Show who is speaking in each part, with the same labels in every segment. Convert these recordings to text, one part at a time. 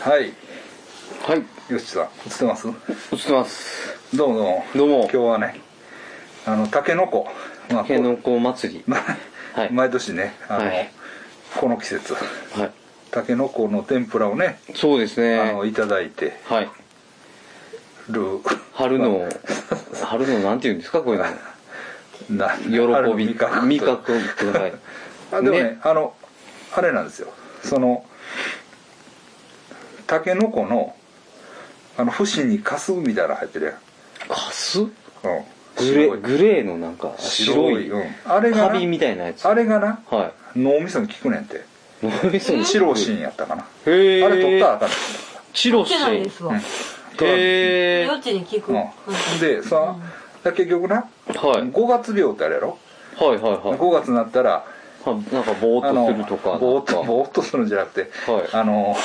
Speaker 1: はい、
Speaker 2: はい
Speaker 1: よしさん、映ってます
Speaker 2: 映ってます
Speaker 1: どうもどうも。
Speaker 2: どうも
Speaker 1: 今日はね、あの、タケノコ。まあ
Speaker 2: タケノコ祭り
Speaker 1: ま
Speaker 2: はい
Speaker 1: 毎年ね、あの、
Speaker 2: はい
Speaker 1: この季節、
Speaker 2: はい
Speaker 1: タケノコの天ぷらをね、
Speaker 2: そうです
Speaker 1: あの、
Speaker 2: ね
Speaker 1: いただいて
Speaker 2: はい
Speaker 1: る、
Speaker 2: 春の春のなんて言うんですかこういうの
Speaker 1: な
Speaker 2: 喜び
Speaker 1: 春味覚
Speaker 2: 味覚をくだ さい
Speaker 1: あでもね
Speaker 2: ね
Speaker 1: あのあれなんですよそのタケノコのあの節にカスみたいなの入ってるやん、
Speaker 2: カス
Speaker 1: うん、
Speaker 2: グレ
Speaker 1: 白
Speaker 2: ー
Speaker 1: い
Speaker 2: グレーのなんか白い
Speaker 1: うん、あれが
Speaker 2: カ
Speaker 1: な
Speaker 2: ビみたいなやつ
Speaker 1: あ
Speaker 2: は
Speaker 1: れがない脳みそに効くねんて
Speaker 2: 脳みそに
Speaker 1: チロシンやったかな、
Speaker 2: へえ
Speaker 1: あれ取ったらあかんねん
Speaker 2: チロ
Speaker 3: っ
Speaker 2: シ
Speaker 3: てない
Speaker 2: ン
Speaker 3: ですわ。
Speaker 2: へえ
Speaker 3: 幼稚園に聞く。
Speaker 1: うん、でさ、だ結局な、
Speaker 2: はい
Speaker 1: 5月病ってあれやろ、
Speaker 2: はいはいはい
Speaker 1: 5月になったら
Speaker 2: はなんかぼーっとするとか
Speaker 1: あのぼーっと
Speaker 2: なんか
Speaker 1: ぼーっとするんじゃなくて、
Speaker 2: はい
Speaker 1: あの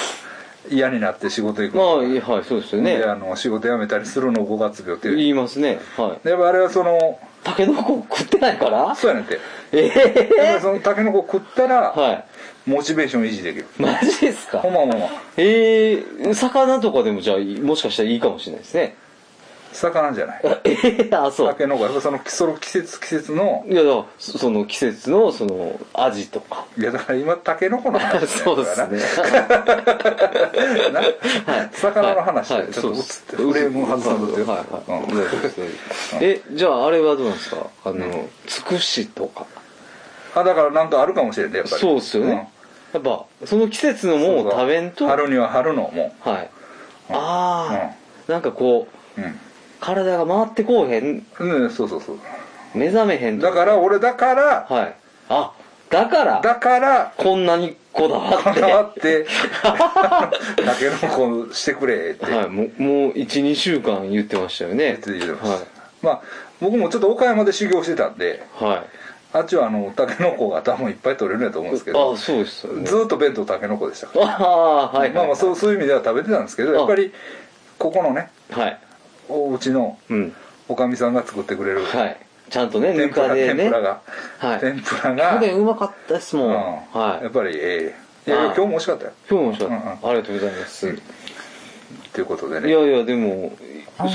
Speaker 1: 嫌になって仕事行く
Speaker 2: まあ
Speaker 1: とか
Speaker 2: はいそうですよ
Speaker 1: で
Speaker 2: ね
Speaker 1: あの仕事辞めたりするのを5月病っていう
Speaker 2: 言いますねはい
Speaker 1: でやっぱあれはその
Speaker 2: タケノコ食ってないから
Speaker 1: そうやねんて
Speaker 2: ええ
Speaker 1: やっぱりそのタケノコ食ったら、
Speaker 2: は
Speaker 1: モチベーション維持できる
Speaker 2: いマジですか
Speaker 1: ほんまほんま
Speaker 2: ええ魚とかでもじゃあもしかしたらいいかもしれないですね
Speaker 1: 魚じゃない
Speaker 2: ええあそ
Speaker 1: タ
Speaker 2: う
Speaker 1: ケノコやっぱそのその季節季節の
Speaker 2: いやだからそその季節のそのアジとか
Speaker 1: いやだから今タケノコの話してん
Speaker 2: そ
Speaker 1: や
Speaker 2: うで
Speaker 1: から
Speaker 2: すね
Speaker 1: な魚の話
Speaker 2: は
Speaker 1: で
Speaker 2: い
Speaker 1: ちょっと映っ
Speaker 2: そ
Speaker 1: て
Speaker 2: う
Speaker 1: フレーム外さん
Speaker 2: そう
Speaker 1: と
Speaker 2: そう
Speaker 1: よ
Speaker 2: はいはい
Speaker 1: うん
Speaker 2: えじゃああれはどうなんですかあのつくしとか
Speaker 1: あだからなんかあるかもしれんねやっぱり
Speaker 2: そうっすよ
Speaker 1: ん
Speaker 2: ねやっぱその季節のものを食べんとはい
Speaker 1: 春には春のも
Speaker 2: ああなんかこう
Speaker 1: う
Speaker 2: 体が回ってこうへん
Speaker 1: うん、うん、そうそうそう
Speaker 2: 目覚めへんと
Speaker 1: だから俺だから
Speaker 2: はいあだから
Speaker 1: だから
Speaker 2: こんなにこだわ
Speaker 1: こ
Speaker 2: って
Speaker 1: だわってあのタケノコしてくれって
Speaker 2: はい、もうもう12週間言ってましたよね
Speaker 1: 言って言ってましたまあ僕もちょっと岡山で修行してたんで
Speaker 2: はい、はい、
Speaker 1: あっちはあのタケノコが多分いっぱい取れるんやと思うんですけど
Speaker 2: あそうですよね
Speaker 1: ずーっと弁当タケノコでしたから
Speaker 2: ああはいはい
Speaker 1: まあまあそうそういう意味では食べてたんですけどやっぱりここのね
Speaker 2: はい
Speaker 1: おうちの
Speaker 2: うん
Speaker 1: おかみさんが作ってくれる
Speaker 2: はいちゃんとねぬ
Speaker 1: 天ぷ、
Speaker 2: からでね
Speaker 1: 天ぷらが、
Speaker 2: はい
Speaker 1: 天ぷら
Speaker 2: 去
Speaker 1: が、
Speaker 2: 年うまかったですもん、
Speaker 1: うん
Speaker 2: は
Speaker 1: やっ
Speaker 2: い
Speaker 1: ぱりええいや
Speaker 2: ああ
Speaker 1: 今日も美味しかったよ
Speaker 2: 今日もおっしゃった、
Speaker 1: うんうん
Speaker 2: ありがとうございます、
Speaker 1: ということで
Speaker 2: い
Speaker 1: ね
Speaker 2: やいやでも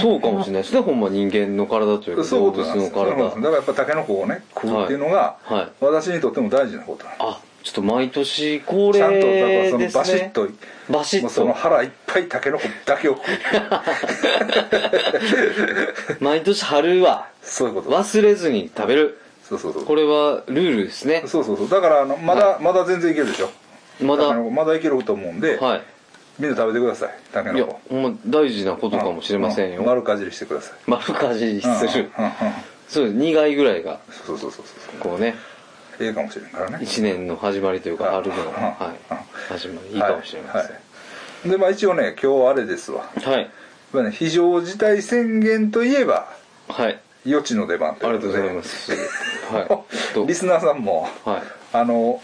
Speaker 2: そうかもしれないですねほんま人間の体というか
Speaker 1: そうい
Speaker 2: 動
Speaker 1: うこと
Speaker 2: 物
Speaker 1: なんで
Speaker 2: の
Speaker 1: すよだ
Speaker 2: 体
Speaker 1: からやっぱタケノコをね食うっていうのが、
Speaker 2: はいはい
Speaker 1: 私にとっても大事なことなんで
Speaker 2: あちょっと毎年恒
Speaker 1: すちゃんと
Speaker 2: 例
Speaker 1: だから
Speaker 2: です
Speaker 1: そのバ
Speaker 2: ね
Speaker 1: シッと
Speaker 2: バシッと
Speaker 1: もうその腹いっぱいタケノコだけを 食う
Speaker 2: 毎年春は
Speaker 1: そういうこと
Speaker 2: 忘れずに食べる
Speaker 1: そうそうそう
Speaker 2: これはルールですね
Speaker 1: そうそうそうだからあのまだ、まだ全然いけるでしょ
Speaker 2: まだ
Speaker 1: タケノコまだいけると思うんで、
Speaker 2: はい
Speaker 1: みんな食べてくださいタケ
Speaker 2: い
Speaker 1: ノ
Speaker 2: や
Speaker 1: コ
Speaker 2: ほんま大事なことかもしれませんよ、
Speaker 1: う丸かじりしてください
Speaker 2: 丸かじりする、
Speaker 1: うんうんうん
Speaker 2: そう2回ぐらいが
Speaker 1: そうそうそうそう
Speaker 2: こうね
Speaker 1: ええかもしれんからね
Speaker 2: 1年の始まりというか
Speaker 1: あ
Speaker 2: 春の、
Speaker 1: うん
Speaker 2: は
Speaker 1: う
Speaker 2: い
Speaker 1: ん
Speaker 2: 始まりいいかもしれません
Speaker 1: はいはいでまあ一応ね今日はあれですわ、
Speaker 2: はい
Speaker 1: まあね、非常事態宣言といえば
Speaker 2: はい、
Speaker 1: 余地の出番
Speaker 2: あ
Speaker 1: と
Speaker 2: り
Speaker 1: い
Speaker 2: が
Speaker 1: うこと
Speaker 2: とうご
Speaker 1: で
Speaker 2: ざいますはいどう
Speaker 1: リスナーさんも
Speaker 2: はい
Speaker 1: あの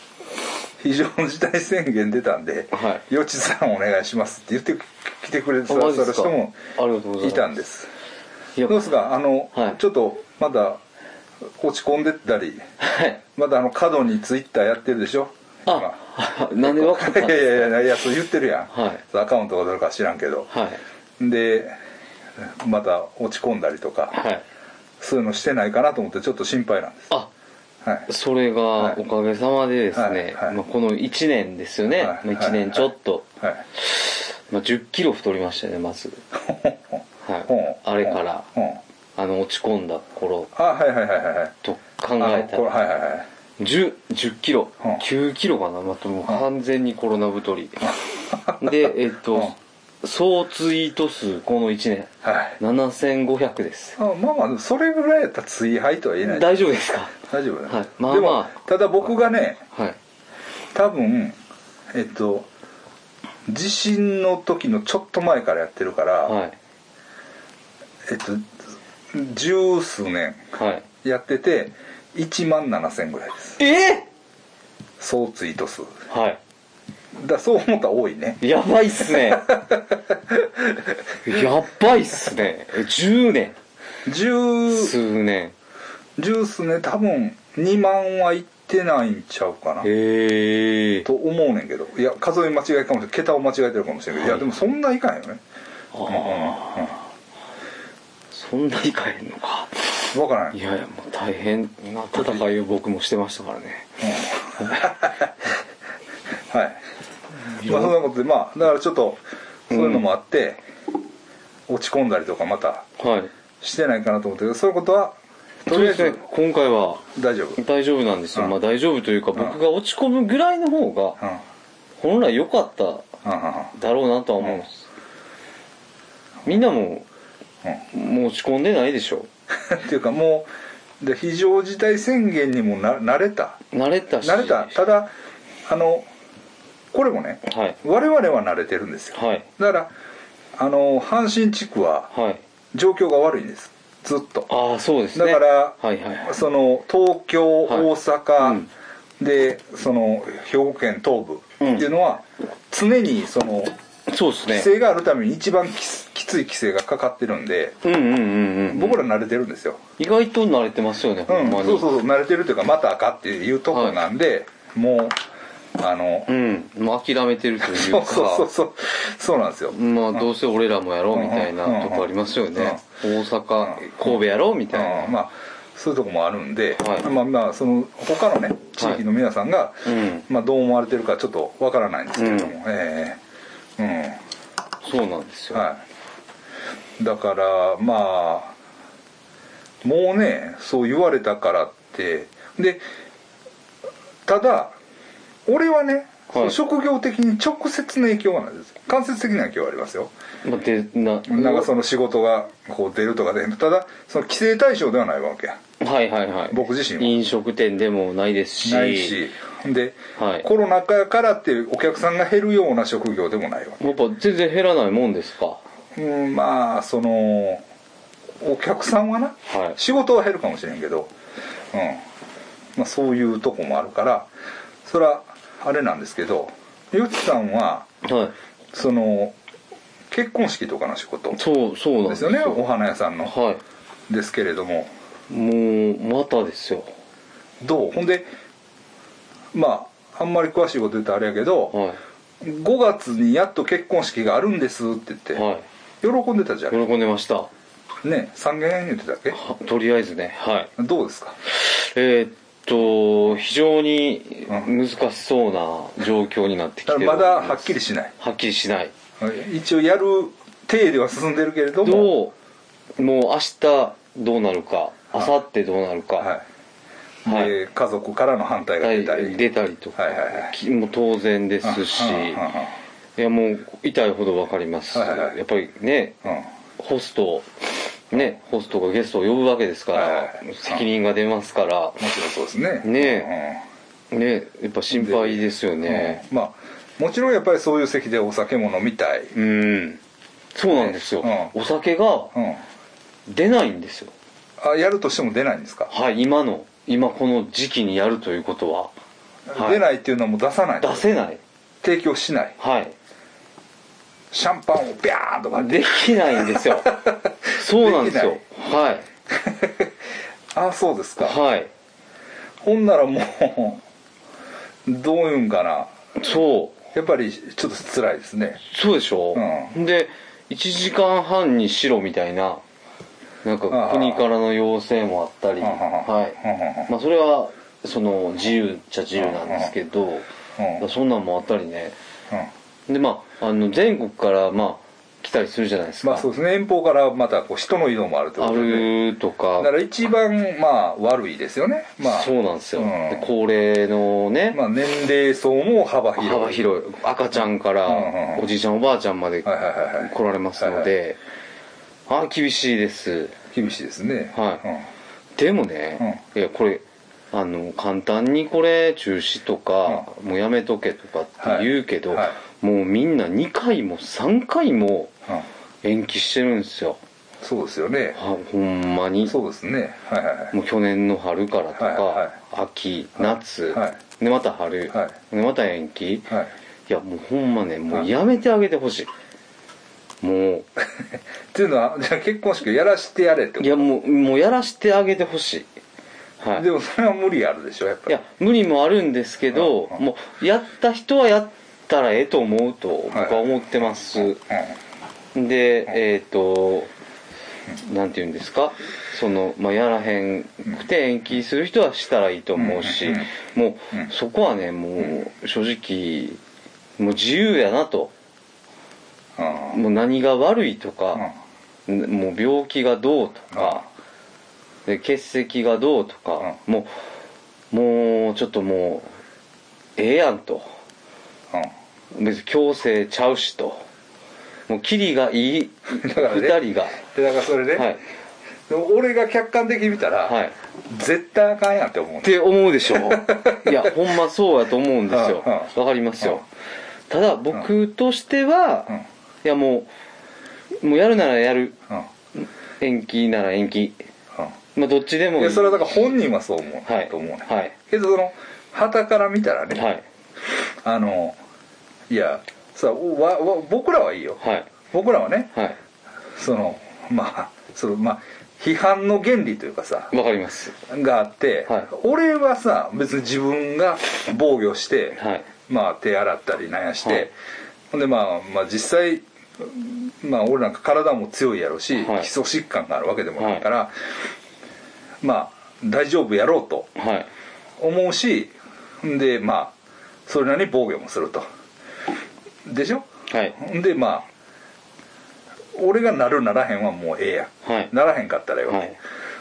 Speaker 1: 非常事態宣言出たんで
Speaker 2: はい
Speaker 1: 余地さんお願いします」って言って来てくれて
Speaker 2: あ
Speaker 1: く
Speaker 2: マ
Speaker 1: だ
Speaker 2: ジで
Speaker 1: さ
Speaker 2: す
Speaker 1: る
Speaker 2: か
Speaker 1: 人も
Speaker 2: ありがとうございます
Speaker 1: いたんです
Speaker 2: いや
Speaker 1: どうですかあの、
Speaker 2: はい
Speaker 1: ちょっとまだ落ち込んでったり
Speaker 2: はい
Speaker 1: まだあの過度にツイッターやってるでしょ今
Speaker 2: あ なんで分かったん
Speaker 1: いやい
Speaker 2: です
Speaker 1: やいやいやそう言ってるやん、
Speaker 2: はい
Speaker 1: アカウントがどれか知らんけど
Speaker 2: かはい
Speaker 1: でまた落ち込んだりとか、
Speaker 2: はい
Speaker 1: そういうのしてないかなと思ってちょっと心配なんです
Speaker 2: あ
Speaker 1: はい
Speaker 2: それが
Speaker 1: い
Speaker 2: おかげさまでですね、
Speaker 1: はいはい
Speaker 2: まあ、この1年ですよね、
Speaker 1: はい
Speaker 2: まあ、1年ちょっと、
Speaker 1: はい
Speaker 2: まあ、1 0キロ太りましたねまず、はい
Speaker 1: ほう
Speaker 2: あれから
Speaker 1: ほうほう
Speaker 2: あの落ち込んだ頃
Speaker 1: あはいはいはいはいはい
Speaker 2: と考
Speaker 1: あ
Speaker 2: え
Speaker 1: の
Speaker 2: た
Speaker 1: これ
Speaker 2: ら
Speaker 1: はいはいはい
Speaker 2: 10 10キロ
Speaker 1: うん
Speaker 2: 9キロかなまたもう完全にコロナ太 りでえっと総ツイート数この1年
Speaker 1: はい
Speaker 2: 7500です
Speaker 1: あまあまあでもそれぐらいやったら追廃とは言えない
Speaker 2: 大丈夫ですか
Speaker 1: 大丈夫だ、
Speaker 2: はいまあまあ
Speaker 1: でもただ僕がね
Speaker 2: はい
Speaker 1: 多分えっと地震の時のちょっと前からやってるから、
Speaker 2: はい
Speaker 1: えっと十数年
Speaker 2: はい
Speaker 1: やってて1万7000ぐらいです
Speaker 2: え
Speaker 1: 総ツイート数だか
Speaker 2: ー、はい
Speaker 1: らそう思ったら多いね
Speaker 2: やばいっ すねやばいっすね10年
Speaker 1: 十
Speaker 2: 数年
Speaker 1: 十数ね多分2万はいってないんちゃうかな
Speaker 2: へえ
Speaker 1: と思うねんけどいや数え間違いかもしれん桁を間違えてるかもしれんけど、い、やでもそんないかんよね
Speaker 2: ああそんなに変えんのか
Speaker 1: 分からん
Speaker 2: いやいやもう大変な戦いを僕もしてましたからね
Speaker 1: はい、まあ、そんなことでまあだからちょっとそういうのもあって、落ち込んだりとかまた
Speaker 2: はい
Speaker 1: してないかなと思ったけどそういうことはと
Speaker 2: と
Speaker 1: り
Speaker 2: り
Speaker 1: あ
Speaker 2: あ
Speaker 1: え
Speaker 2: え
Speaker 1: ず
Speaker 2: ず今回は
Speaker 1: 大丈夫、うん、
Speaker 2: 大丈夫なんですよ、
Speaker 1: うん
Speaker 2: まあ大丈夫というか僕が落ち込むぐらいの方が
Speaker 1: うん
Speaker 2: 本来良かった
Speaker 1: うんうん
Speaker 2: だろうなとは思うんです、みんなも
Speaker 1: う
Speaker 2: 持ち込んでないでしょ
Speaker 1: ん っていうかもうで非常事態宣言にもな慣れた
Speaker 2: 慣れたし
Speaker 1: 慣れたただあのこれもね
Speaker 2: はい
Speaker 1: 我々は慣れてるんですよ
Speaker 2: はい
Speaker 1: だからあの阪神地区は
Speaker 2: はい
Speaker 1: 状況が悪いんですずっと
Speaker 2: ああそうですね
Speaker 1: だから、
Speaker 2: はいはいはい
Speaker 1: その東京、
Speaker 2: はい
Speaker 1: 大阪、
Speaker 2: うん
Speaker 1: でその兵庫県東部って
Speaker 2: うん
Speaker 1: いうのは、常にその
Speaker 2: そうですね
Speaker 1: 規制があるために一番きつきつい規制がかかってるんで、
Speaker 2: うんうんうんうん
Speaker 1: 僕ら慣れてるんですよ、
Speaker 2: 意外と慣れてますよね、
Speaker 1: う
Speaker 2: ほ
Speaker 1: ん
Speaker 2: んまに
Speaker 1: そうそうそう慣れてるというかまたかっていうとこなんで、もうあの、
Speaker 2: うんもう諦めてるという
Speaker 1: そう
Speaker 2: か
Speaker 1: そうそうそうそうなんですよ、
Speaker 2: まあどうせ俺らもやろうみたいなとこありますよね、大阪
Speaker 1: うん
Speaker 2: 神戸やろうみたいな、
Speaker 1: うんまあそういうとこもあるんで、
Speaker 2: はい
Speaker 1: まあまあその他のね地域の皆さんが、
Speaker 2: うん
Speaker 1: まあ、どう思われてるかちょっとわからないんですけれども、
Speaker 2: うん
Speaker 1: ええうん
Speaker 2: そうなんですよ、
Speaker 1: はい、だからまあもうねそう言われたからってでただ俺はね、
Speaker 2: はい
Speaker 1: 職業的に直接の影響はないです間接的な影響はありますよ
Speaker 2: まあ、でな
Speaker 1: なんかその仕事がこう出るとかでただその規制対象ではないわけや
Speaker 2: はいはいはい
Speaker 1: 僕自身は
Speaker 2: 飲食店でもないですし
Speaker 1: ないしで、
Speaker 2: はい
Speaker 1: コロナ禍やからってお客さんが減るような職業でもないわ
Speaker 2: やっぱ全然減らないもんですか
Speaker 1: け、うん、まあそのお客さんはな
Speaker 2: はい
Speaker 1: 仕事は減るかもしれんけど、うんまあ、そういうとこもあるからそれはあれなんですけどゆきさんは
Speaker 2: は
Speaker 1: その結婚式とかの仕事
Speaker 2: いそうそうなん
Speaker 1: で
Speaker 2: ですす
Speaker 1: よ
Speaker 2: よ
Speaker 1: ねお花屋さんの
Speaker 2: は
Speaker 1: ですけれども
Speaker 2: いもうまたですよ
Speaker 1: どうほんでまああんまり詳しいこと言ったらあれやけど
Speaker 2: は
Speaker 1: 5月にやっと結婚式があるんですって言っ
Speaker 2: い
Speaker 1: て
Speaker 2: は
Speaker 1: 喜んでたじゃ
Speaker 2: い
Speaker 1: ん
Speaker 2: 喜んでましたは
Speaker 1: ね三軒言ってたっけ
Speaker 2: とりあえずねはい
Speaker 1: どうですか
Speaker 2: えーっと非常に難しそうな状況になってきて
Speaker 1: だか
Speaker 2: る
Speaker 1: らまだはっきり
Speaker 2: し
Speaker 1: しない
Speaker 2: はっきりしない
Speaker 1: 一応やる体では進んでるけれども
Speaker 2: どうもう明日どうなるか明後日どうなるか、
Speaker 1: はい、
Speaker 2: はい
Speaker 1: で家族からの反対が出たり、
Speaker 2: 出たりとか、
Speaker 1: はいはいはい
Speaker 2: きもう当然ですし、
Speaker 1: うんうんうん
Speaker 2: いやもう痛いほど分かります、
Speaker 1: はいはいはい
Speaker 2: やっぱりね
Speaker 1: うん
Speaker 2: ホストねホストがゲストを呼ぶわけですから、
Speaker 1: はいはいはい
Speaker 2: 責任が出ますから、
Speaker 1: もちろんそうですね
Speaker 2: ねえねやっぱ心配ですよ
Speaker 1: うん
Speaker 2: ね
Speaker 1: うんまあもちろんやっぱりそういう席でお酒も飲みたい、
Speaker 2: うん、そうなんですよ、
Speaker 1: ねう
Speaker 2: お酒が
Speaker 1: うん、
Speaker 2: 出ないんですよ
Speaker 1: あやるとしても出ないんですか、
Speaker 2: はい今の今この時期にやるということは、はい
Speaker 1: 出ないっていうのはもう出さない
Speaker 2: 出せない
Speaker 1: 提供しない
Speaker 2: はい
Speaker 1: シャンパンをビャーンとか
Speaker 2: できないんです よそうなんですよ
Speaker 1: で
Speaker 2: はい
Speaker 1: あそうですか、
Speaker 2: はい
Speaker 1: ほんならもうどういうんかな
Speaker 2: そう
Speaker 1: やっぱりちょっと辛いですね
Speaker 2: そうでしょ、
Speaker 1: う
Speaker 2: で1時間半にしろみたいななん
Speaker 1: あ
Speaker 2: か
Speaker 1: あ
Speaker 2: 国からの要請もあったり
Speaker 1: あああ
Speaker 2: は
Speaker 1: あ
Speaker 2: いまあそれはその自由っちゃ自由なんですけど
Speaker 1: うん
Speaker 2: そんなんもあったりね
Speaker 1: うん
Speaker 2: でまああの全国からまあ来たりするじゃないですか、
Speaker 1: まあそうですね遠方からまたこう人の移動もあるという
Speaker 2: あ
Speaker 1: ことで、
Speaker 2: るとか
Speaker 1: だから一番まあ悪いですよねまあ
Speaker 2: そうなんですよ、
Speaker 1: うん
Speaker 2: で高齢のね、
Speaker 1: まあ年齢層も幅広い
Speaker 2: 幅広い赤ちゃんか
Speaker 1: うんうん
Speaker 2: ら
Speaker 1: うん
Speaker 2: おじいちゃんおばあちゃんまで
Speaker 1: はいはいはいはい
Speaker 2: 来られますので、あ厳しいです
Speaker 1: 厳しいですね
Speaker 2: はでもね、いやこれあの簡単にこれ中止とか、もうやめとけとかって言うけ
Speaker 1: は
Speaker 2: ど、
Speaker 1: いは
Speaker 2: もうみんな2回も3回も
Speaker 1: うん、うん
Speaker 2: 延期してるんですよ
Speaker 1: そうですよね
Speaker 2: あほんまに
Speaker 1: そうですねはいはいはい
Speaker 2: もう去年の春からとか、
Speaker 1: はいは
Speaker 2: 秋夏、
Speaker 1: は
Speaker 2: でまた春、
Speaker 1: は
Speaker 2: でまた延期、
Speaker 1: はい
Speaker 2: いやもうほんまねも
Speaker 1: は
Speaker 2: う
Speaker 1: い
Speaker 2: やめてあげてほしいも
Speaker 1: っていうのはじゃあ結婚式をやらしてやれってこ
Speaker 2: う
Speaker 1: と
Speaker 2: いやもうもうやらしてあげてほしいはい
Speaker 1: でもそれは無理あるでしょやっぱ
Speaker 2: い
Speaker 1: り
Speaker 2: や無理もあるんですけど、
Speaker 1: うんうん
Speaker 2: もうやった人はやったらええと思うと僕は思ってます、でえっ、となんて言うんですかその、まあ、やらへんくて延期する人はしたらいいと思うし、
Speaker 1: うんうん
Speaker 2: もう、
Speaker 1: うん
Speaker 2: そこはねもう正直もう自由やなと
Speaker 1: うんうん
Speaker 2: もう何が悪いと
Speaker 1: うん
Speaker 2: か、もう病気がどうとか、で血石がどうとか、もうもうちょっともうええやんと
Speaker 1: う
Speaker 2: 別に強制ちゃうしともうキリがいい二
Speaker 1: だからね
Speaker 2: 人が、
Speaker 1: んでだからそれで、
Speaker 2: はい
Speaker 1: でも俺が客観的に見たら、
Speaker 2: はいっ
Speaker 1: 絶対あかんやんって思うね
Speaker 2: て思うでしょいやほんまそうやと思うんですよ
Speaker 1: うんうん
Speaker 2: わかりますよただ僕としては、
Speaker 1: うん
Speaker 2: いやもうもうやるならやる
Speaker 1: うん
Speaker 2: 延期なら延期
Speaker 1: う
Speaker 2: まあどっちでも
Speaker 1: ん
Speaker 2: い
Speaker 1: い
Speaker 2: い
Speaker 1: やそれはだから本人はそう思う、
Speaker 2: はい
Speaker 1: と思うね、
Speaker 2: はい
Speaker 1: けどその旗から見たらね、
Speaker 2: はい
Speaker 1: あのいやさわわ僕らはいいよ、
Speaker 2: はい
Speaker 1: 僕らはね
Speaker 2: は
Speaker 1: そのまあそのまあ批判の原理というかさ
Speaker 2: いわかります
Speaker 1: があって、
Speaker 2: はい
Speaker 1: 俺はさ別に自分が防御して、
Speaker 2: はい
Speaker 1: まあ手洗ったりなんやして、
Speaker 2: はい
Speaker 1: ほんでまあまあ実際まあ俺なんか体も強いやろうし、
Speaker 2: はい
Speaker 1: 基礎疾患があるわけでもないから、まあ大丈夫やろうと
Speaker 2: はい
Speaker 1: 思うしんでまあそれなりに防御もするとでしょ
Speaker 2: はい
Speaker 1: んでまあ俺がなるならへんはもうええや、
Speaker 2: はい
Speaker 1: ならへんかったらよ、
Speaker 2: はい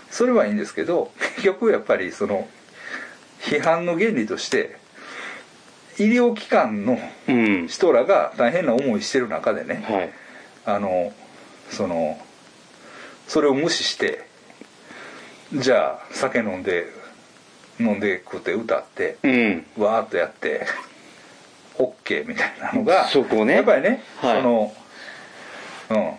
Speaker 1: それはいいんですけど結局やっぱりその批判の原理として医療機関の
Speaker 2: うん
Speaker 1: 人らが大変な思いしてる中でね
Speaker 2: はい
Speaker 1: あのそのそれを無視してじゃあ酒飲んで飲んで食って歌って
Speaker 2: うん
Speaker 1: わーっとやって OK みたいなのが
Speaker 2: そこね
Speaker 1: やっぱりね、
Speaker 2: はい
Speaker 1: そのうん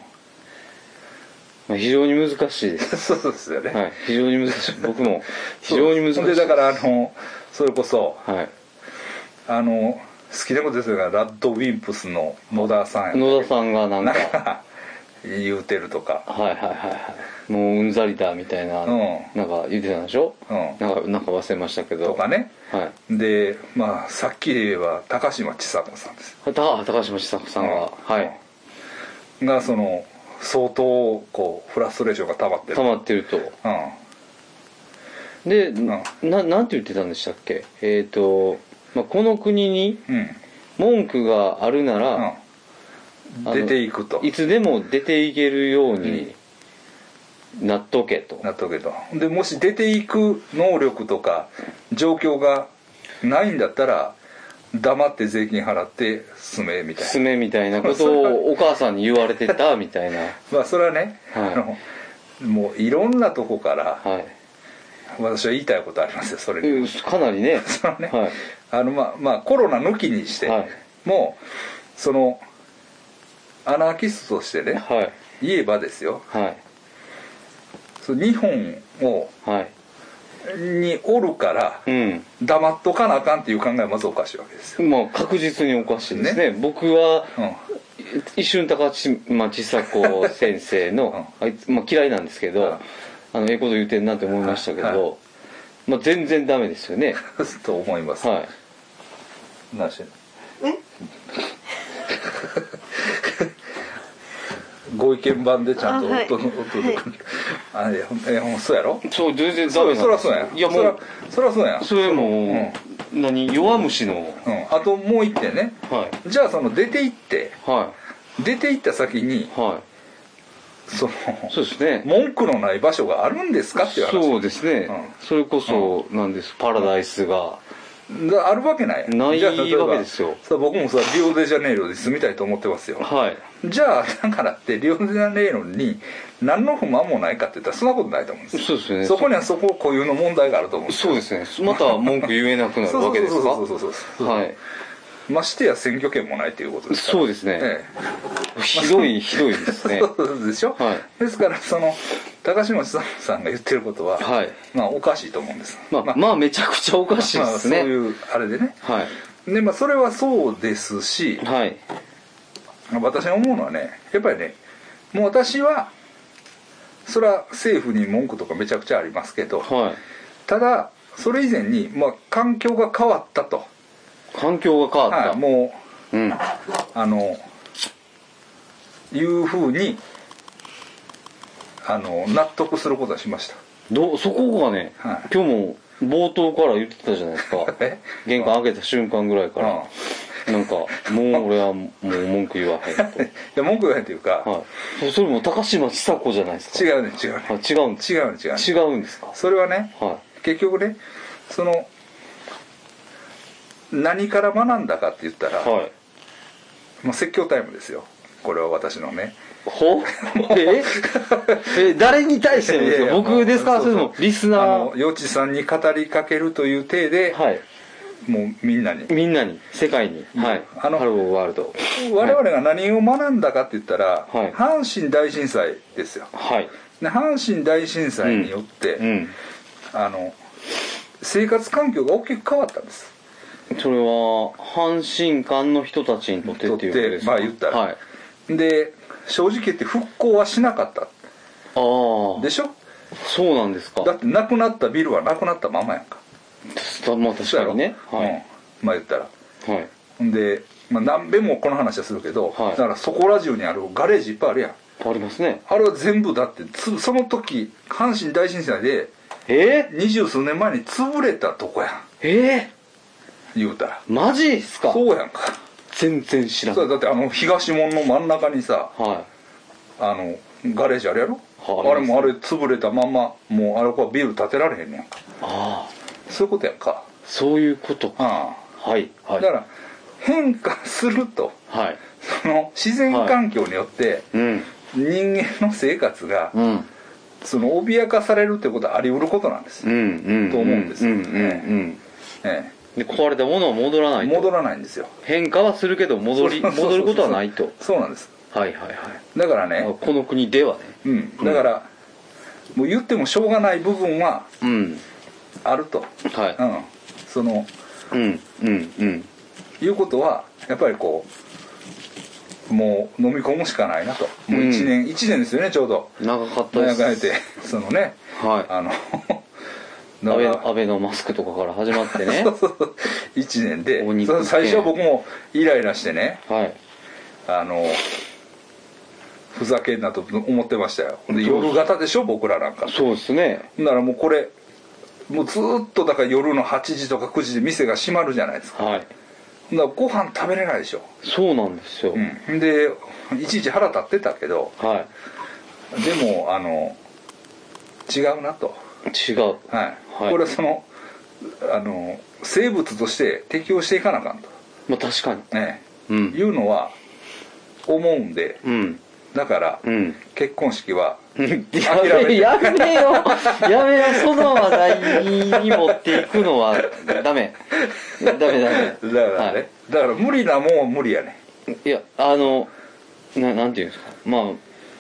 Speaker 2: まあ非常に難しいです
Speaker 1: そうそうですよね、
Speaker 2: はい、非常に難 しい僕も非常に難しい
Speaker 1: そうですほんでだからあのそれこそ
Speaker 2: はい
Speaker 1: あの好きなことですがラッドウィンプスの野田さんや
Speaker 2: 野田さんがなん
Speaker 1: な
Speaker 2: か
Speaker 1: んか言うてるとか
Speaker 2: はいはいはいはいもううんざりだみたいな、
Speaker 1: うん
Speaker 2: なんか言ってたんでしょ、
Speaker 1: うん
Speaker 2: なんかなんか忘れましたけど
Speaker 1: とかね
Speaker 2: はい
Speaker 1: でまあさっきで言えば高嶋ちさ子さんです
Speaker 2: た高島千佐子さんが、はい
Speaker 1: がその相当こうフラストレーションが溜まってる
Speaker 2: 溜まってると
Speaker 1: う
Speaker 2: で、
Speaker 1: ん
Speaker 2: ななんて言ってたんでしたっけえっ、と、まあ、この国に
Speaker 1: んうん
Speaker 2: 文句があるなら、
Speaker 1: うん出ていくと
Speaker 2: いつでも出ていけるようになっとけと、
Speaker 1: なったけどでもし出ていく能力とか状況がないんだったら黙って税金払って住めみたいな
Speaker 2: 進めみたいな ことをお母さんに言われてたみたい な
Speaker 1: まあそれはね、
Speaker 2: はい
Speaker 1: あのもういろんなとこから
Speaker 2: はい
Speaker 1: 私は言いたいことありますよそれに、
Speaker 2: うんかなりね
Speaker 1: そのね、
Speaker 2: はい
Speaker 1: あのまあまあコロナ抜きにして、
Speaker 2: はい
Speaker 1: もうそのアナーキストとしてね
Speaker 2: はい
Speaker 1: 言えばですよ
Speaker 2: はい
Speaker 1: その日本を
Speaker 2: はい
Speaker 1: におるから
Speaker 2: う
Speaker 1: 黙っとかなあかんっていう考えはまずおかしいわけですよ、
Speaker 2: んまあ確実におかしいですね僕は
Speaker 1: う
Speaker 2: 一瞬高島千佐子先生の、あいつまあ、嫌いなんですけど、
Speaker 1: はい
Speaker 2: あのええこと言うてんなって思いましたけど、
Speaker 1: は
Speaker 2: まあ、全然ダメですよね
Speaker 1: ん と思います、
Speaker 2: は
Speaker 1: なし ご意見番でちゃんと
Speaker 3: あはい
Speaker 1: 音の音で、あいやほんえほんそうやろ
Speaker 2: いそう全然ダ
Speaker 1: そ
Speaker 2: メ
Speaker 1: う
Speaker 2: なん
Speaker 1: そりゃそうや
Speaker 2: いやも
Speaker 1: そら
Speaker 2: う
Speaker 1: そりゃそうや
Speaker 2: それもう、何弱虫の
Speaker 1: うん、あともう一点ね
Speaker 2: はい
Speaker 1: じゃあその出て行って
Speaker 2: は
Speaker 1: 出て行った先に
Speaker 2: いは
Speaker 1: その
Speaker 2: いそうですね
Speaker 1: 文句のない場所があるんですかっていう話
Speaker 2: そうですね、
Speaker 1: う
Speaker 2: それこそなんですパラダイスが、
Speaker 1: だあるわけない
Speaker 2: ない
Speaker 1: じゃあ例えば
Speaker 2: わけですよ
Speaker 1: さ僕もさリオデジャネイロで住みたいと思ってますよ
Speaker 2: はい
Speaker 1: じゃあだからってリオデジャネイロに何の不満もないかって言ったらそんなことないと思うんですよ
Speaker 2: そうですよね
Speaker 1: そこにはそこ固有の問題があると思うんですよ
Speaker 2: そうですねまた文句言えなくなるわけですか
Speaker 1: そうそうそうそうそうそう
Speaker 2: はい
Speaker 1: ましてや選挙権もないということですから
Speaker 2: そうですね
Speaker 1: え
Speaker 2: ひどいひどいです
Speaker 1: え
Speaker 2: ね
Speaker 1: そうでしょ、
Speaker 2: はい
Speaker 1: ですからその高島さんさんが言ってることは、
Speaker 2: はい
Speaker 1: まあおかしいと思うんです
Speaker 2: まあまあめちゃくちゃおかしいで
Speaker 1: まあ
Speaker 2: す
Speaker 1: そうい
Speaker 2: ね
Speaker 1: うあれでね
Speaker 2: はい
Speaker 1: でまあそれはそうですし
Speaker 2: はい
Speaker 1: 私が思うのはねやっぱりねもう私はそれは政府に文句とかめちゃくちゃありますけど
Speaker 2: は
Speaker 1: ただそれ以前に、まあ、環境が変わったと、
Speaker 2: 環境が変わった、
Speaker 1: はい、も
Speaker 2: うん
Speaker 1: うあのいうふうにあの納得することはしました
Speaker 2: どうそこがね、
Speaker 1: はい
Speaker 2: 今日も冒頭から言ってたじゃないですか
Speaker 1: え
Speaker 2: 玄関開けた瞬間ぐらいか
Speaker 1: うん
Speaker 2: ら、なんかもう俺はもう文句言わへんと
Speaker 1: いや文句言わへん というか、
Speaker 2: はいそそれも高嶋ちさ子じゃないですか
Speaker 1: 違うね違うね
Speaker 2: あ違うんです
Speaker 1: 違うね違うね
Speaker 2: 違うんですか
Speaker 1: それはね
Speaker 2: は
Speaker 1: 結局ねその何から学んだかって言ったら、
Speaker 2: いはい
Speaker 1: もう説教タイムですよこれは私のね
Speaker 2: ほええ誰に対してで
Speaker 1: い
Speaker 2: す
Speaker 1: や
Speaker 2: か
Speaker 1: いや
Speaker 2: 僕です
Speaker 1: まあ
Speaker 2: か
Speaker 1: そ
Speaker 2: そ
Speaker 1: う
Speaker 2: れ
Speaker 1: そう
Speaker 2: ともリスナ
Speaker 1: あ
Speaker 2: ー
Speaker 1: の余地さんに語りかけるという体で、
Speaker 2: はい
Speaker 1: もうみんなに
Speaker 2: みんなに世界に、はい
Speaker 1: あの
Speaker 2: ハローワールド
Speaker 1: 我々が何を学んだかって言ったら、
Speaker 2: はい
Speaker 1: 阪神大震災ですよ
Speaker 2: はい
Speaker 1: で阪神大震災によって、
Speaker 2: うん
Speaker 1: あの生活環境が大きく変わったんです
Speaker 2: それは阪神間の人たちにとってっていうことですか
Speaker 1: とってまあ言ったら
Speaker 2: はい、あ
Speaker 1: で正直言って復興はしなかった
Speaker 2: あそ
Speaker 1: でしょ
Speaker 2: うなんですか
Speaker 1: だってなくなったビルはなくなったままやんか
Speaker 2: たまあ確かにね
Speaker 1: そう
Speaker 2: は
Speaker 1: や
Speaker 2: い
Speaker 1: ろ、うん、まあ言ったら
Speaker 2: はい
Speaker 1: んで、まあ、何べんもこの話はするけど、
Speaker 2: はい
Speaker 1: だからそこら中にあるガレージいっぱいあるやん
Speaker 2: ありますね
Speaker 1: あれは全部だってつその時阪神大震災で
Speaker 2: え
Speaker 1: 二十数年前に潰れたとこやん
Speaker 2: ー、え
Speaker 1: 言うたら
Speaker 2: ー、マジっすか
Speaker 1: そうやんか
Speaker 2: 全然知らん
Speaker 1: そ
Speaker 2: は
Speaker 1: うだってあの東門の真ん中にさ
Speaker 2: い
Speaker 1: あのガレージあれやろ、
Speaker 2: は
Speaker 1: あ
Speaker 2: い、
Speaker 1: れもあれ潰れたまんまもうあれこはビル建てられへんねやんか
Speaker 2: ああ
Speaker 1: そういうことやんか
Speaker 2: そういうことか
Speaker 1: あ
Speaker 2: はい
Speaker 1: あ
Speaker 2: はい
Speaker 1: だから変化すると
Speaker 2: はい
Speaker 1: その自然環境によって
Speaker 2: うん
Speaker 1: 人間の生活が
Speaker 2: うん
Speaker 1: その脅かされるってことはあり得ることなんです、
Speaker 2: うんうん
Speaker 1: と思うんですよ
Speaker 2: うんうんうん
Speaker 1: え
Speaker 2: で壊れたものは戻らな
Speaker 1: え、
Speaker 2: いと
Speaker 1: 戻らないんですよ
Speaker 2: 変化はするけど戻り
Speaker 1: そうそうそう
Speaker 2: 戻ることはないと
Speaker 1: そうなんです
Speaker 2: はいはいはい
Speaker 1: だから
Speaker 2: あ
Speaker 1: ね
Speaker 2: この国ではね
Speaker 1: うんだから、もう言ってもしょうがない部分は
Speaker 2: うん
Speaker 1: あると、
Speaker 2: はい
Speaker 1: うん、その
Speaker 2: うんうんうん
Speaker 1: いうことはやっぱりこうもう飲み込むしかないなともう1年、一年ですよねちょうど
Speaker 2: 長かったで
Speaker 1: 早
Speaker 2: す
Speaker 1: くあえて そのね
Speaker 2: はい
Speaker 1: あの
Speaker 2: 安倍
Speaker 1: だ から
Speaker 2: 安倍のマスクとかから始まって ね
Speaker 1: そうそう1年で
Speaker 2: お肉
Speaker 1: その最初は僕もイライラしてね
Speaker 2: はい
Speaker 1: あのふざけんなと思ってましたよで夜型でしょ僕らなんか
Speaker 2: そうですね
Speaker 1: ならもうこれもうずーっとだから夜の8時とか9時で店が閉まるじゃないですか
Speaker 2: はい
Speaker 1: だからご飯食べれないでしょ、
Speaker 2: そうなんですよ、
Speaker 1: うん、でいちいち腹立ってたけど
Speaker 2: は
Speaker 1: でもあの違うなと、
Speaker 2: い違う
Speaker 1: はい
Speaker 2: はい
Speaker 1: これはそのあの生物として適応していかなあかんと、
Speaker 2: まあ確かに
Speaker 1: ね
Speaker 2: う
Speaker 1: え、
Speaker 2: ん
Speaker 1: いうのは思うんで
Speaker 2: うん
Speaker 1: だから、
Speaker 2: うん
Speaker 1: 結婚式は
Speaker 2: や
Speaker 1: 諦め
Speaker 2: め
Speaker 1: て
Speaker 2: やめよやめよその話題に持っていくのはダメダメダメ
Speaker 1: だからね、だから無理なもんは無理やね
Speaker 2: いやあのななんていうんですかま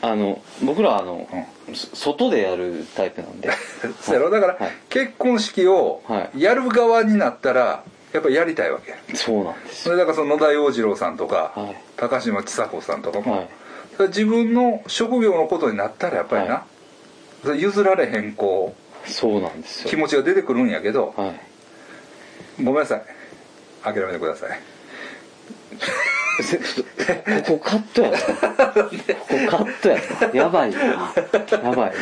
Speaker 2: ああの僕らはあの、そ外でやるタイプなんで
Speaker 1: そやろだから、
Speaker 2: はい
Speaker 1: 結婚式を
Speaker 2: はい
Speaker 1: やる側になったらやっぱりやりたいわけや
Speaker 2: そうなんです
Speaker 1: それだからその野田洋次郎さんとか、
Speaker 2: はい
Speaker 1: 高嶋ちさ子さんとかも、
Speaker 2: はい
Speaker 1: それ自分の職業のことになったらやっぱりな、
Speaker 2: は
Speaker 1: それ譲られへんこ
Speaker 2: そうなんです
Speaker 1: う気
Speaker 2: よ
Speaker 1: 持ちが出てくるんやけど、
Speaker 2: はい
Speaker 1: ごめんなさい諦めてください
Speaker 2: せちょっとここカットやなここカットやなやばいなやばいやばい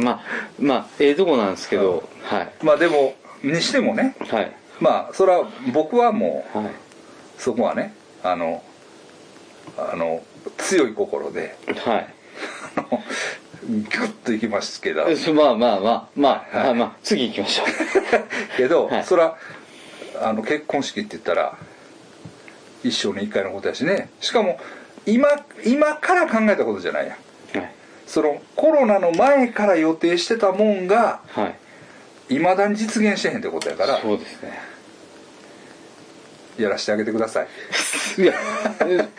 Speaker 2: まあまあええとこなんですけどはい
Speaker 1: まあでもにしてもね
Speaker 2: はい
Speaker 1: まあそれは僕はも
Speaker 2: は
Speaker 1: うそこはねあのあの強い心で
Speaker 2: いはい
Speaker 1: あのギュッといきますけど
Speaker 2: そまあまあまあまあ、
Speaker 1: はい
Speaker 2: まあまあ次行きましょ
Speaker 1: けど、
Speaker 2: はい
Speaker 1: そらあの結婚式って言ったら一生に一回のことやしねしかも今今から考えたことじゃないやん
Speaker 2: うはい
Speaker 1: そのコロナの前から予定してたもんが
Speaker 2: はい
Speaker 1: いまだに実現してへんってことやから
Speaker 2: そうですね
Speaker 1: やらしてあげてください、
Speaker 2: いや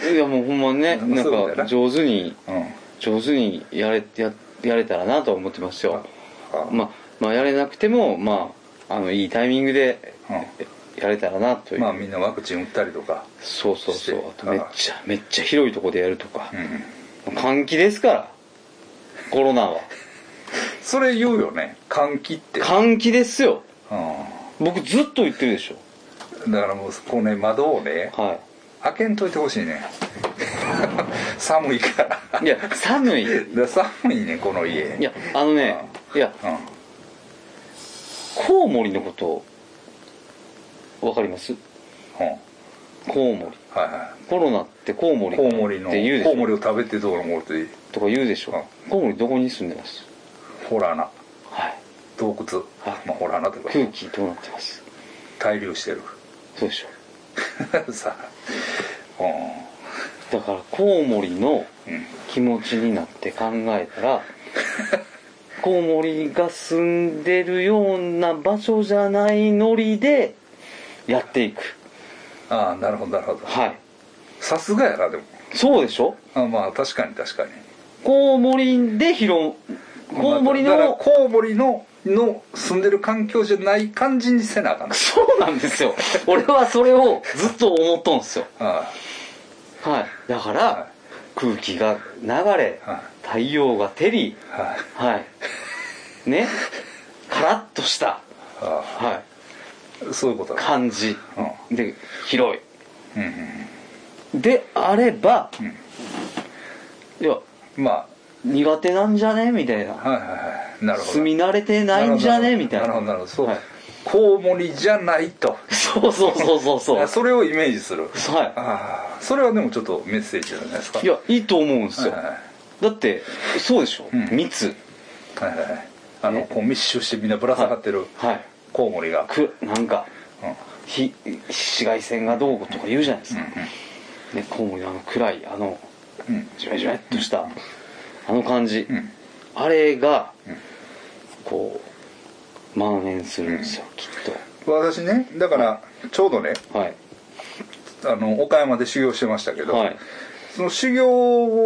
Speaker 2: えいやもうほんまね
Speaker 1: まあ
Speaker 2: な
Speaker 1: そういうことや
Speaker 2: ん
Speaker 1: な
Speaker 2: か上手に
Speaker 1: うん、あ
Speaker 2: 上手にやれややれたらなとは思ってますよ
Speaker 1: あ
Speaker 2: まあまあやれなくてもまああのいいタイミングで
Speaker 1: う
Speaker 2: やれたらなとい
Speaker 1: ん
Speaker 2: う、
Speaker 1: まあみんなワクチン打ったりとか、
Speaker 2: そうそうそう
Speaker 1: して
Speaker 2: あとめっちゃめっちゃ広いとこでやるとか
Speaker 1: う、ん、
Speaker 2: 換気ですからコロナは
Speaker 1: それ言うよね換気って
Speaker 2: 換気ですよ僕ずっと言ってるでしょ
Speaker 1: うん、だからもうこのね窓をね
Speaker 2: は
Speaker 1: 開けんといてほしいね 寒いから
Speaker 2: いいや寒いい
Speaker 1: だから寒いねこの家
Speaker 2: やあのねいや
Speaker 1: うん
Speaker 2: コウモリのことわかります
Speaker 1: うん
Speaker 2: コウモリ
Speaker 1: はいは
Speaker 2: コロナってコウモ
Speaker 1: い
Speaker 2: リ
Speaker 1: コウモリの
Speaker 2: って言うでし
Speaker 1: コウモ
Speaker 2: ょ
Speaker 1: リを食べてどうのこうって
Speaker 2: とか言うでしょ
Speaker 1: う
Speaker 2: コウモリどこに住んでます
Speaker 1: ホラーな
Speaker 2: はい
Speaker 1: 洞窟、
Speaker 2: はい
Speaker 1: まあ、ホラーなというか
Speaker 2: 空気どうなってます
Speaker 1: 滞留してる
Speaker 2: そうでし ょ
Speaker 1: さあう
Speaker 2: だからコウモリの
Speaker 1: んうん
Speaker 2: 気持ちになって考えたら コウモリが住んでるような場所じゃないノリでやっていく
Speaker 1: ああなるほどなるほど
Speaker 2: はい
Speaker 1: さすがやなでも
Speaker 2: そうでしょ
Speaker 1: あまあ確かに確かに
Speaker 2: コウモリで拾うコウモリ
Speaker 1: まあだから
Speaker 2: の
Speaker 1: コウモリのの住んでる環境じゃない感じにせなあかん
Speaker 2: そうなんですよ俺はそれをずっと思っとんすよ
Speaker 1: あ
Speaker 2: はいだか
Speaker 1: は
Speaker 2: ら空気が流れ
Speaker 1: あは
Speaker 2: 太陽が照り
Speaker 1: あは
Speaker 2: はいねカラッとした
Speaker 1: あは
Speaker 2: はい
Speaker 1: あそういうことだ
Speaker 2: 感じ
Speaker 1: う
Speaker 2: で広い
Speaker 1: んうんうん
Speaker 2: であれば、いや
Speaker 1: ま
Speaker 2: 苦手なんじゃねみたい
Speaker 1: あ
Speaker 2: な
Speaker 1: はいはいはいなるほど
Speaker 2: 住み慣れてないんじゃねみたいな
Speaker 1: なるほどなるほどそう、
Speaker 2: はい
Speaker 1: コウモリじゃないと
Speaker 2: そうそうそうそうそう
Speaker 1: あそれをイメージする
Speaker 2: は
Speaker 1: ああそれはでもちょっとメッセージじゃないですか
Speaker 2: いいやいいと思うんですよ、
Speaker 1: はいはい
Speaker 2: だってそうでしょ、
Speaker 1: うん
Speaker 2: 密
Speaker 1: はいはいはいあの
Speaker 2: ね
Speaker 1: こう密集してみんなぶら下がってる
Speaker 2: はい
Speaker 1: コウモリが、
Speaker 2: くなんか
Speaker 1: うんうん
Speaker 2: ひ紫外線がどうこうとか言うじゃないですか、ねこうもあの暗いあの
Speaker 1: うんうん
Speaker 2: ジメジメっとしたあの感じ、
Speaker 1: うん
Speaker 2: あれが、こう蔓延するんですよ、きっ
Speaker 1: 私ねだからちょうどね
Speaker 2: とはい
Speaker 1: あの岡山で修行してましたけど、
Speaker 2: はい
Speaker 1: その修行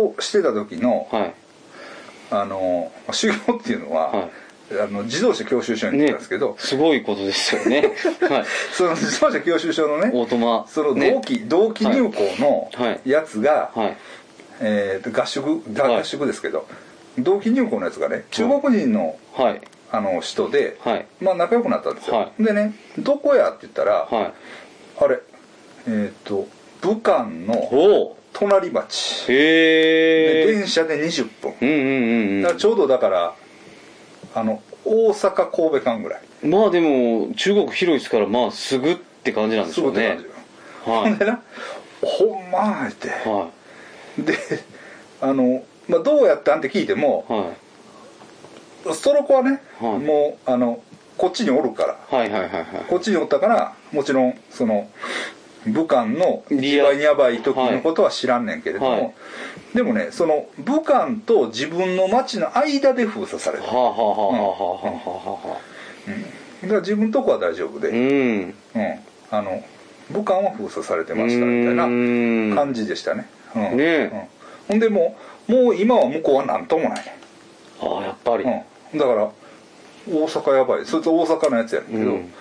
Speaker 1: をしてた時の,、
Speaker 2: はい
Speaker 1: あの修行っていうのは、
Speaker 2: は
Speaker 1: あの自動車教習所に行って
Speaker 2: ね
Speaker 1: たんですけど、
Speaker 2: すごいことですよ ねはい
Speaker 1: その自動車教習所のね
Speaker 2: オートマ
Speaker 1: その
Speaker 2: ね
Speaker 1: 同期、同期入校の
Speaker 2: はい
Speaker 1: やつが、
Speaker 2: はい
Speaker 1: えーと合宿が
Speaker 2: はい
Speaker 1: 合宿ですけど、同期入校のやつがね中国人の
Speaker 2: はい
Speaker 1: あの人で、
Speaker 2: はい
Speaker 1: まあ、仲良くなったんですよ、
Speaker 2: は
Speaker 1: でね「どこや?」って言ったら、
Speaker 2: はい
Speaker 1: あれえっ、と武漢の
Speaker 2: おお
Speaker 1: 隣町で
Speaker 2: へえ
Speaker 1: 電車で20分
Speaker 2: うんうんうん
Speaker 1: だからちょうどだからあの大阪神戸間ぐらい
Speaker 2: うんまあでも中国広いですからまあすぐって感じなんでし
Speaker 1: そう
Speaker 2: ょ
Speaker 1: いう
Speaker 2: う
Speaker 1: ことな
Speaker 2: ね
Speaker 1: んですよ
Speaker 2: は
Speaker 1: ほんでな「ほ
Speaker 2: い
Speaker 1: んま」って
Speaker 2: は
Speaker 1: であの、まあ、どうやったんって聞いても
Speaker 2: いはい
Speaker 1: ストロコはね、
Speaker 2: はい
Speaker 1: もうあのこっちにおるから
Speaker 2: はいはいはいはい
Speaker 1: こっちにおったからもちろんその武漢の一
Speaker 2: リア
Speaker 1: 番やばい時のことは知らんねんけれども、
Speaker 2: はい
Speaker 1: でもねその武漢と自分の町の間で封鎖され
Speaker 2: は
Speaker 1: た
Speaker 2: あはあはあはあはあはあはあ
Speaker 1: だから自分のとこは大丈夫で、
Speaker 2: う
Speaker 1: うん
Speaker 2: ん
Speaker 1: あの武漢は封鎖されて
Speaker 2: う
Speaker 1: ましたみたいな
Speaker 2: ーん
Speaker 1: 感じでしたね,、うん
Speaker 2: ね
Speaker 1: うん、ほんでもうもう今は向こうは何ともない、
Speaker 2: ああやっぱり
Speaker 1: うん、だから大阪やばいそれと大阪のやつやねんけど、
Speaker 2: うん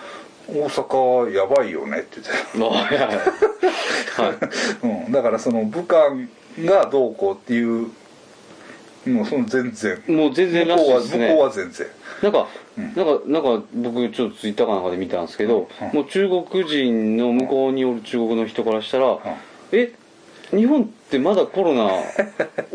Speaker 1: 大阪やばいよねって言ってた
Speaker 2: あはいはいは い
Speaker 1: うん、だからその武漢がどうこうっていうもうその全然
Speaker 2: もう全然
Speaker 1: 向
Speaker 2: らし
Speaker 1: こう
Speaker 2: い
Speaker 1: は
Speaker 2: です
Speaker 1: 向
Speaker 2: ね
Speaker 1: こうは全然
Speaker 2: なんか、なんか、なんか、僕、ちょっとツイッターかなんかで見たんですけど、
Speaker 1: うん
Speaker 2: もう中国人の向こうにおる中国の人からしたら、え、日本ってまだコ ロナ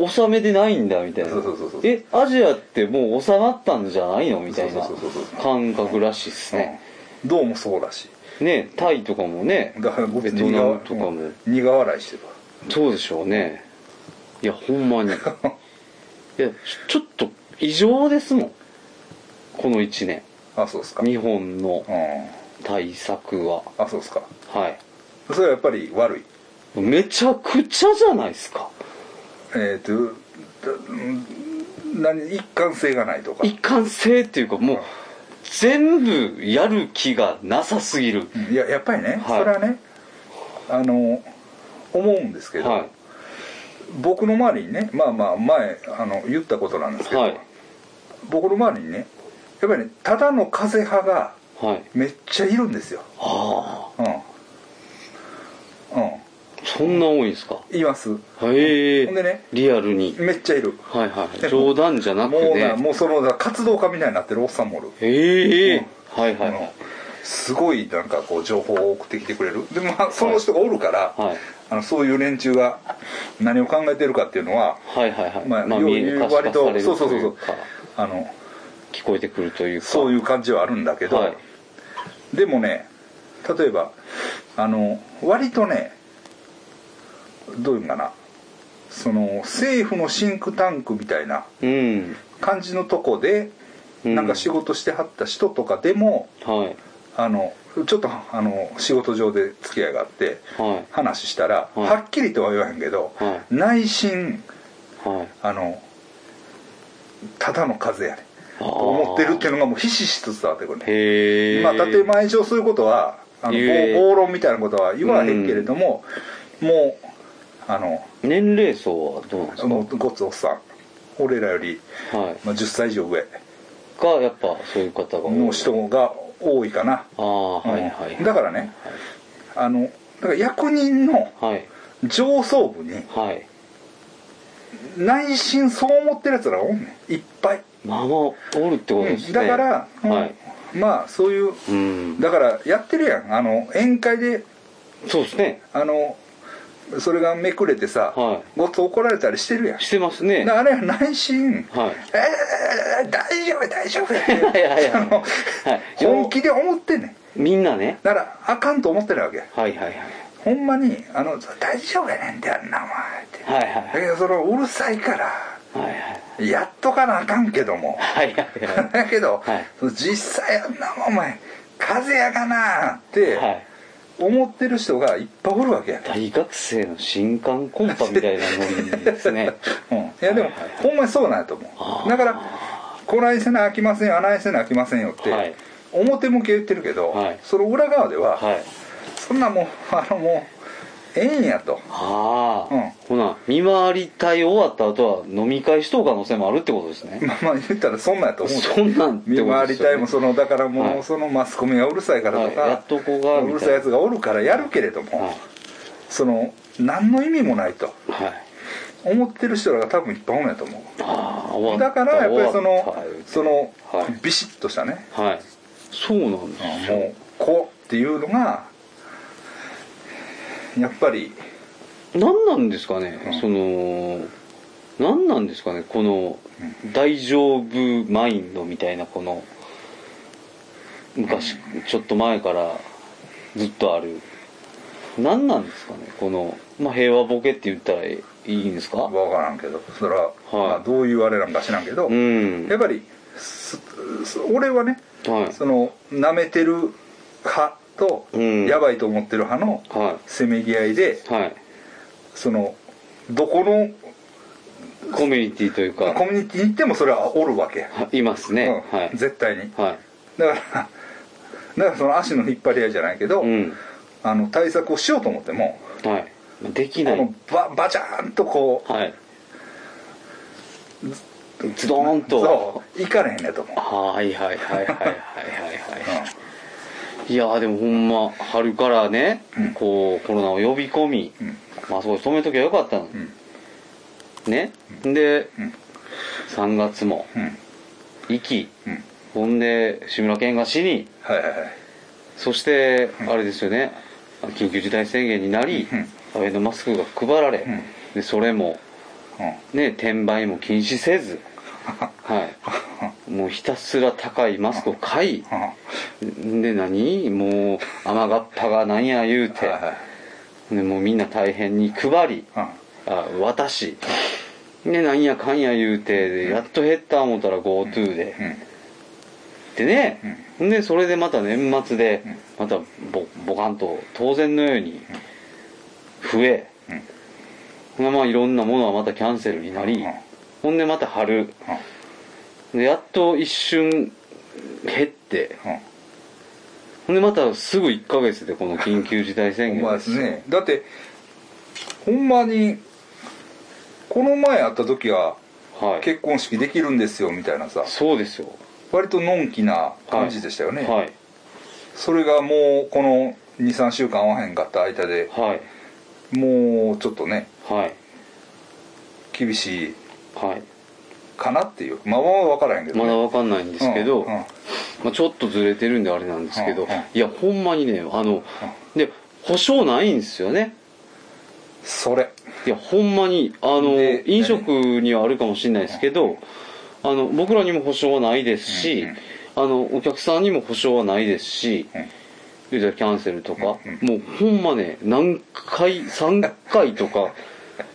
Speaker 2: 収めてないんだみたいな
Speaker 1: そうそうそうそう
Speaker 2: えアジアってもう収まったんじゃないのみたいな
Speaker 1: そうそうそうそう
Speaker 2: 感覚らしいっすね、
Speaker 1: うんどうもそうらし
Speaker 2: ねタイとかもね
Speaker 1: いだから僕
Speaker 2: ベトナム
Speaker 1: 苦
Speaker 2: とかも
Speaker 1: 苦笑いしてた
Speaker 2: そうでしょうねいやほん まにいやちょちょっと異常ですもんこの1年
Speaker 1: あそうですか
Speaker 2: 日本の
Speaker 1: うん
Speaker 2: 対策は
Speaker 1: あそうですか
Speaker 2: はい
Speaker 1: それはやっぱり悪い
Speaker 2: めちゃくちゃじゃないですか
Speaker 1: えっ、とだうん何一貫性がないとか
Speaker 2: 一貫性っていうかもう全部やる気がなさすぎる
Speaker 1: うんいややっぱりね、
Speaker 2: はい
Speaker 1: それはねあの思うんですけど、
Speaker 2: は
Speaker 1: 僕の周りにねまあまあ前あの言ったことなんです
Speaker 2: い
Speaker 1: けど、
Speaker 2: はい
Speaker 1: 僕の周りにねやっぱりねただの風派が
Speaker 2: はい
Speaker 1: めっちゃいるんですよ
Speaker 2: ああ
Speaker 1: うんうん
Speaker 2: そんな多いんですか
Speaker 1: います
Speaker 2: へえ
Speaker 1: ほんでね
Speaker 2: リアルに
Speaker 1: めっちゃいる
Speaker 2: はいはい
Speaker 1: で
Speaker 2: 冗談じゃなく
Speaker 1: もうな
Speaker 2: ね
Speaker 1: もうその活動家みたいになってるおっさんもおる
Speaker 2: へえ
Speaker 1: うん
Speaker 2: はいはい
Speaker 1: うん
Speaker 2: はい
Speaker 1: すごいなんかこう情報を送ってきてくれるでまあその人がおるから、
Speaker 2: はい
Speaker 1: あのそういう連中が何を考えてるかっていうのは、
Speaker 2: はいはいはい
Speaker 1: まあ、
Speaker 2: まあ
Speaker 1: よう
Speaker 2: 見える化
Speaker 1: 割
Speaker 2: され
Speaker 1: と
Speaker 2: る
Speaker 1: そうそうそうそ
Speaker 2: といううか
Speaker 1: あの
Speaker 2: 聞こえてくるというか
Speaker 1: そういうう感じはあるんだけど、
Speaker 2: はい
Speaker 1: でもね例えばあの割とねどういうんかなその政府のシンクタンクみたいな
Speaker 2: うん
Speaker 1: 感じのとこで、
Speaker 2: うん
Speaker 1: なんか仕事してはった人とかでも
Speaker 2: はい
Speaker 1: あのちょっとあの仕事上で付き合いがあって
Speaker 2: はい
Speaker 1: 話したら、
Speaker 2: はい
Speaker 1: はっきりとは言わへんけど、
Speaker 2: は
Speaker 1: 内心
Speaker 2: はい
Speaker 1: あのただの風やね
Speaker 2: あー
Speaker 1: 思ってるっていうのがもうひしひしと伝わってくるね
Speaker 2: へえ
Speaker 1: まあ、建前上そういうことはあの
Speaker 2: 言え
Speaker 1: 暴暴論みたいなことは言わへんけれども、もうあの
Speaker 2: 年齢層はどうなんですか
Speaker 1: もうごつおっさん俺らより、
Speaker 2: はい
Speaker 1: まあ、10歳以上上
Speaker 2: がやっぱそういう方が多い
Speaker 1: の人が多いかな、
Speaker 2: ああはい
Speaker 1: うん
Speaker 2: はい
Speaker 1: だからねあのだから役人の
Speaker 2: はい
Speaker 1: 上層部に
Speaker 2: はい
Speaker 1: 内心そう思ってるやつらがおんねんいっぱい、
Speaker 2: まあまあおるってことです
Speaker 1: う
Speaker 2: ね
Speaker 1: んだから、うん
Speaker 2: はい
Speaker 1: まあそういう
Speaker 2: うん
Speaker 1: だからやってるやんあの宴会で
Speaker 2: そうですね
Speaker 1: あのそれがめくれてさ、
Speaker 2: は
Speaker 1: ごっつ怒られたりしてるやん
Speaker 2: してますね
Speaker 1: だからあれは内心
Speaker 2: はい
Speaker 1: 「えー、大丈夫大丈夫」
Speaker 2: はいはいはい
Speaker 1: あの
Speaker 2: はい
Speaker 1: 本気で思ってんねん
Speaker 2: みんなね
Speaker 1: だからあかんと思ってないわけ
Speaker 2: はいはいはい
Speaker 1: ほんまに「あの大丈夫やねん」ってあんなお前って
Speaker 2: はいはい
Speaker 1: だけどそのうるさいから
Speaker 2: はいはい
Speaker 1: やっとかなあかんけども
Speaker 2: はいはいはい
Speaker 1: だけど、
Speaker 2: はい
Speaker 1: その実際あんなもんお前風邪やかなって
Speaker 2: はい
Speaker 1: 思ってる人がいっぱいおるわけやん
Speaker 2: 大学生の新刊コンパみたいなもんですね
Speaker 1: うん、いやでも、
Speaker 2: はいはい
Speaker 1: ほんまにそうなんやと
Speaker 2: あ
Speaker 1: 思う
Speaker 2: ー
Speaker 1: だからこないせなあきませんよあないせなあきませんよって、
Speaker 2: はい
Speaker 1: 表向きは言ってるけど、
Speaker 2: はい
Speaker 1: その裏側では、
Speaker 2: はい
Speaker 1: そんなもうあのもうええんやと
Speaker 2: ああ、
Speaker 1: うん
Speaker 2: ほな見回り隊終わった後は飲み会しとう可能性もあるってことですね
Speaker 1: まあまあ言ったらそんなんやと思うよ
Speaker 2: そんなんってことです
Speaker 1: 見
Speaker 2: よね
Speaker 1: 回りたいもそのだからもう、
Speaker 2: はい
Speaker 1: そのマスコミがうるさいからとか、
Speaker 2: はいやっとこうがみたいな
Speaker 1: うるさいやつがおるからやるけれども、
Speaker 2: は
Speaker 1: その何の意味もないと
Speaker 2: い、はい、
Speaker 1: 思ってる人らが多分いっぱいおるんやと思
Speaker 2: ああ終わ
Speaker 1: う
Speaker 2: った
Speaker 1: だからやっぱりそ
Speaker 2: 終わ
Speaker 1: の
Speaker 2: った言うて
Speaker 1: その、
Speaker 2: はい
Speaker 1: ビシッとしたね
Speaker 2: はいそうなんですよ
Speaker 1: もうこうっていうのがやっぱり
Speaker 2: 何なんですかね、
Speaker 1: うん
Speaker 2: その何なんですかねこの大丈夫マインドみたいなこの昔ちょっと前からずっとある何なんですかねこの、まあ、平和ボケって言ったらいいんですか
Speaker 1: 分からんけどそれは、
Speaker 2: はい
Speaker 1: まあ、どういうあれなんか知らんけど、
Speaker 2: うん
Speaker 1: やっぱりすす俺はね
Speaker 2: はい
Speaker 1: そのなめてる派と、
Speaker 2: うん
Speaker 1: やばいと思ってる派の
Speaker 2: は
Speaker 1: せめぎ合いで
Speaker 2: いはい
Speaker 1: そのどこの
Speaker 2: コミュニティというか
Speaker 1: コミュニティに行ってもそれはおるわけや、
Speaker 2: はいますね、
Speaker 1: うん
Speaker 2: はい
Speaker 1: 絶対に
Speaker 2: はい
Speaker 1: だからだからその足の引っ張り合いじゃないけど、
Speaker 2: うん
Speaker 1: あの対策をしようと思っても、
Speaker 2: はいできな
Speaker 1: こ
Speaker 2: い
Speaker 1: のババチャーンとこう
Speaker 2: はいズドーンと
Speaker 1: そう行かれへんねと思う、
Speaker 2: はいはいはいはいはいはいはいいやーでもほんま春からね、
Speaker 1: うん
Speaker 2: こうコロナを呼び込み、
Speaker 1: うん
Speaker 2: まあそこで止めときゃよかったのに、ねで、
Speaker 1: うん
Speaker 2: 3月も
Speaker 1: うん
Speaker 2: 行き
Speaker 1: うん
Speaker 2: ほんで志村けんが死に
Speaker 1: はいはいはい
Speaker 2: そしてあれですよね緊急事態宣言になり
Speaker 1: うん
Speaker 2: アベノマスクが配られ、
Speaker 1: うん
Speaker 2: でそれも
Speaker 1: う
Speaker 2: ね転売も禁止 せずはいもうひたすら高いマスクを買い
Speaker 1: んうん
Speaker 2: で何もう雨がっぱがなんや言うて
Speaker 1: はいはい
Speaker 2: でもうみんな大変に配り
Speaker 1: うん
Speaker 2: あ渡しでなんやかんや言うてでやっと減った思ったら GoTo で、
Speaker 1: うん
Speaker 2: でね、でそれでまた年末でまたボボカンと当然のように増え、まあまあいろんなものはまたキャンセルになり、
Speaker 1: うん
Speaker 2: ほんでまた春でやっと一瞬減って
Speaker 1: うん
Speaker 2: ほんでまたすぐ1ヶ月でこの緊急事態宣
Speaker 1: ほん
Speaker 2: 言
Speaker 1: まですねだってほんまにこの前会った時は
Speaker 2: はい
Speaker 1: 結婚式できるんですよみたいなさ
Speaker 2: そうですよ
Speaker 1: 割とのんきな感じでしたよね、
Speaker 2: はい
Speaker 1: それがもうこの23週間会わへんかった間で
Speaker 2: はい
Speaker 1: もうちょっとね
Speaker 2: はい
Speaker 1: 厳しい
Speaker 2: はい
Speaker 1: かなっていうまあまあ分からへんけど、
Speaker 2: ま
Speaker 1: ね、
Speaker 2: だわかんないんですけ
Speaker 1: う
Speaker 2: ど、
Speaker 1: んうん
Speaker 2: まあ、ちょっとずれてるんであれなんですけど、
Speaker 1: うんうん
Speaker 2: いやほんまにねあの、で保証ないんですよね
Speaker 1: それ
Speaker 2: いやほんまにあの
Speaker 1: で
Speaker 2: 飲食にはあるかもしれないですけど、あの僕らにも保証はないですし、
Speaker 1: うんうん
Speaker 2: あのお客さんにも保証はないですし、
Speaker 1: うん
Speaker 2: 言うたらキャンセルとか、
Speaker 1: うん
Speaker 2: もうほんまね何回3回 とか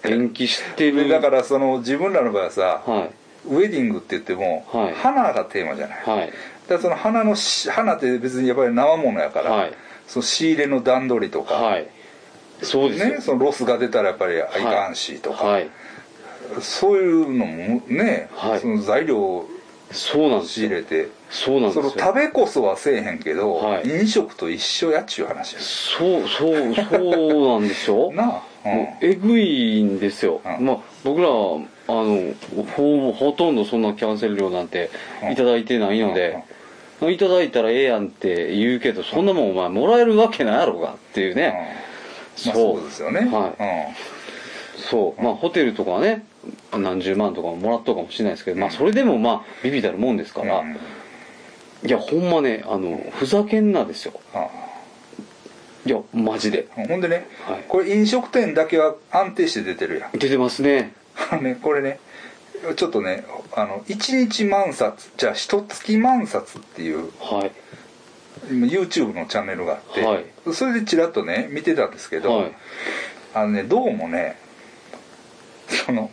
Speaker 2: 延期して
Speaker 1: で
Speaker 2: る
Speaker 1: だからその自分らの場合はさ、
Speaker 2: はい
Speaker 1: ウェディングって言っても、
Speaker 2: はい
Speaker 1: 花がテーマじゃない、だか
Speaker 2: はい
Speaker 1: らその花のし花って別にやっぱり生ものやから、
Speaker 2: はい
Speaker 1: その仕入れの段取りとか、
Speaker 2: はいそうですよ
Speaker 1: ね、そのロスが出たらやっぱりあいかんしとか、
Speaker 2: はい
Speaker 1: そういうのもね、
Speaker 2: はい
Speaker 1: その材料を
Speaker 2: そうなんです
Speaker 1: 仕入
Speaker 2: よ
Speaker 1: れて
Speaker 2: そうなん
Speaker 1: そ
Speaker 2: で
Speaker 1: の
Speaker 2: すよ
Speaker 1: 食べこそはせえへんけど、
Speaker 2: はい
Speaker 1: 飲食と一緒やっちゅう話や
Speaker 2: そうそうそうなんで すよ
Speaker 1: なあ、うん
Speaker 2: もうえぐいんですよ、
Speaker 1: うん
Speaker 2: まあ、僕らあのほほとんどそんなキャンセル料なんていただいてないので、いただいたらええやんって言うけどそんなもんお前もらえるわけないやろうがってい
Speaker 1: う
Speaker 2: う
Speaker 1: んま
Speaker 2: ね、
Speaker 1: あ、
Speaker 2: そう
Speaker 1: そうですよね、
Speaker 2: はそうまあホテルとかはね何十万とかももらっとうかもしれないですけど、まあ、それでもまあビビたるもんですか
Speaker 1: うん
Speaker 2: ら、
Speaker 1: うん
Speaker 2: いやほんまねあのふざけんなですよいやマジで
Speaker 1: うんほんでね、
Speaker 2: はい
Speaker 1: これ飲食店だけは安定して出てるやん
Speaker 2: 出てますね
Speaker 1: あのねこれねちょっとねあの1日万冊じゃあ一月万冊っていう
Speaker 2: はい
Speaker 1: 今 YouTube のチャンネルがあって、
Speaker 2: はい
Speaker 1: それでちらっとね見てたんですけど、
Speaker 2: はい
Speaker 1: あのねどうもねその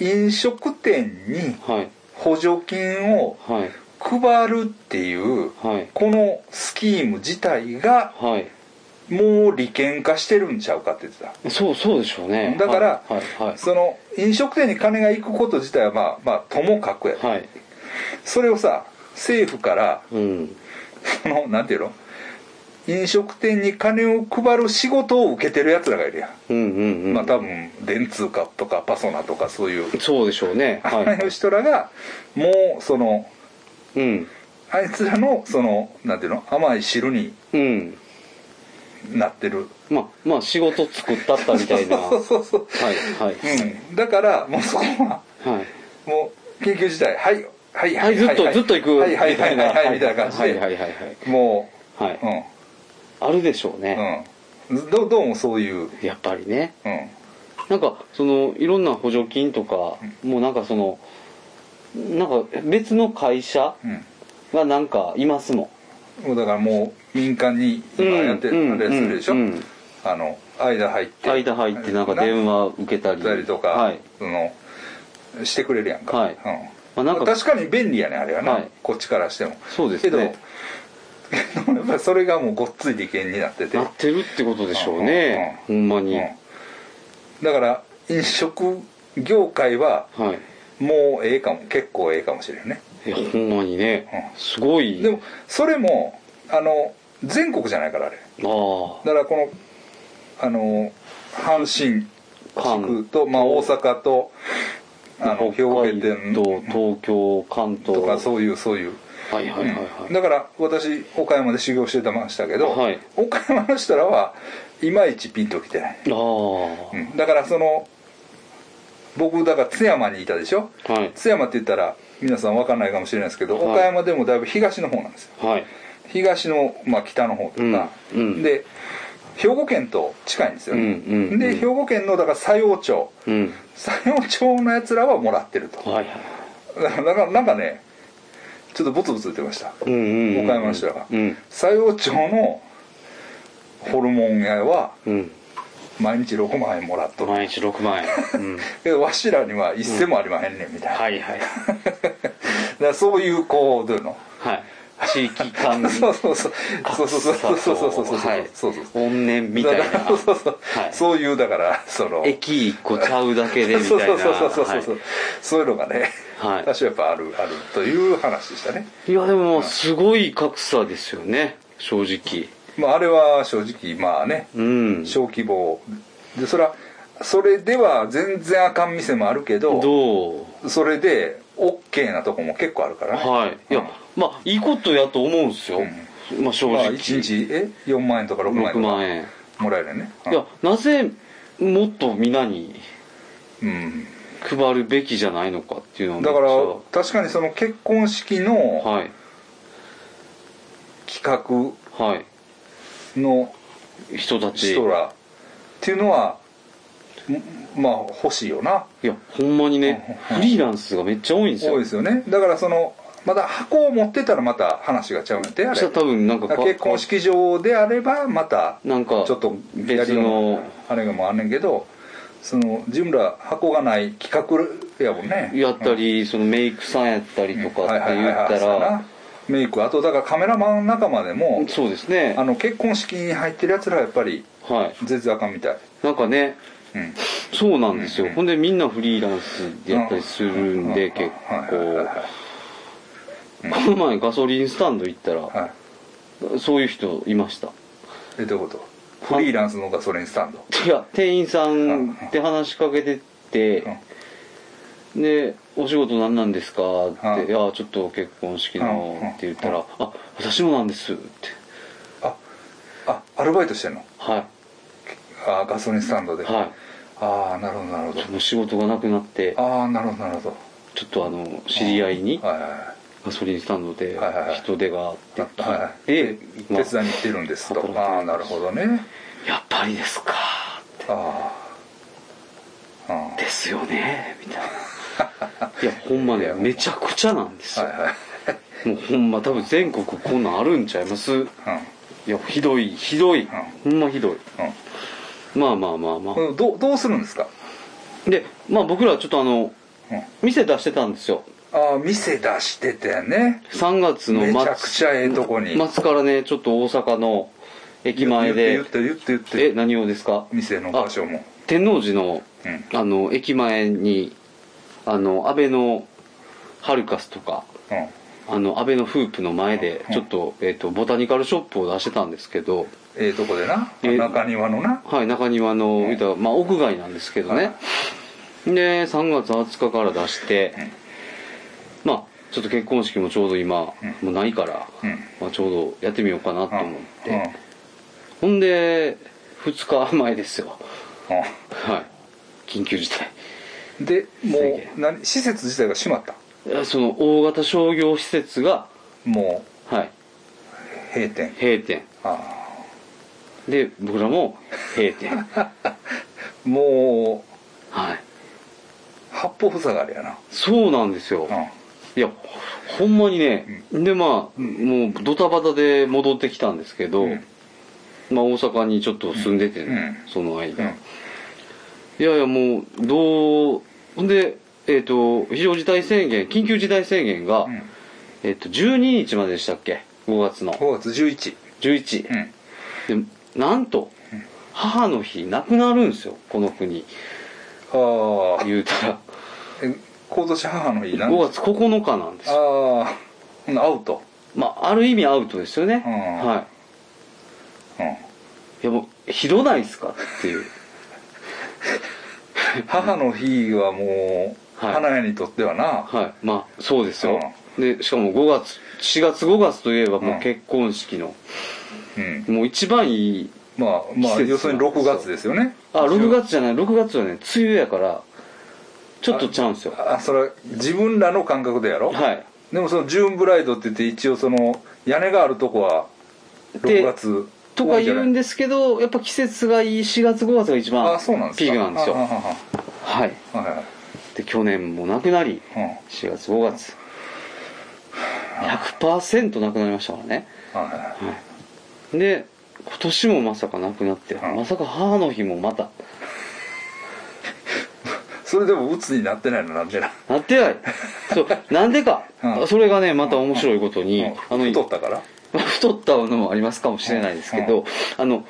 Speaker 1: 飲食店に
Speaker 2: はい
Speaker 1: 補助金を
Speaker 2: はい
Speaker 1: 配るっていう
Speaker 2: はい
Speaker 1: このスキーム自体が
Speaker 2: はい
Speaker 1: もう利権化してるんちゃうかって言ってた
Speaker 2: そうそうでしょうね
Speaker 1: だから
Speaker 2: はいはい
Speaker 1: その飲食店に金が行くこと自体はまあまあともかくや
Speaker 2: はい、はい、
Speaker 1: それをさ政府から
Speaker 2: うん
Speaker 1: そのなんていうの飲食店に金を配る仕事を受けてるやつらがいるやん、
Speaker 2: うんうんうん
Speaker 1: まあ多分電通かとかパソナとかそういう
Speaker 2: そうでしょうね
Speaker 1: あ
Speaker 2: は
Speaker 1: の人らがもうその
Speaker 2: いうん
Speaker 1: あいつらのそのなんていうの甘い汁に
Speaker 2: うん
Speaker 1: なってる
Speaker 2: まあまあ仕事作ったったみたいなは
Speaker 1: そうそうそう、
Speaker 2: いはい
Speaker 1: うん、だからもうそこは
Speaker 2: はい
Speaker 1: もう緊急事態はいはい
Speaker 2: はいずっとずっと行く
Speaker 1: はいはいはいはいはいみたいな感じ
Speaker 2: はいは
Speaker 1: で
Speaker 2: いはいはい
Speaker 1: も
Speaker 2: はいう
Speaker 1: うん
Speaker 2: あるでしょうね
Speaker 1: うんどどうもそういう
Speaker 2: やっぱりね
Speaker 1: うん
Speaker 2: なんかそのいろんな補助金とかもうなんかそのなんか別の会社
Speaker 1: うん
Speaker 2: がなんかいますもん
Speaker 1: もうだからもう民間に今やって
Speaker 2: うん
Speaker 1: あれするでしょ、
Speaker 2: うんうん
Speaker 1: あの間入って
Speaker 2: 間入ってなんか電話受けたり
Speaker 1: ったりとか、
Speaker 2: はい
Speaker 1: そのしてくれるやんか、
Speaker 2: はい
Speaker 1: うん
Speaker 2: まあなんか
Speaker 1: 確かに便利やねあれはな、
Speaker 2: はい
Speaker 1: こっちからしても
Speaker 2: そうです
Speaker 1: け
Speaker 2: ね
Speaker 1: ど けどやっぱりそれがもうごっつい利権になってて、
Speaker 2: なってるってことでしょうねほんまに
Speaker 1: うん
Speaker 2: は
Speaker 1: だから飲食業界はいもうええかも結構ええかもしれんね
Speaker 2: いやほんまにね
Speaker 1: う
Speaker 2: すごい
Speaker 1: でもそれもあの全国じゃないからあれ
Speaker 2: あ
Speaker 1: だからこのあの阪神地区と、まあ、大阪とあ
Speaker 2: あ
Speaker 1: の兵
Speaker 2: 北
Speaker 1: 庫
Speaker 2: 海
Speaker 1: 県
Speaker 2: 道東京関東
Speaker 1: とかそういうそういう、
Speaker 2: はいはいはいはい
Speaker 1: だから私岡山で修行してたましたけど、
Speaker 2: はい
Speaker 1: 岡山の人らはいまいちピンときてない、
Speaker 2: ああ
Speaker 1: うんだからその僕だから津山にいたでしょ
Speaker 2: はい
Speaker 1: 津山って言ったら皆さん分かんないかもしれないですけど、
Speaker 2: はい
Speaker 1: 岡山でもだいぶ東の方なんですよ
Speaker 2: はい
Speaker 1: 東の、まあ、北の方とか、
Speaker 2: うんうん
Speaker 1: で兵庫県と近いんですよね、
Speaker 2: うんうんうん
Speaker 1: で兵庫県のだから佐用町
Speaker 2: うん
Speaker 1: 佐用町のやつらはもらってると
Speaker 2: はいはい
Speaker 1: だからなんかねちょっとボツボツ言ってました
Speaker 2: うんうんうん
Speaker 1: 岡山の人らが
Speaker 2: うん
Speaker 1: 佐用町のホルモン屋は
Speaker 2: うん
Speaker 1: 毎日6万円もらっとる
Speaker 2: 毎日6万円うん
Speaker 1: けどわしらには一銭もありまへんねんみたいな、
Speaker 2: はいはい
Speaker 1: だからそういうこうどういうの
Speaker 2: はい地域間
Speaker 1: そうそうそうそうそうそうそうそうそうそうそう
Speaker 2: はい
Speaker 1: そうそう
Speaker 2: 怨念みたいな
Speaker 1: だからそうそう
Speaker 2: はい
Speaker 1: そういうだからその
Speaker 2: 駅一個ちゃうだけでみた
Speaker 1: そ
Speaker 2: いうな
Speaker 1: そうそうそうそうそう、
Speaker 2: は
Speaker 1: そういうのがね、
Speaker 2: はい
Speaker 1: 私はやっぱあるあるという話でしたね
Speaker 2: いいやでもすごい格差ですよね正直
Speaker 1: まああれは正直まあね、
Speaker 2: うん
Speaker 1: 小規模でそれはそれでは全然あかん店もあるけど
Speaker 2: どう
Speaker 1: それで OK なとこも結構あるからね、
Speaker 2: はいいやまあいいことやと思うんですよ、まあ正
Speaker 1: まあ
Speaker 2: 直、
Speaker 1: 1日え4万円とか6万円
Speaker 2: 6
Speaker 1: と
Speaker 2: 万
Speaker 1: か
Speaker 2: 円
Speaker 1: もらえるよね
Speaker 2: いやなぜもっと皆に
Speaker 1: うん、
Speaker 2: 配るべきじゃないのかっていうの
Speaker 1: だから
Speaker 2: は
Speaker 1: 確かにその結婚式の
Speaker 2: はい
Speaker 1: 格
Speaker 2: は
Speaker 1: の
Speaker 2: い人たち
Speaker 1: 人らっていうのはんまあ欲しいよない
Speaker 2: やほんまにね
Speaker 1: うん
Speaker 2: フリーランスがめっちゃ多いんですよ
Speaker 1: 多いですよねだからそのまた箱を持ってたらまた話がちゃうんやってあれ
Speaker 2: したら多分なんか
Speaker 1: だから結婚式場であればまた
Speaker 2: なんか
Speaker 1: ちょっとやり
Speaker 2: 別
Speaker 1: よう
Speaker 2: の
Speaker 1: あれがもあんねんけどその自分ら箱がない企画やもんね
Speaker 2: やったりそのメイクさんやったりとか
Speaker 1: はい
Speaker 2: っ
Speaker 1: は
Speaker 2: て
Speaker 1: いは
Speaker 2: 言
Speaker 1: いは
Speaker 2: っ
Speaker 1: い
Speaker 2: た
Speaker 1: そうやな
Speaker 2: ら
Speaker 1: メイクあとだからカメラマン仲間でも
Speaker 2: そうですね
Speaker 1: あの結婚式に入ってるやつらはやっぱり
Speaker 2: はい
Speaker 1: 全然あかんみたい、
Speaker 2: なんかね
Speaker 1: うん、
Speaker 2: そうなんです
Speaker 1: うん
Speaker 2: よ
Speaker 1: うん
Speaker 2: ほんでみんなフリーランスでやったりするん
Speaker 1: う
Speaker 2: で
Speaker 1: ん
Speaker 2: 結
Speaker 1: はいはいはい
Speaker 2: 構この前ガソリンスタンド行ったら
Speaker 1: はい
Speaker 2: そういう人いました
Speaker 1: えどういうことフリーランスのガソリンスタンド
Speaker 2: いや店員さんって話しかけてってで「お仕事何なんですか?」
Speaker 1: う
Speaker 2: っ
Speaker 1: ん
Speaker 2: て「いやちょっと結婚式の
Speaker 1: うん」
Speaker 2: って言ったら「あ私もなんです」って
Speaker 1: ああアルバイトしてんの
Speaker 2: は
Speaker 1: あガソリンスタンドで、
Speaker 2: いは
Speaker 1: ああなるほどなるほ
Speaker 2: いもう仕事がなくなって
Speaker 1: どああなるほどなるほ
Speaker 2: ちょっとあの知り合いに
Speaker 1: どはいはいはい
Speaker 2: ガソリンスタンドで
Speaker 1: はいはいはい
Speaker 2: 人手があって聞
Speaker 1: はい
Speaker 2: いて
Speaker 1: 手
Speaker 2: まあ
Speaker 1: 伝いに行ってるんですと
Speaker 2: 働いてるんです
Speaker 1: ああなるほどね
Speaker 2: やっぱりですか」って
Speaker 1: ああうん
Speaker 2: 「ですよね」みたい ないやほんまねめちゃくちゃなんですよ
Speaker 1: はいはい
Speaker 2: もうほんま多分全国こんなんあるんちゃいますいやひどいひどいほんまひどいまあまあまあま
Speaker 1: うん、うん、どうどうするんですか、
Speaker 2: あでまあ僕らちょっとあの
Speaker 1: うん、
Speaker 2: 店出してたんですよ
Speaker 1: ああ店出してたよね
Speaker 2: 3月の
Speaker 1: め
Speaker 2: 末
Speaker 1: ちゃくちゃええとこに
Speaker 2: 末からねちょっと大阪の駅前
Speaker 1: 言
Speaker 2: で
Speaker 1: って言って言って言
Speaker 2: え
Speaker 1: って
Speaker 2: 何をですか
Speaker 1: 店の場所も
Speaker 2: 天王寺の
Speaker 1: うん
Speaker 2: あの駅前にあの安倍のハルカスとか
Speaker 1: うん
Speaker 2: あの安倍のフープの前で
Speaker 1: うん
Speaker 2: ちょっと,、えっとボタニカルショップを出してたんですけど、
Speaker 1: ええとこでな
Speaker 2: え
Speaker 1: 中庭のな
Speaker 2: はい、中庭の、言うたらまあ、屋外なんですけどね、で3月20日から出して、まあちょっと結婚式もちょうど今、もうないから、
Speaker 1: うん
Speaker 2: まあ、ちょうどやってみようかなと
Speaker 1: うん
Speaker 2: 思って、ほんで2日前ですよ
Speaker 1: うん
Speaker 2: はい緊急事態
Speaker 1: うんでも
Speaker 2: 制限
Speaker 1: う何施設自体が閉まった
Speaker 2: いやその大型商業施設が、
Speaker 1: も
Speaker 2: はい、
Speaker 1: う閉店
Speaker 2: 閉店
Speaker 1: あ
Speaker 2: で僕らも閉 店
Speaker 1: あもう
Speaker 2: はい
Speaker 1: 八方塞がりやな
Speaker 2: そうなんですよ、
Speaker 1: うん
Speaker 2: いやほんまにね、でまあ、もうドタバタで戻ってきたんですけど、
Speaker 1: うん
Speaker 2: まあ、大阪にちょっと住んでてね、
Speaker 1: うん
Speaker 2: その間、
Speaker 1: うん
Speaker 2: いやいやもうどうほんでえっ、と非常事態宣言緊急事態宣言が、
Speaker 1: うん
Speaker 2: えっと12日まででしたっけ5月の
Speaker 1: 5月11
Speaker 2: 11
Speaker 1: う、ん
Speaker 2: でなんと母の日なくなるんですよこの国
Speaker 1: ああ
Speaker 2: 言うたら
Speaker 1: え今年母の日なん
Speaker 2: 5月9日なんですよ
Speaker 1: ああほなアウト
Speaker 2: まあある意味アウトですよね、
Speaker 1: うん
Speaker 2: はい
Speaker 1: うん
Speaker 2: いやもうひどないっすかっ ていう
Speaker 1: 母の日はもう
Speaker 2: はい
Speaker 1: 花屋にとってはな
Speaker 2: はいまあそうですよ、でしかも5月4月5月といえば
Speaker 1: う
Speaker 2: も
Speaker 1: ん
Speaker 2: う結婚式の、
Speaker 1: うん
Speaker 2: もう一番いい
Speaker 1: まあまあ
Speaker 2: 季節なんですよ
Speaker 1: 要するに6月ですよね
Speaker 2: あ6月じゃない6月はね梅雨やからちょっとちゃうんですよ
Speaker 1: あそれは自分らの感覚でやろ、
Speaker 2: はい
Speaker 1: でもそのジューンブライドって言って一応その屋根があるとこは6月
Speaker 2: とか言うん
Speaker 1: で
Speaker 2: ですけどやっぱ季節がいい4月5月が一番
Speaker 1: あそうなんですか
Speaker 2: ピークなんです
Speaker 1: ああ
Speaker 2: よはい
Speaker 1: ああはいはい
Speaker 2: で去年もなくなり
Speaker 1: うん
Speaker 2: 4月5月100%なくなりましたからね
Speaker 1: はいはい
Speaker 2: で今年もまさかなくなって、
Speaker 1: うん
Speaker 2: まさか母の日もまた
Speaker 1: それでも鬱になってないのなんでな
Speaker 2: なってない そうなんでか、
Speaker 1: うん
Speaker 2: それがねまた面白いことに、
Speaker 1: うん
Speaker 2: あの
Speaker 1: 太ったから
Speaker 2: まあ太ったのもありますかもしれないですけど、あの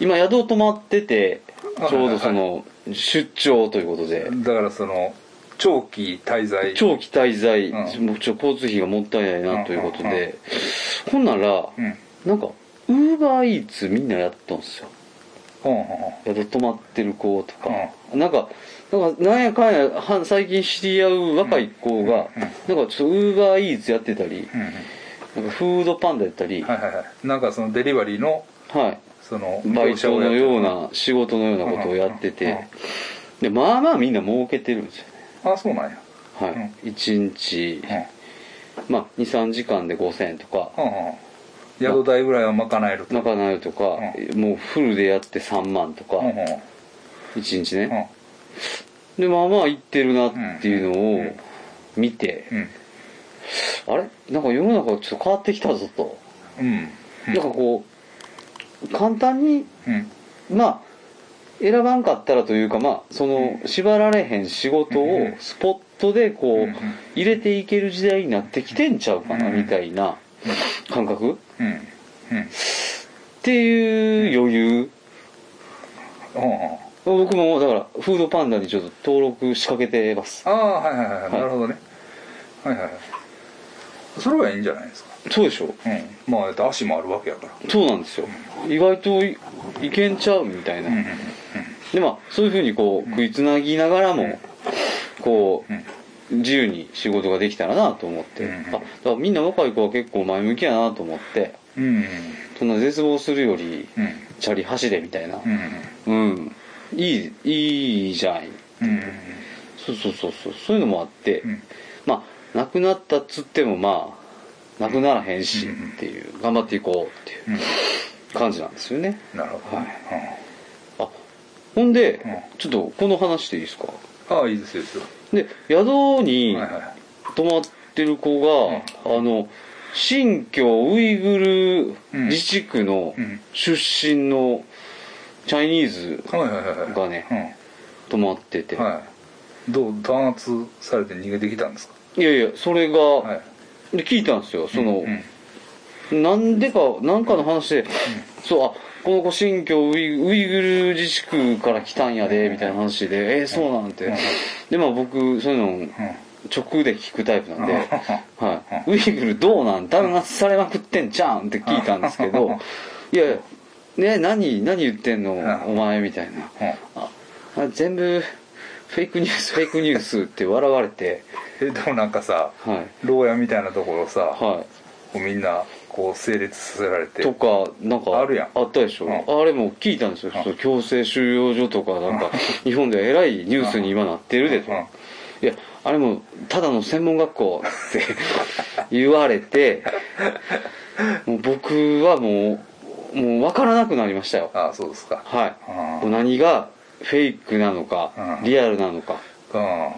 Speaker 2: 今宿を泊まってて
Speaker 1: はい
Speaker 2: ちょうどその出張ということで、
Speaker 1: だからその長期滞在
Speaker 2: 長期滞在、
Speaker 1: うん
Speaker 2: もうちょ交通費がもったいないなということ
Speaker 1: うんうん
Speaker 2: で、ほんなら、
Speaker 1: うんうん
Speaker 2: なんかウーバーイーツみんなやったんですよ
Speaker 1: うんうん
Speaker 2: 宿泊まってる子とか、なんかなんかなんやかんやは最近知り合う若い子が、なんかちょっとウーバーイーツやってたり、
Speaker 1: うん
Speaker 2: なんかフードパンダやったり、
Speaker 1: はいはいはいなんかそのデリバリーの
Speaker 2: はい、
Speaker 1: その
Speaker 2: バイトのよう
Speaker 1: な
Speaker 2: な仕事のようなことをやって
Speaker 1: うんうんうん
Speaker 2: てでまあまあみんな儲けてるんですよね
Speaker 1: あそうなんや
Speaker 2: はい、一1日
Speaker 1: うん
Speaker 2: まあ23時間で5000円とか
Speaker 1: うんうん宿代ぐらいは賄えると
Speaker 2: まかないとか、もうフルでやって3万とか、
Speaker 1: うんうん
Speaker 2: 1日
Speaker 1: うん
Speaker 2: ね、でまあまあ行ってるなっていう
Speaker 1: うんう
Speaker 2: のを
Speaker 1: ん
Speaker 2: 見て、
Speaker 1: うん
Speaker 2: あれなんか世の中ちょっと変わってきたぞと、
Speaker 1: うん
Speaker 2: なんかこう簡単に
Speaker 1: うん
Speaker 2: まあ選ばんかったらというかまあその縛られへん仕事
Speaker 1: う
Speaker 2: を
Speaker 1: ん
Speaker 2: スポットでこ
Speaker 1: うん
Speaker 2: う入れていける時代になってきてんちゃうかな
Speaker 1: うん
Speaker 2: みたいな感覚っ
Speaker 1: うんうんうん
Speaker 2: ていう余裕
Speaker 1: うん
Speaker 2: 僕もだからフードパンダにちょっと登録仕掛けてます
Speaker 1: ああはいはいはい、
Speaker 2: い
Speaker 1: なるほどねはいはいはいそれはいいんじゃないですか
Speaker 2: そうでしょ
Speaker 1: うんまあだって足もあるわけやから
Speaker 2: そうなんですよ意外といいけんちゃうみたいな、
Speaker 1: うんうん
Speaker 2: でまあそういうふうにこう食いつなぎながらもこ
Speaker 1: うん
Speaker 2: う自由に仕事ができたらなと思って、
Speaker 1: うんうん
Speaker 2: あだからみんな若い子は結構前向きやなと思って
Speaker 1: うんうん
Speaker 2: そんな絶望するより
Speaker 1: うん
Speaker 2: チャリ走れみたいな
Speaker 1: うん
Speaker 2: うん、いいいいじゃん
Speaker 1: うんうん
Speaker 2: そうそうそうそうそういうのもあって、
Speaker 1: うん
Speaker 2: まあなくなったっつってもまあなくならへんしっていう、頑張っていこうっていう感じなんですよね
Speaker 1: なるほど、ね
Speaker 2: あほんで、
Speaker 1: う
Speaker 2: ちょっとこの話でいいですか
Speaker 1: うん、ああいいですよいいですよ
Speaker 2: で宿に
Speaker 1: はいはい
Speaker 2: 泊まってる子が、あの新疆ウイグル自治区の
Speaker 1: うん
Speaker 2: 出身のチャイニーズ
Speaker 1: はいはいはいはい
Speaker 2: がね泊まってて、
Speaker 1: うんはいどう弾圧されて逃げてきたんです
Speaker 2: い、やいやそれが、
Speaker 1: かはい
Speaker 2: で聞いたんですよその、
Speaker 1: うん
Speaker 2: なんでかなんかの話で、そうあこの子新疆ウイウイグル自治区から来たんやでみたいな話で、えーそうなんて、
Speaker 1: うん
Speaker 2: でまあ僕そういうの直で聞くタイプなんで、はい、ウイグルどうなん弾圧されまくってんじゃうんって聞いたんですけど、
Speaker 1: うん
Speaker 2: いやいやね何何言ってんの、
Speaker 1: ん
Speaker 2: お前みたいな、
Speaker 1: うんうん
Speaker 2: ああ全部フェイクニュースフェイクニュースって笑われて
Speaker 1: えでもなんかさ
Speaker 2: はい
Speaker 1: 牢屋みたいなところをさ、
Speaker 2: はい
Speaker 1: こうみんなこう整列させられて
Speaker 2: とかなんか
Speaker 1: あるやん
Speaker 2: あったでしょ、
Speaker 1: う
Speaker 2: あれも聞いたんですよ、その強制収容所とかなんか日本でえらいニュースに今なってるでと、
Speaker 1: うんうん
Speaker 2: いやあれもただの専門学校 って言われてもう僕はもうもう分からなくなりましたよ
Speaker 1: ああそうですか
Speaker 2: はい、
Speaker 1: うん
Speaker 2: 何がフェイクなのか、
Speaker 1: うん
Speaker 2: リアルなのか
Speaker 1: うん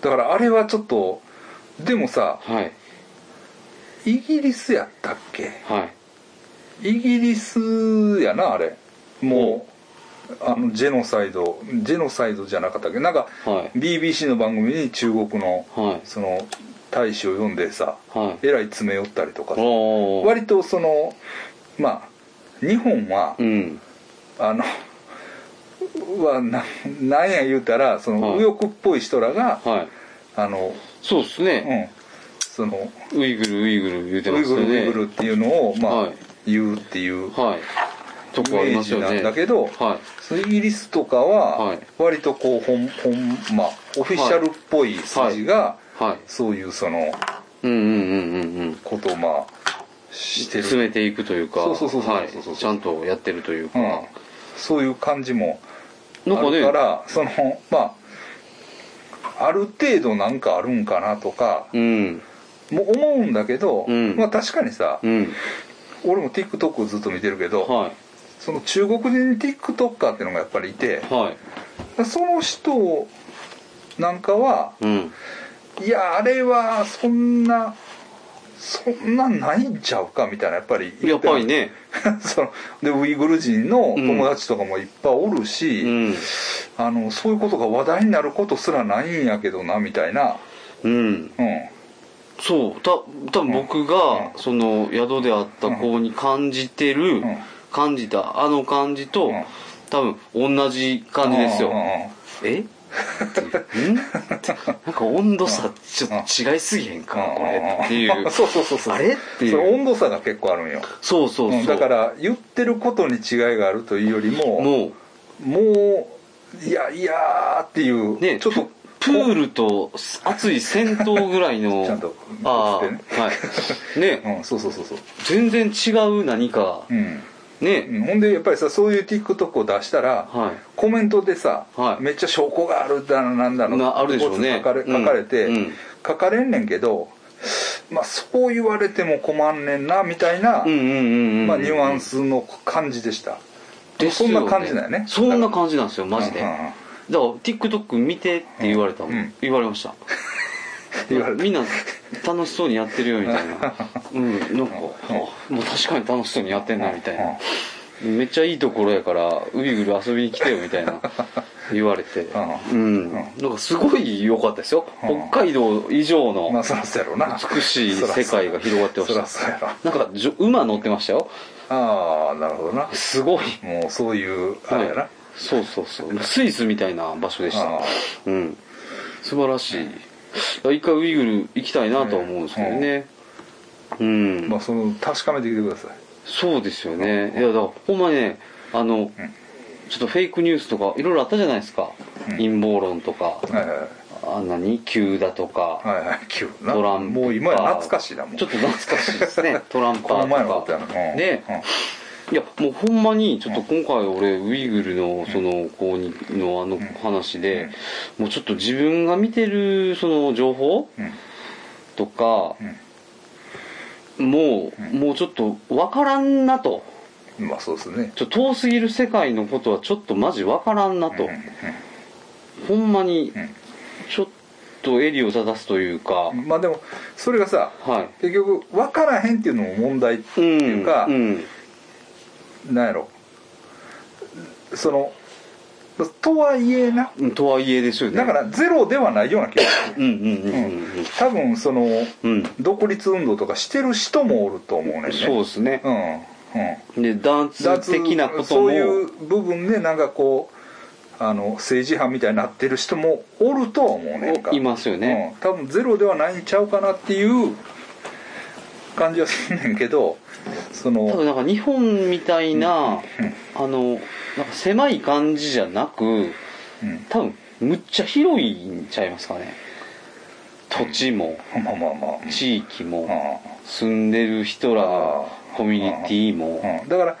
Speaker 1: だからあれはちょっとでもさ
Speaker 2: はい
Speaker 1: イギリスやったっけ
Speaker 2: はい
Speaker 1: イギリスやなあれもうあのジェノサイドジェノサイドじゃなかったっけなんか
Speaker 2: はい
Speaker 1: BBC の番組に中国の
Speaker 2: はい
Speaker 1: その大使を呼んでさ
Speaker 2: はい
Speaker 1: えらい詰め寄ったりとかさ
Speaker 2: おー
Speaker 1: 割とそのまあ日本は
Speaker 2: うん
Speaker 1: あのはななんや言うたらその
Speaker 2: はい
Speaker 1: 右翼っぽい人らが
Speaker 2: はい
Speaker 1: あの
Speaker 2: そうです
Speaker 1: う
Speaker 2: ね、
Speaker 1: んその
Speaker 2: ウイグルウイグル言う
Speaker 1: ウ
Speaker 2: てま
Speaker 1: イ
Speaker 2: すよ
Speaker 1: グ
Speaker 2: ね
Speaker 1: ルウイグルっていうのをまあ
Speaker 2: はい
Speaker 1: 言うっていう
Speaker 2: はい。と
Speaker 1: イ
Speaker 2: こあり
Speaker 1: メー
Speaker 2: ます
Speaker 1: ジ
Speaker 2: よ
Speaker 1: な
Speaker 2: ね。
Speaker 1: んだけど
Speaker 2: は
Speaker 1: そうイギリスとか
Speaker 2: は
Speaker 1: はい割とこうほんほんまあオフィシャルっぽい筋が
Speaker 2: い。はい。
Speaker 1: そういうその
Speaker 2: うんうんうんうんうん。
Speaker 1: ことをまあしてる
Speaker 2: 詰めていくというか、
Speaker 1: そうそうそうそう
Speaker 2: はい
Speaker 1: そうそうそう
Speaker 2: ちゃんとやってるというか。
Speaker 1: うん
Speaker 2: な
Speaker 1: そういう感じも
Speaker 2: ん
Speaker 1: あ
Speaker 2: か
Speaker 1: るか
Speaker 2: ね、
Speaker 1: らそのまあある程度なんかあるんかなとか
Speaker 2: うん。
Speaker 1: も思うんだけど、
Speaker 2: うん
Speaker 1: まあ確かにさ
Speaker 2: うん。
Speaker 1: 俺も TikTok をずっと見てるけど、
Speaker 2: は
Speaker 1: その中国人 TikToker っていうのがやっぱりいて
Speaker 2: い。はい。
Speaker 1: その人なんかは
Speaker 2: うん。
Speaker 1: いやあれはそんなそんなんないんちゃうかみたいなやっぱり
Speaker 2: やっぱりね、
Speaker 1: そのでウイグル人の友達とかもいっぱいおるし、
Speaker 2: うん。
Speaker 1: あのそういうことが話題になることすらないんやけどなみたいな
Speaker 2: うん。
Speaker 1: うん
Speaker 2: そう。た、多分僕が、その、宿であった子に感じてる、
Speaker 1: ん
Speaker 2: 感じた、あの感じと、
Speaker 1: ん
Speaker 2: 多分同じ感じですよ。
Speaker 1: うんうんうん
Speaker 2: えんなんか温度差ちょっと違いすぎへんかこれってい
Speaker 1: んんん
Speaker 2: う
Speaker 1: そうそうそうそう
Speaker 2: あれって
Speaker 1: そ
Speaker 2: い
Speaker 1: れ
Speaker 2: う
Speaker 1: 温度差が結構あるんよ
Speaker 2: そうそう
Speaker 1: う
Speaker 2: そ
Speaker 1: ん
Speaker 2: う
Speaker 1: だから言ってることに違いがあるというよりもも
Speaker 2: も
Speaker 1: ういやいやーっていう、
Speaker 2: うね
Speaker 1: ちょっと
Speaker 2: プールと熱い戦闘ぐらいの
Speaker 1: ちゃんと
Speaker 2: ああ
Speaker 1: 映って
Speaker 2: はいね
Speaker 1: うんそうそうそうそう
Speaker 2: 全然違う何か
Speaker 1: うん
Speaker 2: ね
Speaker 1: うんほんでやっぱりさそういう TikTok を出したら、
Speaker 2: はい
Speaker 1: コメントでさ、
Speaker 2: はい
Speaker 1: めっちゃ証拠があるだのなんだの
Speaker 2: なあるでしょうね
Speaker 1: 書かれ
Speaker 2: うん
Speaker 1: 書かれて、
Speaker 2: うん
Speaker 1: 書かれんねんけどまあ、そう言われても困んねんなみたいな、
Speaker 2: うんうんうんうん
Speaker 1: まあ、ニュアンスの感じでした、
Speaker 2: です
Speaker 1: そ
Speaker 2: よ
Speaker 1: ん
Speaker 2: ね
Speaker 1: な感じだよね
Speaker 2: そんな
Speaker 1: じ
Speaker 2: 感じなんですよマジで、
Speaker 1: うんうん
Speaker 2: だから TikTok 見てって言われたもん、
Speaker 1: うん
Speaker 2: 言われました
Speaker 1: 言われた
Speaker 2: みんな楽しそうにやってるよみたい なうんなんか、あもう確かに楽しそうにやってんなみたいな、めっちゃいいところやからウイグル遊びに来てよみた いな言われてう、
Speaker 1: うんん
Speaker 2: なんかすごい良かったですよ、
Speaker 1: うん
Speaker 2: 北海道以上
Speaker 1: うんま
Speaker 2: の
Speaker 1: あそらそうやろうな
Speaker 2: 美しい世界が広がってまし
Speaker 1: そら
Speaker 2: た
Speaker 1: そうやろ
Speaker 2: なんかじょ馬乗ってましたよ
Speaker 1: ああなるほどな
Speaker 2: すごい
Speaker 1: もうそういうあれやな、
Speaker 2: はいそうそうそう スイスみたいな場所でした
Speaker 1: ああ
Speaker 2: うん素晴らしいいや一回ウイグル行きたいなとは思うんですけどねうん、
Speaker 1: まあその確かめてきてください
Speaker 2: そうですよねいやだからほんまねあの、ちょっとフェイクニュースとかいろいろあったじゃないですか、
Speaker 1: うん
Speaker 2: 陰謀論とか
Speaker 1: はいはい
Speaker 2: あんなに急だとか、
Speaker 1: はいはい急な
Speaker 2: トランプ
Speaker 1: もう今や懐かしいなもん
Speaker 2: ちょっと懐かしいですねトランパ
Speaker 1: この前
Speaker 2: ー
Speaker 1: の
Speaker 2: と
Speaker 1: こと
Speaker 2: か
Speaker 1: やな、うん
Speaker 2: で
Speaker 1: うん
Speaker 2: いやもうほんまにちょっと今回俺ウイグルのその子にのあの話でもうちょっと自分が見てるその情報
Speaker 1: うん
Speaker 2: とかもうもうちょっと分からんなと
Speaker 1: うんまあそうですね
Speaker 2: ちょっと遠すぎる世界のことはちょっとマジ分からんなとほんまに
Speaker 1: ん
Speaker 2: ちょっと襟を正すというか
Speaker 1: まあでもそれがさ
Speaker 2: は
Speaker 1: 結局分からへんっていうのも問題
Speaker 2: いうん
Speaker 1: いうか
Speaker 2: うん
Speaker 1: なんやろそのとはいえな
Speaker 2: うんとはいえですよね
Speaker 1: だからゼロではないような気がする
Speaker 2: うんうんうんうん
Speaker 1: 多分その
Speaker 2: うんうん
Speaker 1: 独立運動とかしてる人もおると思うねんね
Speaker 2: そうですね
Speaker 1: うんうん
Speaker 2: でダンス的なことも
Speaker 1: そういう部分でなんかこうあの政治犯みたいになってる人もおるとは思うねんか
Speaker 2: いますよね、
Speaker 1: うん、多分ゼロではないんちゃうかなっていう感じはすんねんけどそ
Speaker 2: 多分
Speaker 1: の
Speaker 2: なんか日本みたいな、
Speaker 1: うん
Speaker 2: あのなんか狭い感じじゃなく
Speaker 1: うん
Speaker 2: 多分むっちゃ広いんちゃいますかね土地も
Speaker 1: まあまあまあ
Speaker 2: 地域も
Speaker 1: う
Speaker 2: 住んでる人らの
Speaker 1: あー
Speaker 2: コミュニティも
Speaker 1: んうんだから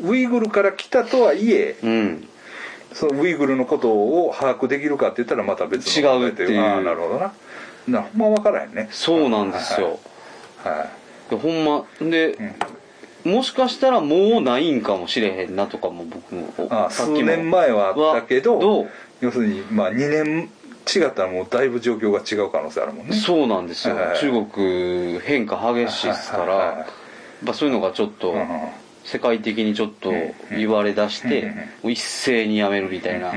Speaker 1: ウイグルから来たとはいえ
Speaker 2: うん
Speaker 1: そのウイグルのことを把握できるかって言ったらまた別の
Speaker 2: 違うっていう
Speaker 1: ああなるほどななほんま分からへんね
Speaker 2: そうなんですよ
Speaker 1: はい、はい
Speaker 2: でほんまで、もしかしたらもうないんかもしれへんなとかも僕も
Speaker 1: ああ
Speaker 2: さっ
Speaker 1: 数
Speaker 2: きも
Speaker 1: 年前はあったけど
Speaker 2: はど
Speaker 1: 要するにまあ2年違ったらもうだいぶ状況が違う可能性あるもんね
Speaker 2: そうなんですよ、
Speaker 1: はいはい
Speaker 2: 中国変化激しいですから、
Speaker 1: はいはいはい
Speaker 2: まあ、そういうのがちょっと、
Speaker 1: うんうん
Speaker 2: 世界的にちょっと言われだして、
Speaker 1: うんうん
Speaker 2: もう一斉にやめるみたいな、
Speaker 1: うん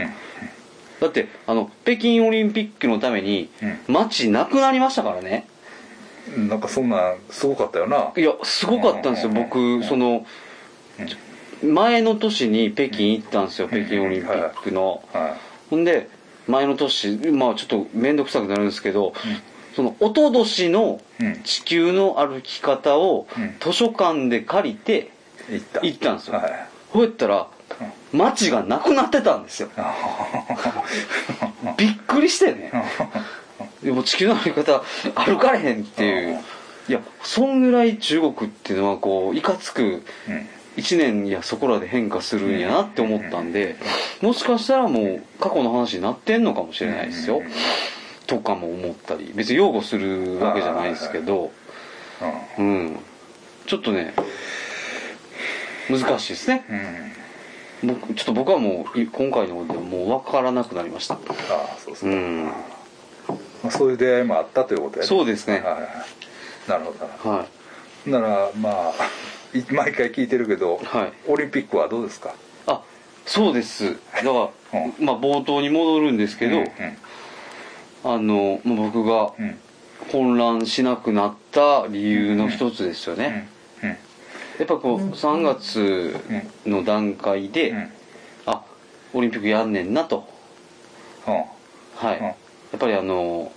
Speaker 2: だってあの北京オリンピックのために
Speaker 1: う
Speaker 2: 街なくなりましたからね
Speaker 1: なんかそんなんすごかったよない
Speaker 2: やすごかったんですよ、
Speaker 1: うんうんうんうん
Speaker 2: 僕その、前の年に北京行ったんですよ、北京オリンピックの、
Speaker 1: は
Speaker 2: ほんで前の年まあちょっと面倒くさくなるんですけど、そのおととしの
Speaker 1: うん
Speaker 2: 地球の歩き方を
Speaker 1: うん
Speaker 2: 図書館で借りて
Speaker 1: い行った
Speaker 2: 行ったんですよ、
Speaker 1: はい
Speaker 2: ほやったら街がなくなってたんですよびっくりしてねでも地球の歩き方歩かれへんっていういやそんぐらい中国っていうのは こういかつく
Speaker 1: うん
Speaker 2: 1年やそこらで変化するんやなって思ったんでもしかしたらもう過去の話になってんのかもしれないですよとかも思ったり別に擁護するわけじゃないですけどうんちょっとね難しいですね
Speaker 1: うんうん
Speaker 2: 僕ちょっと僕はもうい今回のでもう分からなくなりました
Speaker 1: ああそうそうう、
Speaker 2: ん
Speaker 1: まあ、そういう出会いもあったということや
Speaker 2: そうですね
Speaker 1: はいはいはいなるほどな
Speaker 2: は
Speaker 1: ならまあい毎回聞いてるけど、
Speaker 2: いはい
Speaker 1: オリンピックはどうですか
Speaker 2: あそうですだから、
Speaker 1: う
Speaker 2: まあ冒頭に戻るんですけど、
Speaker 1: うんうん
Speaker 2: あのまあ僕が
Speaker 1: うん
Speaker 2: 混乱しなくなった理由の一つですよね、
Speaker 1: うん
Speaker 2: やっぱこう3月の段階で、
Speaker 1: うん
Speaker 2: あオリンピックやんねんなと
Speaker 1: うん
Speaker 2: はい、
Speaker 1: うん
Speaker 2: やっぱりあの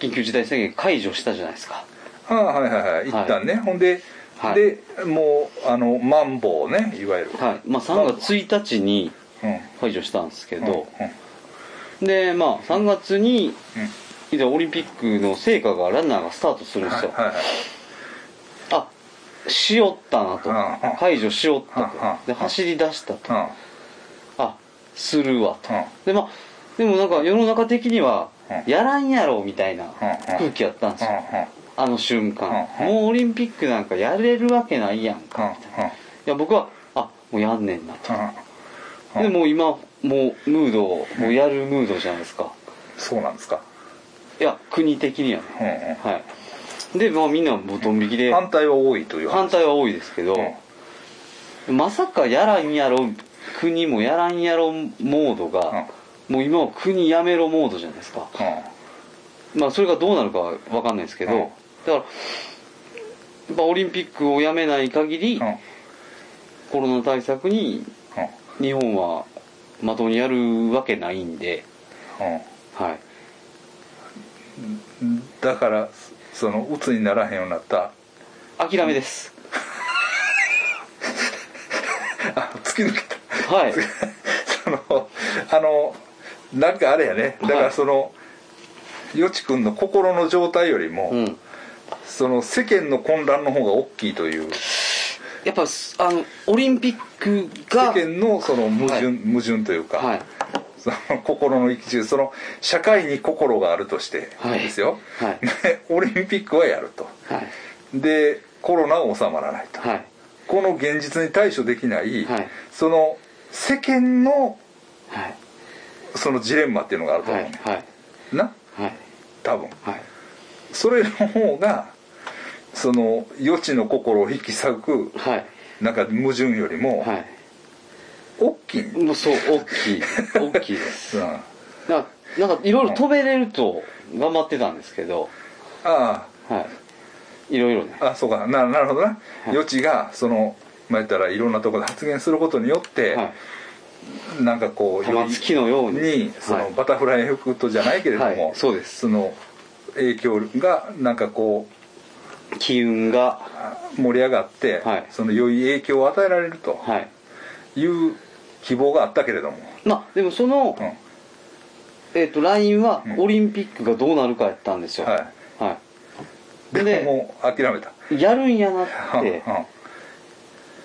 Speaker 2: 緊急事態宣言解除したじゃないですか
Speaker 1: ああはいはいはい一旦ね、ほんで、
Speaker 2: はい
Speaker 1: でもうあのマンボウねいわゆる、
Speaker 2: はいまあ3月1日に
Speaker 1: うん
Speaker 2: 解除したんですけ
Speaker 1: うん
Speaker 2: ど、でまあ3月に
Speaker 1: うん
Speaker 2: いざオリンピックの成果がランナーがスタートするんですよ、
Speaker 1: はいはい
Speaker 2: あしよったなと
Speaker 1: うんうん
Speaker 2: 解除しよった
Speaker 1: うんうん
Speaker 2: とで走り出したと
Speaker 1: うん
Speaker 2: あするわと
Speaker 1: うん
Speaker 2: でまあでもなんか世の中的には
Speaker 1: うん
Speaker 2: やらんやろみたいな
Speaker 1: うんうん
Speaker 2: 空気やったんですよ
Speaker 1: う
Speaker 2: あの瞬間、
Speaker 1: うんうん
Speaker 2: もうオリンピックなんかやれるわけないやん
Speaker 1: うん
Speaker 2: か、いや僕はあもうやんねんなと、
Speaker 1: うんうんうん
Speaker 2: でもう今もうムードをもうやるムードじゃないですか
Speaker 1: そうなんですか、
Speaker 2: いや国的にはね
Speaker 1: うんうん
Speaker 2: はいでまあみんなもうドン引きで
Speaker 1: 反対は多いという
Speaker 2: 反対は多いですけど、まさかやらんやろ国もやらんやろモードが、もう今は国やめろモードじゃないですか
Speaker 1: うんうん
Speaker 2: まあそれがどうなるかは分かんないですけど、
Speaker 1: うん
Speaker 2: だからやっぱオリンピックをやめない限り、
Speaker 1: うんうん
Speaker 2: コロナ対策に日本はまともにやるわけないんで、はい、
Speaker 1: うんだからその鬱にならへんようになった
Speaker 2: 諦めです、
Speaker 1: あ突き抜けた
Speaker 2: はい
Speaker 1: そのあのなんかあれやねだか
Speaker 2: は
Speaker 1: ら
Speaker 2: い
Speaker 1: その、よちくんの心の状態よりも、
Speaker 2: うん
Speaker 1: その世間の混乱の方が大きいという
Speaker 2: やっぱすあのオリンピック
Speaker 1: 世
Speaker 2: が
Speaker 1: 間のその矛盾、
Speaker 2: はい
Speaker 1: 矛盾というか、
Speaker 2: はい
Speaker 1: その心の生き中その社会に心があるとして
Speaker 2: はい
Speaker 1: ですよ、
Speaker 2: はい
Speaker 1: で オリンピックはやると
Speaker 2: はい
Speaker 1: でコロナは収まらないと、
Speaker 2: はい
Speaker 1: この現実に対処できない、
Speaker 2: はい
Speaker 1: その世間の
Speaker 2: はい
Speaker 1: そのジレンマっていうのがあると
Speaker 2: は
Speaker 1: 思う、
Speaker 2: いはい
Speaker 1: な
Speaker 2: はい
Speaker 1: 多分
Speaker 2: はい
Speaker 1: それの方がその余地の心を引き裂く
Speaker 2: はい
Speaker 1: なんか矛盾よりも
Speaker 2: は
Speaker 1: 大きい、
Speaker 2: いもうそう大きい大きいです
Speaker 1: うん、あ
Speaker 2: なんかなんかいろいろ飛べれると頑張ってたんですけど
Speaker 1: あ
Speaker 2: はいいろいろね
Speaker 1: あそうかななるほどな、
Speaker 2: い
Speaker 1: 余地がそのまあ言ったらいろんなところで発言することによって、
Speaker 2: はい
Speaker 1: なんかこう
Speaker 2: 玉突きのように
Speaker 1: にその、
Speaker 2: はい
Speaker 1: バタフライエフェクトじゃないけれども、
Speaker 2: はいそうです
Speaker 1: その影響がなんかこう
Speaker 2: 機運が
Speaker 1: あ盛り上がって、
Speaker 2: はい
Speaker 1: その良い影響を与えられると
Speaker 2: はい
Speaker 1: いう希望があったけれども、
Speaker 2: まあでもその、
Speaker 1: うん、
Speaker 2: えー、とラインは
Speaker 1: うん
Speaker 2: オリンピックがどうなるかやったんですよ、
Speaker 1: はい
Speaker 2: は
Speaker 1: で
Speaker 2: で
Speaker 1: もう諦めた、
Speaker 2: い、やるんや なっ
Speaker 1: うん
Speaker 2: て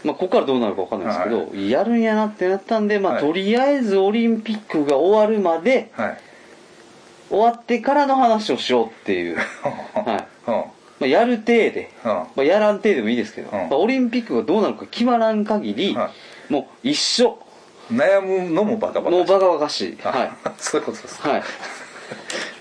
Speaker 2: まあ、ここからどうなるかわかんないですけど、
Speaker 1: は
Speaker 2: やるんやなってなったんで、まあ
Speaker 1: はい
Speaker 2: とりあえずオリンピックが終わるまで
Speaker 1: はい
Speaker 2: 終わってからの話をしようっ ていう、まい
Speaker 1: うんうん
Speaker 2: あ、やる体で、
Speaker 1: うん
Speaker 2: まあ、やらん体でもいいですけど、
Speaker 1: うん
Speaker 2: まあ、オリンピックがどうなるか決まらん限り、
Speaker 1: は
Speaker 2: もう一緒
Speaker 1: 悩むのもバカバカ
Speaker 2: のバカバカしい、
Speaker 1: あ
Speaker 2: はい
Speaker 1: そういうことです
Speaker 2: はい、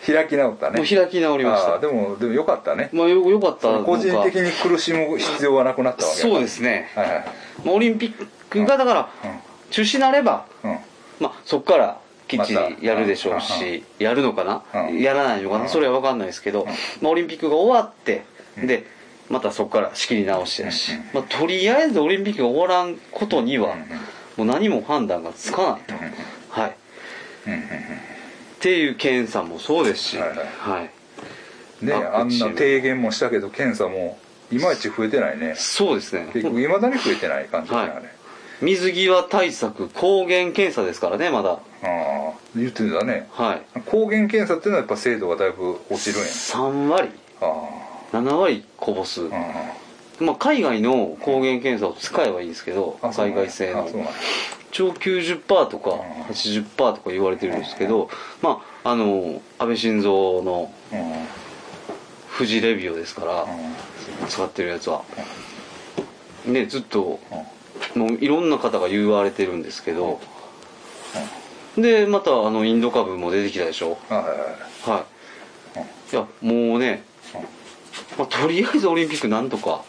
Speaker 1: 開き直ったね
Speaker 2: もう開き直りまし
Speaker 1: あー
Speaker 2: た
Speaker 1: でもでもよかったね
Speaker 2: まあよよかったのか
Speaker 1: 個人的に苦しむ必要はなくなったわけ
Speaker 2: そうですすね、
Speaker 1: はいはい
Speaker 2: まあ、オリンピックがだから中止になれば、
Speaker 1: うんうん
Speaker 2: まあ、そこからきっち
Speaker 1: また
Speaker 2: りやるでしょう
Speaker 1: うん
Speaker 2: し、やるのかな、
Speaker 1: うん
Speaker 2: やらないのかな、
Speaker 1: うん
Speaker 2: それは分かんないですけど、まあ、オリンピックが終わって、でまたそこから仕切り直してだし、
Speaker 1: うん
Speaker 2: まあ、とりあえずオリンピックが終わらんことには、
Speaker 1: うんうん
Speaker 2: もう何も判断がつかないと、
Speaker 1: うんうん
Speaker 2: はい、っていう検査もそうですし、
Speaker 1: はいはい
Speaker 2: はい
Speaker 1: ね
Speaker 2: あ
Speaker 1: あんな
Speaker 2: 口
Speaker 1: 提言もしたけど検査もいまいち増えてないね
Speaker 2: そうですね
Speaker 1: 結局いまだに増えてない感じだね、
Speaker 2: はい水際対策抗原検査ですからねまだ
Speaker 1: あれあー言ってたね
Speaker 2: はい
Speaker 1: 抗原検査っていうのはやっぱ精度がだいぶ落ちるんや
Speaker 2: 3割
Speaker 1: あ
Speaker 2: 7割こぼす、
Speaker 1: あうん
Speaker 2: まあ、海外の抗原検査を使えばいいんですけど
Speaker 1: あそう
Speaker 2: 海
Speaker 1: なんや
Speaker 2: 外
Speaker 1: あ
Speaker 2: 製
Speaker 1: そうなん
Speaker 2: の
Speaker 1: や
Speaker 2: 一応90%とか
Speaker 1: ん
Speaker 2: 80%とか言われてるんですけど、まああの安倍晋三の富士レビューですから
Speaker 1: うんうん
Speaker 2: 使ってるやつはねずっともういろんな方が言われてるんですけどでまたあのインド株も出てきたでしょ
Speaker 1: はいはいはい
Speaker 2: はいいやもうね、まあ、とりあえずオリンピックなんとか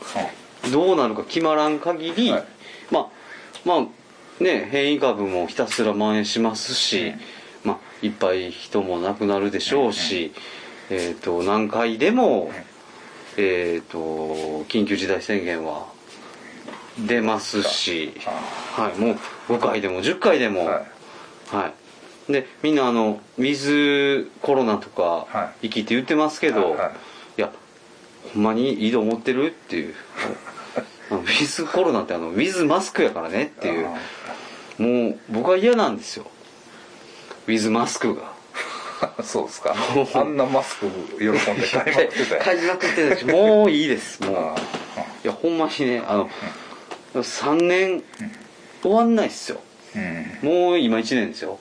Speaker 2: どうなるか決まらん限り、
Speaker 1: はい
Speaker 2: まあまあね変異株もひたすら蔓延しますし、まあ、いっぱい人も亡くなるでしょうし、えー、と何回でも、えー、と緊急事態宣言は出ますし、はい、もう5回でも10回でも、
Speaker 1: うんは
Speaker 2: はいい、でみんなあの「ウィズコロナ」と
Speaker 1: は
Speaker 2: か「生き」って言ってますけど、
Speaker 1: はいはい
Speaker 2: いやほんまにいいと思ってるっ ていうあのウィズコロナってあのウィズマスクやからねっていうもう僕は嫌なんですよウィズマスクが
Speaker 1: あ そうですかあんなマスク喜んで買いまく ってたやん
Speaker 2: 感じまく ってたしもういいですもう
Speaker 1: あ
Speaker 2: いやほんまにねあの3年終わんないっすよ
Speaker 1: ーうん
Speaker 2: もう今1年ですよ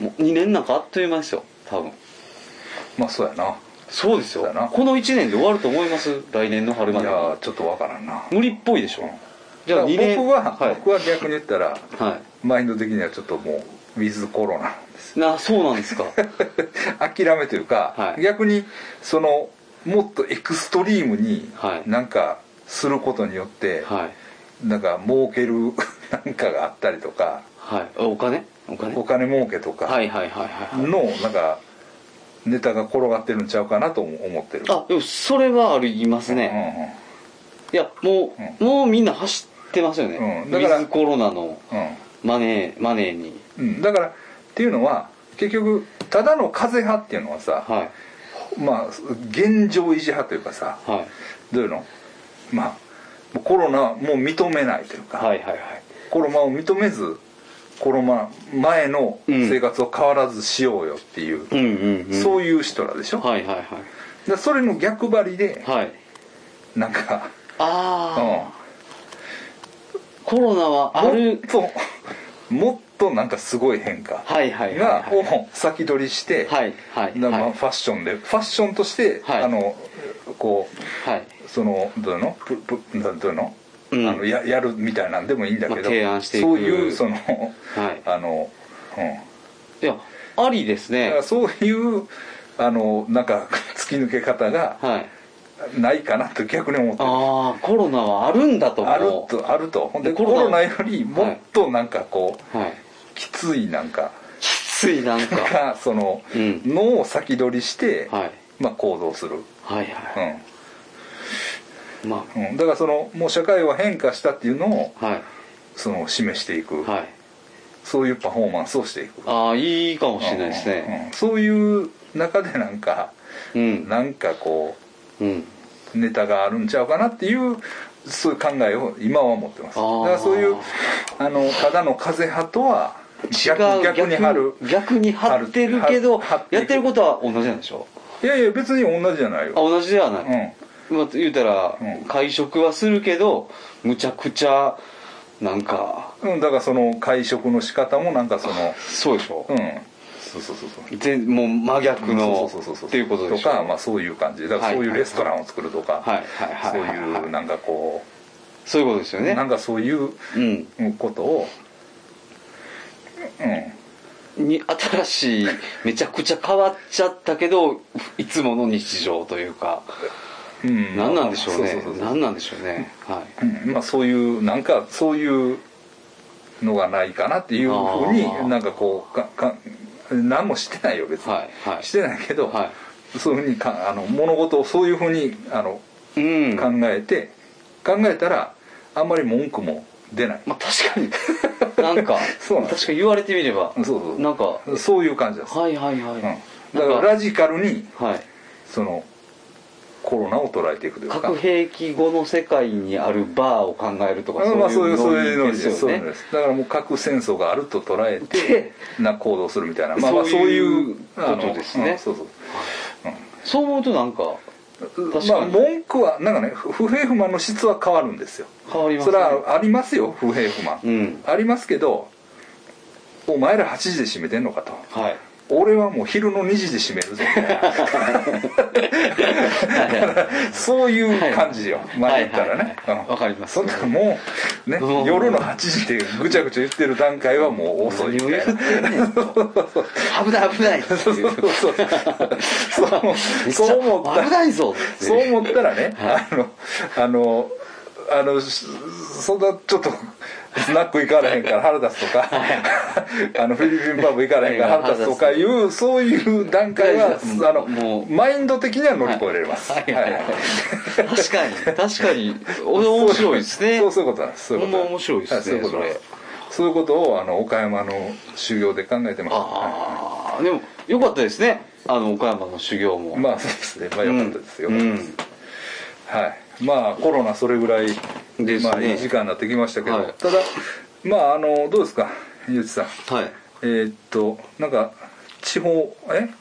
Speaker 1: うん
Speaker 2: もう2年なんかあっという間ですよ多分
Speaker 1: まあそうやな
Speaker 2: そうですよ
Speaker 1: だな
Speaker 2: この1年で終わると思います来年の春
Speaker 1: い
Speaker 2: ま
Speaker 1: や
Speaker 2: で
Speaker 1: ーちょっとわからんな
Speaker 2: 無理っぽいでしょじゃ
Speaker 1: だ
Speaker 2: あ
Speaker 1: から
Speaker 2: 2年
Speaker 1: 僕は、
Speaker 2: はい
Speaker 1: 僕は逆に言ったら
Speaker 2: は
Speaker 1: マインド的にはちょっともうウィズコロナ
Speaker 2: い、なそうなんですか
Speaker 1: 諦めというか、
Speaker 2: はい
Speaker 1: 逆にそのもっとエクストリームに
Speaker 2: はい
Speaker 1: なんかすることによって、
Speaker 2: はい
Speaker 1: なんか儲ける なんかがあったりとか
Speaker 2: はいお金お金
Speaker 1: お金儲けと
Speaker 2: は
Speaker 1: か
Speaker 2: いはいはいはいはい
Speaker 1: のなんかネタが転がってるんちゃうかなとも思ってる
Speaker 2: あでもそれはありますね、いやもう、もうみんな走ってますよね、
Speaker 1: うん
Speaker 2: ウ
Speaker 1: だから
Speaker 2: ィズコロナの
Speaker 1: うんうんうん
Speaker 2: マネーマネーに
Speaker 1: うん、だからっていうのは結局ただの風派っていうのはさ、
Speaker 2: はい
Speaker 1: まあ現状維持派というかさ
Speaker 2: はい
Speaker 1: どういうのまあコロナはもう認めないというか、
Speaker 2: はいはいはい
Speaker 1: コロナを認めずコロナ前の生活を変わらずしようよっていう、
Speaker 2: うんうん、うん、
Speaker 1: そう
Speaker 2: い
Speaker 1: いう人らでしょ、だか
Speaker 2: はいはいはい
Speaker 1: らそれの逆張りで
Speaker 2: はい
Speaker 1: なんか、
Speaker 2: あ
Speaker 1: う
Speaker 2: あ、コロナは
Speaker 1: ん、
Speaker 2: あ
Speaker 1: も
Speaker 2: る
Speaker 1: っともっとなんかすごい変化
Speaker 2: はいはいはい
Speaker 1: が
Speaker 2: はい
Speaker 1: を先取りして、
Speaker 2: はいはい
Speaker 1: な
Speaker 2: は
Speaker 1: まあ
Speaker 2: い
Speaker 1: ファッションでファッションとして、
Speaker 2: はい
Speaker 1: あのこ
Speaker 2: はい、
Speaker 1: うそのどういうのププなんどういうの,、
Speaker 2: うん
Speaker 1: あのややるみたいなんでもいいんだけど、
Speaker 2: まあ提案していく
Speaker 1: そういうその
Speaker 2: はい、
Speaker 1: あの、うん、
Speaker 2: いやありです
Speaker 1: だ
Speaker 2: ね
Speaker 1: からそういうあのなんか突き抜け方が
Speaker 2: はい
Speaker 1: ないかなと逆に思ってる
Speaker 2: ああコロナはあるんだと思う
Speaker 1: あるとあるとほんで
Speaker 2: コ
Speaker 1: コ
Speaker 2: ロ
Speaker 1: ロ
Speaker 2: ナ
Speaker 1: ナよりもっとなんかこう、
Speaker 2: はい
Speaker 1: きついなんか
Speaker 2: きつ いなんか
Speaker 1: がその
Speaker 2: うん
Speaker 1: のを先取りして、
Speaker 2: はい
Speaker 1: まあ行動する、
Speaker 2: はいは
Speaker 1: うん
Speaker 2: いま
Speaker 1: うん、だからそのもう社会は変化したっていうのを
Speaker 2: あはい
Speaker 1: その示していく、
Speaker 2: はい
Speaker 1: そういうパフォーマンスをしていく
Speaker 2: ああいいかもしれないですね
Speaker 1: うんうんそういう中でなんか
Speaker 2: うん
Speaker 1: なんかこ
Speaker 2: うん
Speaker 1: うネタがあるんちゃうかなっていうそういう考えを今は持ってます
Speaker 2: あ
Speaker 1: だ
Speaker 2: ー
Speaker 1: からそういうあのただの風派とは逆
Speaker 2: 違う
Speaker 1: 逆に張る
Speaker 2: 逆に張ってるけど
Speaker 1: 張る張っていく
Speaker 2: やってることは同じなんでしょ
Speaker 1: いやいや別に同じじゃない
Speaker 2: あ
Speaker 1: よ、
Speaker 2: 同じではない、
Speaker 1: う
Speaker 2: まあ、言うたら、
Speaker 1: うん
Speaker 2: 会食はするけどむちゃくちゃなんか
Speaker 1: んうん、だからその会食の仕方もなんかその
Speaker 2: そうでしょ
Speaker 1: う、んそうそうそうそう
Speaker 2: 全もう真逆の
Speaker 1: そうそうそうそう
Speaker 2: っていうことでしょ
Speaker 1: とか、まあ、そういう感じだからそういうレストランを作るとか、
Speaker 2: はいはいはいはいはい
Speaker 1: そういうなんかこ
Speaker 2: そういうことですよ
Speaker 1: う、
Speaker 2: ね
Speaker 1: なんかそういう
Speaker 2: うん
Speaker 1: ことをうん
Speaker 2: に新しいめちゃくちゃ変わっちゃったけどいつもの日常というか、
Speaker 1: うん、
Speaker 2: なん、何なんでしょうね
Speaker 1: そうそうそうそう
Speaker 2: 何なんでしょうねは
Speaker 1: うんまあ、そういうなんかそういうのがないかなっていうふう
Speaker 2: あー
Speaker 1: になんかこうかか何もしてないよ別
Speaker 2: い
Speaker 1: に、
Speaker 2: はいはい
Speaker 1: してないけど、
Speaker 2: は
Speaker 1: そういうふうにかあの物事をそういうふうにあの
Speaker 2: いうん
Speaker 1: 考えて、考えたらあんまり文句も出ない、
Speaker 2: まあ確かになんか
Speaker 1: そうなんです
Speaker 2: 確かに言われてみれば
Speaker 1: そうそう
Speaker 2: なんか
Speaker 1: そういう感じです、
Speaker 2: はいはいはい、
Speaker 1: うん、だからラジカルに
Speaker 2: はい
Speaker 1: そのコロナを捉えていくというか
Speaker 2: 核兵器後の世界にあるバーを考えるとか
Speaker 1: うんまあそういうそういうの
Speaker 2: で
Speaker 1: です
Speaker 2: す
Speaker 1: そう
Speaker 2: よ
Speaker 1: いうの
Speaker 2: ね
Speaker 1: ですだからもう核戦争があると捉えてな行動するみたいなまあまあ
Speaker 2: そ
Speaker 1: そうう
Speaker 2: い
Speaker 1: いうう
Speaker 2: こと
Speaker 1: あの
Speaker 2: ですね
Speaker 1: うんそうそう
Speaker 2: そう思うとなんか
Speaker 1: うん
Speaker 2: 確かに
Speaker 1: まあ文句はなんかね不不平不満の質は変わるんですよ
Speaker 2: 変わります
Speaker 1: それはありますよ不平不満
Speaker 2: うん
Speaker 1: ありますけどお前ら8時で閉めてんのかと
Speaker 2: はい
Speaker 1: 俺はもう昼の2時で閉めるぞみたいなそういう感じよまあ言ったらね
Speaker 2: はいはいはい
Speaker 1: うん
Speaker 2: わかります
Speaker 1: そんなもうね
Speaker 2: もう
Speaker 1: 夜の8時でぐちゃぐちゃ言ってる段階はもう遅いみ
Speaker 2: 何を
Speaker 1: たい
Speaker 2: 言っ
Speaker 1: な
Speaker 2: てんねんと危ない危ないって
Speaker 1: そう
Speaker 2: い
Speaker 1: そううそうそうそう思った
Speaker 2: 危ないぞって
Speaker 1: そう
Speaker 2: う
Speaker 1: 思ったらね、あのあのあのしそんなちょっとスナック行かれへんから腹立つとかあのフィリピンパブ行かれへんから腹立つとかいうそういう段階は
Speaker 2: うん
Speaker 1: あの
Speaker 2: もう
Speaker 1: マインド的には乗り越えられます
Speaker 2: はいはいはい
Speaker 1: はい
Speaker 2: 確かに確かにお面白いですね
Speaker 1: そうそういうことなんですそういうこと
Speaker 2: ほんま面白いですね
Speaker 1: はそういうことなんです
Speaker 2: そ
Speaker 1: そういうことをあの岡山の修行で考えてますは
Speaker 2: ああでもよかったですねあの岡山の修行も
Speaker 1: いまあそうですねまあよかったですよ、
Speaker 2: うん
Speaker 1: はい、まあコロナそれぐらい、
Speaker 2: ですね
Speaker 1: まあ、いい時間になってきましたけど、
Speaker 2: はい
Speaker 1: ただまああのどうですかゆうちさん
Speaker 2: はい
Speaker 1: えーっとなんか地方えなんか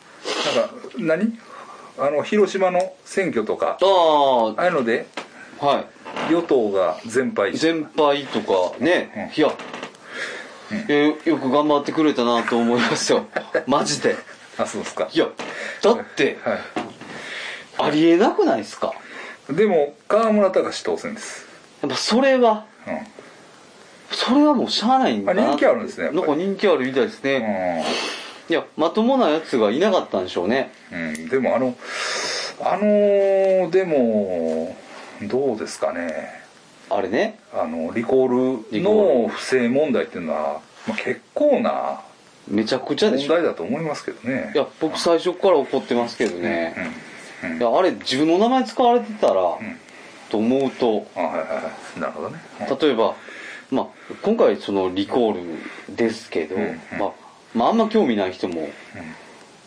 Speaker 1: 何あの広島の選挙とか
Speaker 2: あ
Speaker 1: あ
Speaker 2: あ
Speaker 1: あいうので
Speaker 2: はい
Speaker 1: 与党が全敗して
Speaker 2: 先輩とかね、いや、えーよく頑張ってくれた なと思いますよマジで
Speaker 1: あそうですか
Speaker 2: いやだって
Speaker 1: はい
Speaker 2: ありえなくないですか
Speaker 1: でも河村隆当選です、
Speaker 2: やっぱそれは
Speaker 1: うんうん
Speaker 2: それはもうしゃあないんだな
Speaker 1: あ人気あるんですねやっぱ
Speaker 2: なん
Speaker 1: り
Speaker 2: か人気あるみたいですね、いやまともなやつがいなかったんでしょうね
Speaker 1: うん、でもあのあのでもどうですかね
Speaker 2: あれね
Speaker 1: あのリコール
Speaker 2: リコー
Speaker 1: の不正問題っていうのは、まあ、結構な
Speaker 2: めちゃくちゃで
Speaker 1: 問
Speaker 2: しょ
Speaker 1: 題だと思いますけどね
Speaker 2: いや僕最初から怒ってますけど
Speaker 1: う
Speaker 2: ね、
Speaker 1: んうん
Speaker 2: いやあれ自分の名前使われてたら、と思うと
Speaker 1: あはいはいはいなるほどね、
Speaker 2: 例えば、まあ、今回そのリコールですけど、
Speaker 1: うんうん
Speaker 2: まあまあ、あんま興味ない人も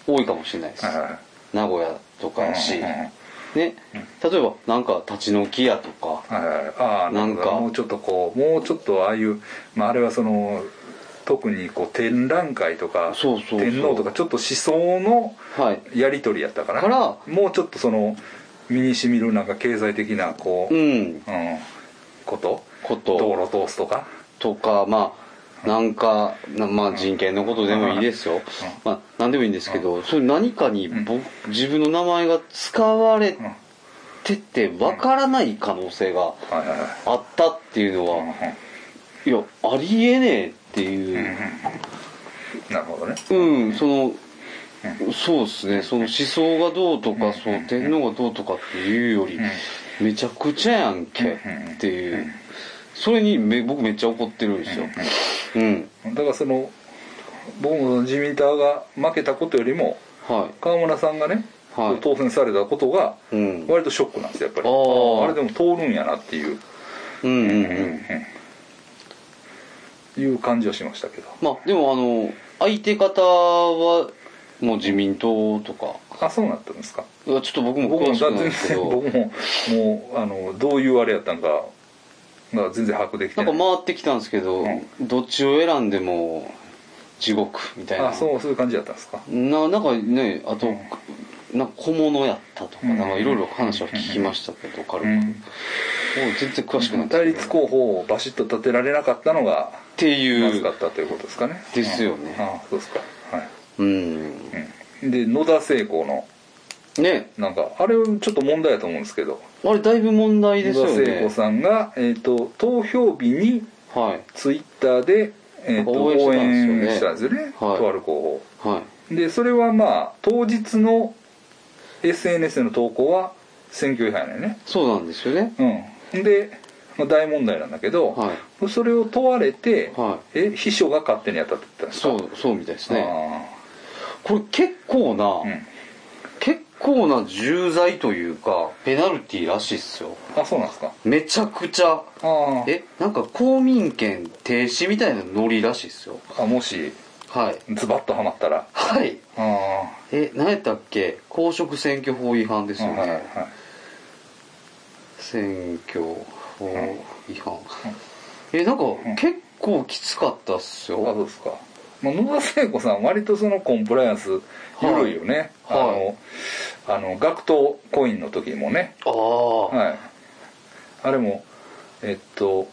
Speaker 2: 多いかもしれないです、
Speaker 1: はいはい
Speaker 2: 名古屋とかやし、
Speaker 1: うんうんうん
Speaker 2: ね、例えばなんか立ち退き屋とか
Speaker 1: はいはいはいああなん
Speaker 2: なん
Speaker 1: か
Speaker 2: か
Speaker 1: もうちょっとこうもうちょっとああいう、まあ、あれはその特にこう展覧会とか
Speaker 2: そうそうそう
Speaker 1: 天皇とかちょっと思想の
Speaker 2: はい
Speaker 1: やり取りやったから
Speaker 2: から
Speaker 1: もうちょっとその身にしみるなんか経済的なこう、
Speaker 2: う
Speaker 1: うん
Speaker 2: ん
Speaker 1: こと
Speaker 2: こと
Speaker 1: 道路通すとか
Speaker 2: とかまあなんか、なまあ、人権のことでもいいですよ、まあ、何でもいいんですけどそれ何かに僕自分の名前が使われ
Speaker 1: うんはい
Speaker 2: ててわからない可能性が
Speaker 1: はいはい
Speaker 2: あったっていうの
Speaker 1: うんう
Speaker 2: は
Speaker 1: ん
Speaker 2: いやありえねえっていう、
Speaker 1: なるほどね
Speaker 2: うんそのそうですねその思想がどうとかそう天皇がどうとかっていうよりめちゃくちゃやんけっていうそれにめ僕めっちゃ怒ってるんですようん
Speaker 1: だからその僕もその自民党が負けたことよりも
Speaker 2: は
Speaker 1: 川村さんがね、
Speaker 2: はい
Speaker 1: 当選されたことが
Speaker 2: いうん
Speaker 1: 割とショックなんですよやっぱり
Speaker 2: あー
Speaker 1: あれでも通るんやなっていう、
Speaker 2: うんうんうん
Speaker 1: いう感じはしましたけど
Speaker 2: まあでもあの相手方はもう自民党とか
Speaker 1: あそうなったんですか
Speaker 2: うわちょっと僕も
Speaker 1: 僕も
Speaker 2: 詳しく
Speaker 1: 全
Speaker 2: ないんですけ
Speaker 1: 然
Speaker 2: ど
Speaker 1: 僕ももうあのどういうあれやったんかが全然把握でき
Speaker 2: な
Speaker 1: てな
Speaker 2: んか
Speaker 1: い
Speaker 2: 回ってきたんですけど、
Speaker 1: う
Speaker 2: どっちを選んでも地獄みたいな
Speaker 1: あそうそういう感じだったんですか
Speaker 2: ななんかねあと、なんか小物やったとか、
Speaker 1: うん
Speaker 2: なんかいろいろ話は聞きましたけど、軽く、もう全然詳しくないんです
Speaker 1: 対
Speaker 2: けど
Speaker 1: 立
Speaker 2: っ
Speaker 1: 候補をバシッと立てられなかったのが
Speaker 2: てい
Speaker 1: まず
Speaker 2: う
Speaker 1: かったということですかね
Speaker 2: ですよね
Speaker 1: うんあそうですかはい
Speaker 2: うん
Speaker 1: うんで野田聖子の
Speaker 2: ね
Speaker 1: なんかあれちょっと問題だと思うんですけど
Speaker 2: あれだいぶ問題ですよ
Speaker 1: 野田聖子
Speaker 2: ね
Speaker 1: さんが、えー、と投票日に
Speaker 2: はい
Speaker 1: ツイッターで、えー、と応
Speaker 2: 応援
Speaker 1: 援
Speaker 2: し
Speaker 1: したた
Speaker 2: ん
Speaker 1: んです
Speaker 2: で
Speaker 1: す
Speaker 2: よ
Speaker 1: よ
Speaker 2: ね
Speaker 1: ね
Speaker 2: はい
Speaker 1: とある候
Speaker 2: はい
Speaker 1: 補でそれはまあ当日の SNS の投稿は選挙違反やね
Speaker 2: そうなんですよね
Speaker 1: うんで、まあ、大問題なんだけど、
Speaker 2: はい
Speaker 1: それを問われて、
Speaker 2: は
Speaker 1: え秘書が勝手にやったって言ったんですか
Speaker 2: そうそうみたいですね
Speaker 1: ね
Speaker 2: これ結構な、
Speaker 1: ん
Speaker 2: 結構な重罪というかペナルティーらしいっすよ
Speaker 1: あそうなんですか
Speaker 2: めちゃくちゃ
Speaker 1: ああ
Speaker 2: えなんか公民権停止みたいなノリらしいっすよ
Speaker 1: あもし
Speaker 2: はい
Speaker 1: ズバッとはまったら
Speaker 2: はい
Speaker 1: ああ
Speaker 2: え何やったっけ公職選挙法違反ですよね、
Speaker 1: はいはい
Speaker 2: 選挙法違反、えなんか結構きつかったっす
Speaker 1: あそ
Speaker 2: よ、
Speaker 1: うですか、まあ、野田聖子さん割とそのコンプライアンス緩いよね、
Speaker 2: はい
Speaker 1: あのあの学徒コインの時もね、
Speaker 2: ああ、
Speaker 1: はい、あれもえっと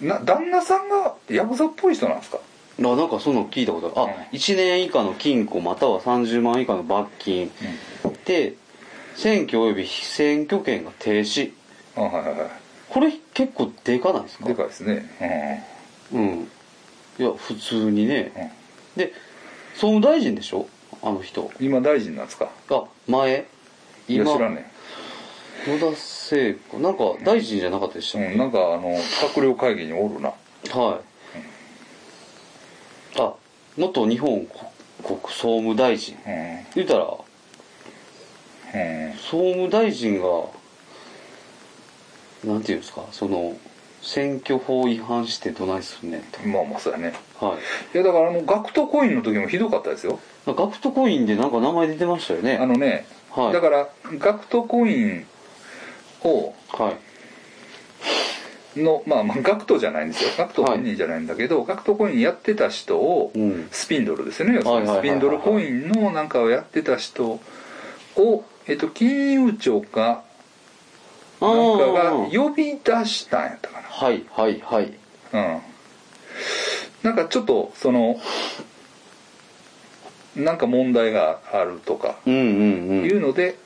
Speaker 1: な旦那さんがヤクザっぽい人なんですか
Speaker 2: あなんかそんなの聞いたことあるあ、
Speaker 1: うん
Speaker 2: 1年以下の禁錮または30万円以下の罰金、で選挙及び被選挙権が停止
Speaker 1: あはいはいは
Speaker 2: これ結構でかないです
Speaker 1: い
Speaker 2: か
Speaker 1: でかいですね
Speaker 2: うんいや普通にね、
Speaker 1: うん
Speaker 2: で総務大臣でしょあの人
Speaker 1: うん今大臣なんですか
Speaker 2: あ前
Speaker 1: いや
Speaker 2: 今
Speaker 1: 知らね
Speaker 2: 野田聖子なんか大臣じゃなかったでしたっ
Speaker 1: え、
Speaker 2: け
Speaker 1: うん、なんかあの閣僚会議におるな
Speaker 2: はいあ元日本国総務大臣
Speaker 1: うん
Speaker 2: 言うたら
Speaker 1: うん
Speaker 2: 総務大臣がなんていうんですかその選挙法違反してどないすんねんと
Speaker 1: まあまあそうやね
Speaker 2: は
Speaker 1: い
Speaker 2: い
Speaker 1: やだからあの学徒コインの時もひどかったですよ
Speaker 2: ガクトコインでなんか名前出てましたよね
Speaker 1: あのね、
Speaker 2: はい
Speaker 1: だから学徒コインを
Speaker 2: はい
Speaker 1: のまあまあ学徒じゃないんですよ学徒コインじゃないんだけど、学徒コインやってた人を
Speaker 2: うん
Speaker 1: スピンドルですよね、要するに
Speaker 2: はい
Speaker 1: ス
Speaker 2: はい
Speaker 1: ピ
Speaker 2: はいはい
Speaker 1: ンドルコインのなんかをやってた人を、えっと、金融庁か
Speaker 2: あ
Speaker 1: なんかが
Speaker 2: ー
Speaker 1: 呼び出したんやったかな
Speaker 2: はいはいはい
Speaker 1: うん、なんかちょっとそのなんか問題があるとか
Speaker 2: うんうん
Speaker 1: いううので、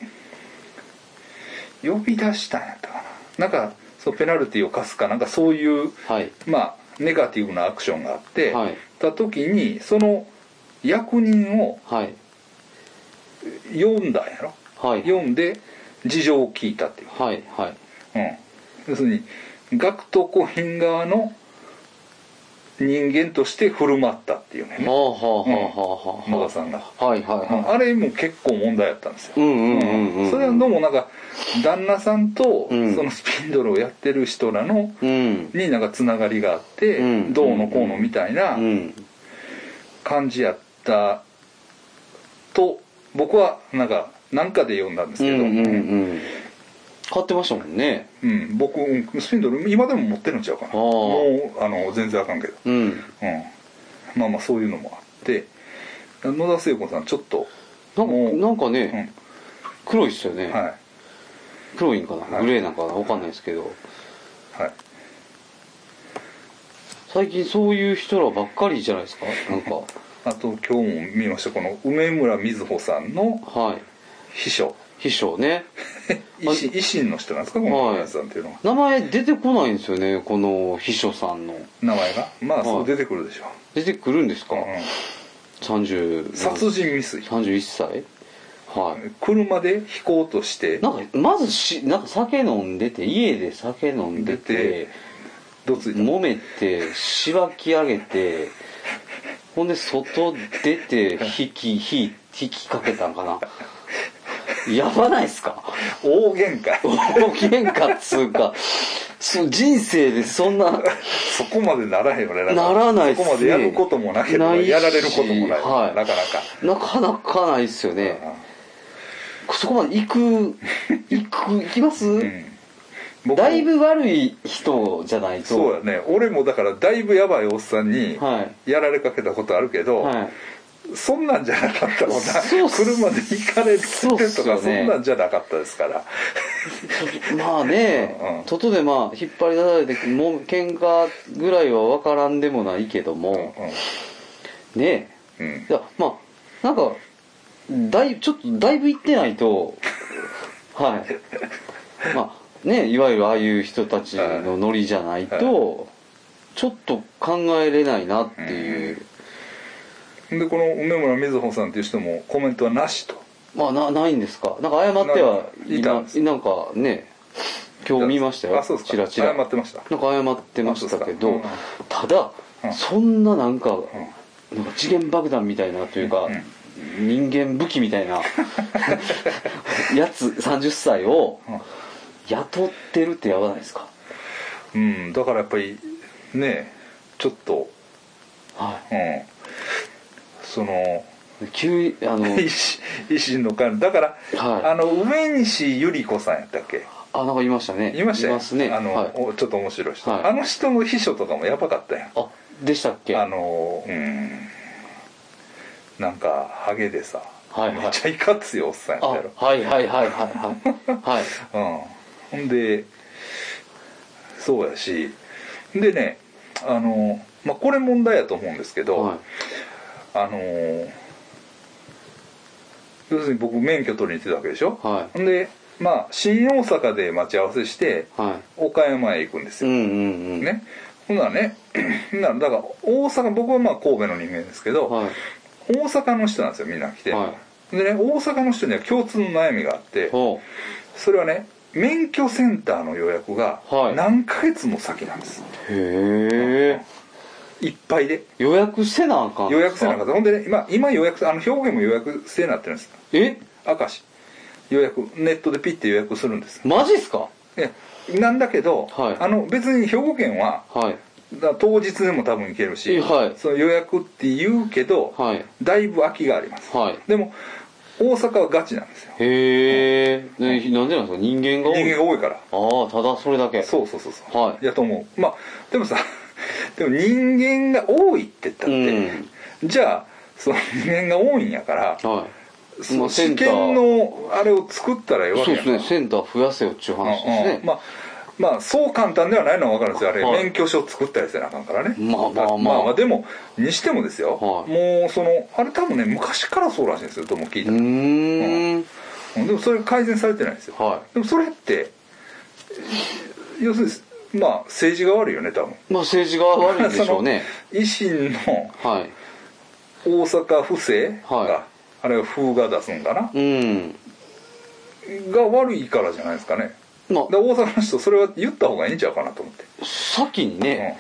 Speaker 1: 呼び出したんやったかななんかそうペナルティを課すかなんかそういう、
Speaker 2: はい
Speaker 1: まあネガティブなアクションがあって、
Speaker 2: はい
Speaker 1: た時にその役人を
Speaker 2: はい
Speaker 1: 読んだんやろ
Speaker 2: はい
Speaker 1: 読んで事情を聞いたっていう、
Speaker 2: はいはい
Speaker 1: うん、要するに学徒コヒン側の人間として振る舞ったっていうね
Speaker 2: はあはあはあはあ
Speaker 1: 野
Speaker 2: は
Speaker 1: 田さんが、
Speaker 2: あはいはいは
Speaker 1: あれも結構問題やったんですよ
Speaker 2: いうんうんうんうん
Speaker 1: それはどうもなんか旦那さんと
Speaker 2: うん
Speaker 1: そのスピンドルをやってる人らの
Speaker 2: うん
Speaker 1: になんかつながりがあって
Speaker 2: うん
Speaker 1: どうのこうのみたいな
Speaker 2: うん
Speaker 1: 感じやったと僕はなんかなんかで読んだんです
Speaker 2: う
Speaker 1: け
Speaker 2: ん
Speaker 1: ど、
Speaker 2: うんうん買ってましたもんね
Speaker 1: うん僕うんスピンドル今でも持ってるんちゃうかな
Speaker 2: あー
Speaker 1: もうあの全然あかんけど、
Speaker 2: うん
Speaker 1: うん、まあまあそういうのもあって野田聖子さんちょっと、
Speaker 2: なん
Speaker 1: も
Speaker 2: か
Speaker 1: う
Speaker 2: なんか
Speaker 1: うん
Speaker 2: ね黒いっすよね
Speaker 1: はい
Speaker 2: 黒いんかな
Speaker 1: はい
Speaker 2: グレーなんかなわかんないですけど
Speaker 1: はい
Speaker 2: 最近そういう人らばっかりじゃないですかな んか
Speaker 1: あと今日も見ましたこの梅村瑞穂さんの
Speaker 2: はい
Speaker 1: 秘書
Speaker 2: 秘書ね
Speaker 1: 維新維新の人なんですかこの皆さんっていうのは
Speaker 2: 名前出てこないんですよねこの秘書さんの
Speaker 1: 名前がまあそ
Speaker 2: はいう
Speaker 1: 出てくるでしょう
Speaker 2: 出てくるんですか
Speaker 1: うん
Speaker 2: 30
Speaker 1: 殺人未遂
Speaker 2: 31歳はい
Speaker 1: 車で引こうとして
Speaker 2: なんかまずしなんか酒飲んでて家で酒飲んでて
Speaker 1: どついた
Speaker 2: 揉めてしばき上げてほんで外出て引き引い引きかけたんかなやばないっすか
Speaker 1: 大喧嘩
Speaker 2: 大喧嘩っつうかそう人生でそんな
Speaker 1: そこまでならへんよねんか
Speaker 2: ならないっす
Speaker 1: そ
Speaker 2: ね
Speaker 1: こまでやることもなければ
Speaker 2: ないし
Speaker 1: やられることもない、
Speaker 2: はい
Speaker 1: なかなか
Speaker 2: なかなかないっすよね、そこまで行く行く行きます、
Speaker 1: うんうん僕も
Speaker 2: だいぶ悪い人じゃないと
Speaker 1: そうやね俺もだからだいぶやばいおっさんに
Speaker 2: は
Speaker 1: やられかけたことあるけど、
Speaker 2: いはい
Speaker 1: そんなんじゃなかったもんな
Speaker 2: そうっす
Speaker 1: 車で行かれて
Speaker 2: そうっす
Speaker 1: と
Speaker 2: よ
Speaker 1: か
Speaker 2: ね
Speaker 1: そんなんじゃなかったですから
Speaker 2: まあね、
Speaker 1: うんうん
Speaker 2: 外でまあ引っ張り出されてもう喧嘩ぐらいは分からんでもないけど
Speaker 1: うん
Speaker 2: も、ね
Speaker 1: うんうん
Speaker 2: えいやまあなんかだいちょっとだいぶ行ってないと はいまあねいわゆるああいう人たちのノリじゃないと、ちょっと考えれないなっていう、
Speaker 1: でこの梅村瑞穂さんっていう人もコメントはなしと
Speaker 2: まあなないんですかなんか謝っては
Speaker 1: ない
Speaker 2: い
Speaker 1: たん
Speaker 2: な
Speaker 1: です
Speaker 2: なんかね今日見ましたよ
Speaker 1: あそうですか
Speaker 2: チラチラ
Speaker 1: 謝ってました
Speaker 2: なんか謝ってましたけど、
Speaker 1: うん
Speaker 2: ただ、
Speaker 1: うん
Speaker 2: そんななんか、なんか次元爆弾みたいなというか、
Speaker 1: うん
Speaker 2: 人間武器みた いなやつ30歳を雇ってるってやばないですか、
Speaker 1: うん、うんだからやっぱりねちょっと
Speaker 2: は
Speaker 1: うんその
Speaker 2: い、急にあの
Speaker 1: 維新維新の会のだから、
Speaker 2: はい
Speaker 1: あの梅西百合子さんやったっけ
Speaker 2: あなんかいましたね
Speaker 1: いましたよ
Speaker 2: すね
Speaker 1: あの、
Speaker 2: はい、
Speaker 1: おちょっと面白い人、
Speaker 2: はい
Speaker 1: あの人の秘書とかもやばかったやん
Speaker 2: あでしたっけ
Speaker 1: あのうんなんかハゲでさ、
Speaker 2: はいはい
Speaker 1: めっちゃいかついおっさんやっ
Speaker 2: あ
Speaker 1: たやろ
Speaker 2: はいはいは いはいはいはい
Speaker 1: うん、ほんでそうやしでねあの、まあ、これ問題やと思うんですけど、
Speaker 2: はい
Speaker 1: あの要するに僕免許取りに行ってたわけでしょ、
Speaker 2: はい
Speaker 1: ほんでまあ新大阪で待ち合わせして
Speaker 2: は
Speaker 1: 岡山へ行くんです
Speaker 2: いうん
Speaker 1: よ、
Speaker 2: うんうん
Speaker 1: ねほんならね ほんならだから大阪僕はまあ神戸の人間ですけど、
Speaker 2: は
Speaker 1: 大阪の人なんですよみんな来
Speaker 2: い
Speaker 1: て、
Speaker 2: は
Speaker 1: でね大阪の人には共通の悩みがあって
Speaker 2: いほ
Speaker 1: それはね免許センターの予約が
Speaker 2: はい
Speaker 1: 何ヶ月も先なんです、
Speaker 2: うへえ
Speaker 1: い、っぱいで
Speaker 2: 予約せなあかん
Speaker 1: 予約せなか
Speaker 2: ん
Speaker 1: ったほんでね今今予約あの兵庫県も予約制になってるんです
Speaker 2: え
Speaker 1: 明石予約ネットでピッて予約するんです
Speaker 2: マジっすか
Speaker 1: えなんだけど、
Speaker 2: はい
Speaker 1: あの別に兵庫県は
Speaker 2: はい
Speaker 1: だ当日でも多分行けるし、
Speaker 2: えはい
Speaker 1: その予約って言うけど、
Speaker 2: はい
Speaker 1: だいぶ空きがあります、
Speaker 2: はい
Speaker 1: でも大阪はガチなんですよ
Speaker 2: へえ、ねなんでなんですか人間が
Speaker 1: 人
Speaker 2: 多い
Speaker 1: 間が多いから
Speaker 2: ああただそれだけ
Speaker 1: そうそうそうそう、
Speaker 2: はい
Speaker 1: やと思うまあでもさ でも人間が多いって言ったって、じゃあその人間が多いんやから、
Speaker 2: は
Speaker 1: そ
Speaker 2: ま
Speaker 1: の
Speaker 2: あセ
Speaker 1: 試
Speaker 2: ンター
Speaker 1: 験のあれを作ったらええ
Speaker 2: い
Speaker 1: わけ
Speaker 2: そう
Speaker 1: や
Speaker 2: で
Speaker 1: ん
Speaker 2: すねセンター増やせよっちゅう話ですね、
Speaker 1: まあまあそう簡単ではないのは分かるんですよあれ、
Speaker 2: はい
Speaker 1: 免許証作ったりせなあかんからね
Speaker 2: まあまあまあ
Speaker 1: でもにしてもですよ、
Speaker 2: はい
Speaker 1: もうそのあれ多分ね昔からそうらしいんですよとも聞いうたら、
Speaker 2: ーん
Speaker 1: うんでもそれ改善されてないんですよ
Speaker 2: は
Speaker 1: でもそれって要するにまあ政治が悪いよね多分
Speaker 2: いまあ政治が悪いんでしょ うね
Speaker 1: 維新の
Speaker 2: はい
Speaker 1: 大阪府政が、
Speaker 2: はい
Speaker 1: あれは風が出すんかな、
Speaker 2: うん
Speaker 1: が悪いからじゃないですかね
Speaker 2: ま
Speaker 1: で大阪の人それは言った方がいいんちゃうかなと思って、
Speaker 2: あ先に
Speaker 1: うん
Speaker 2: ね、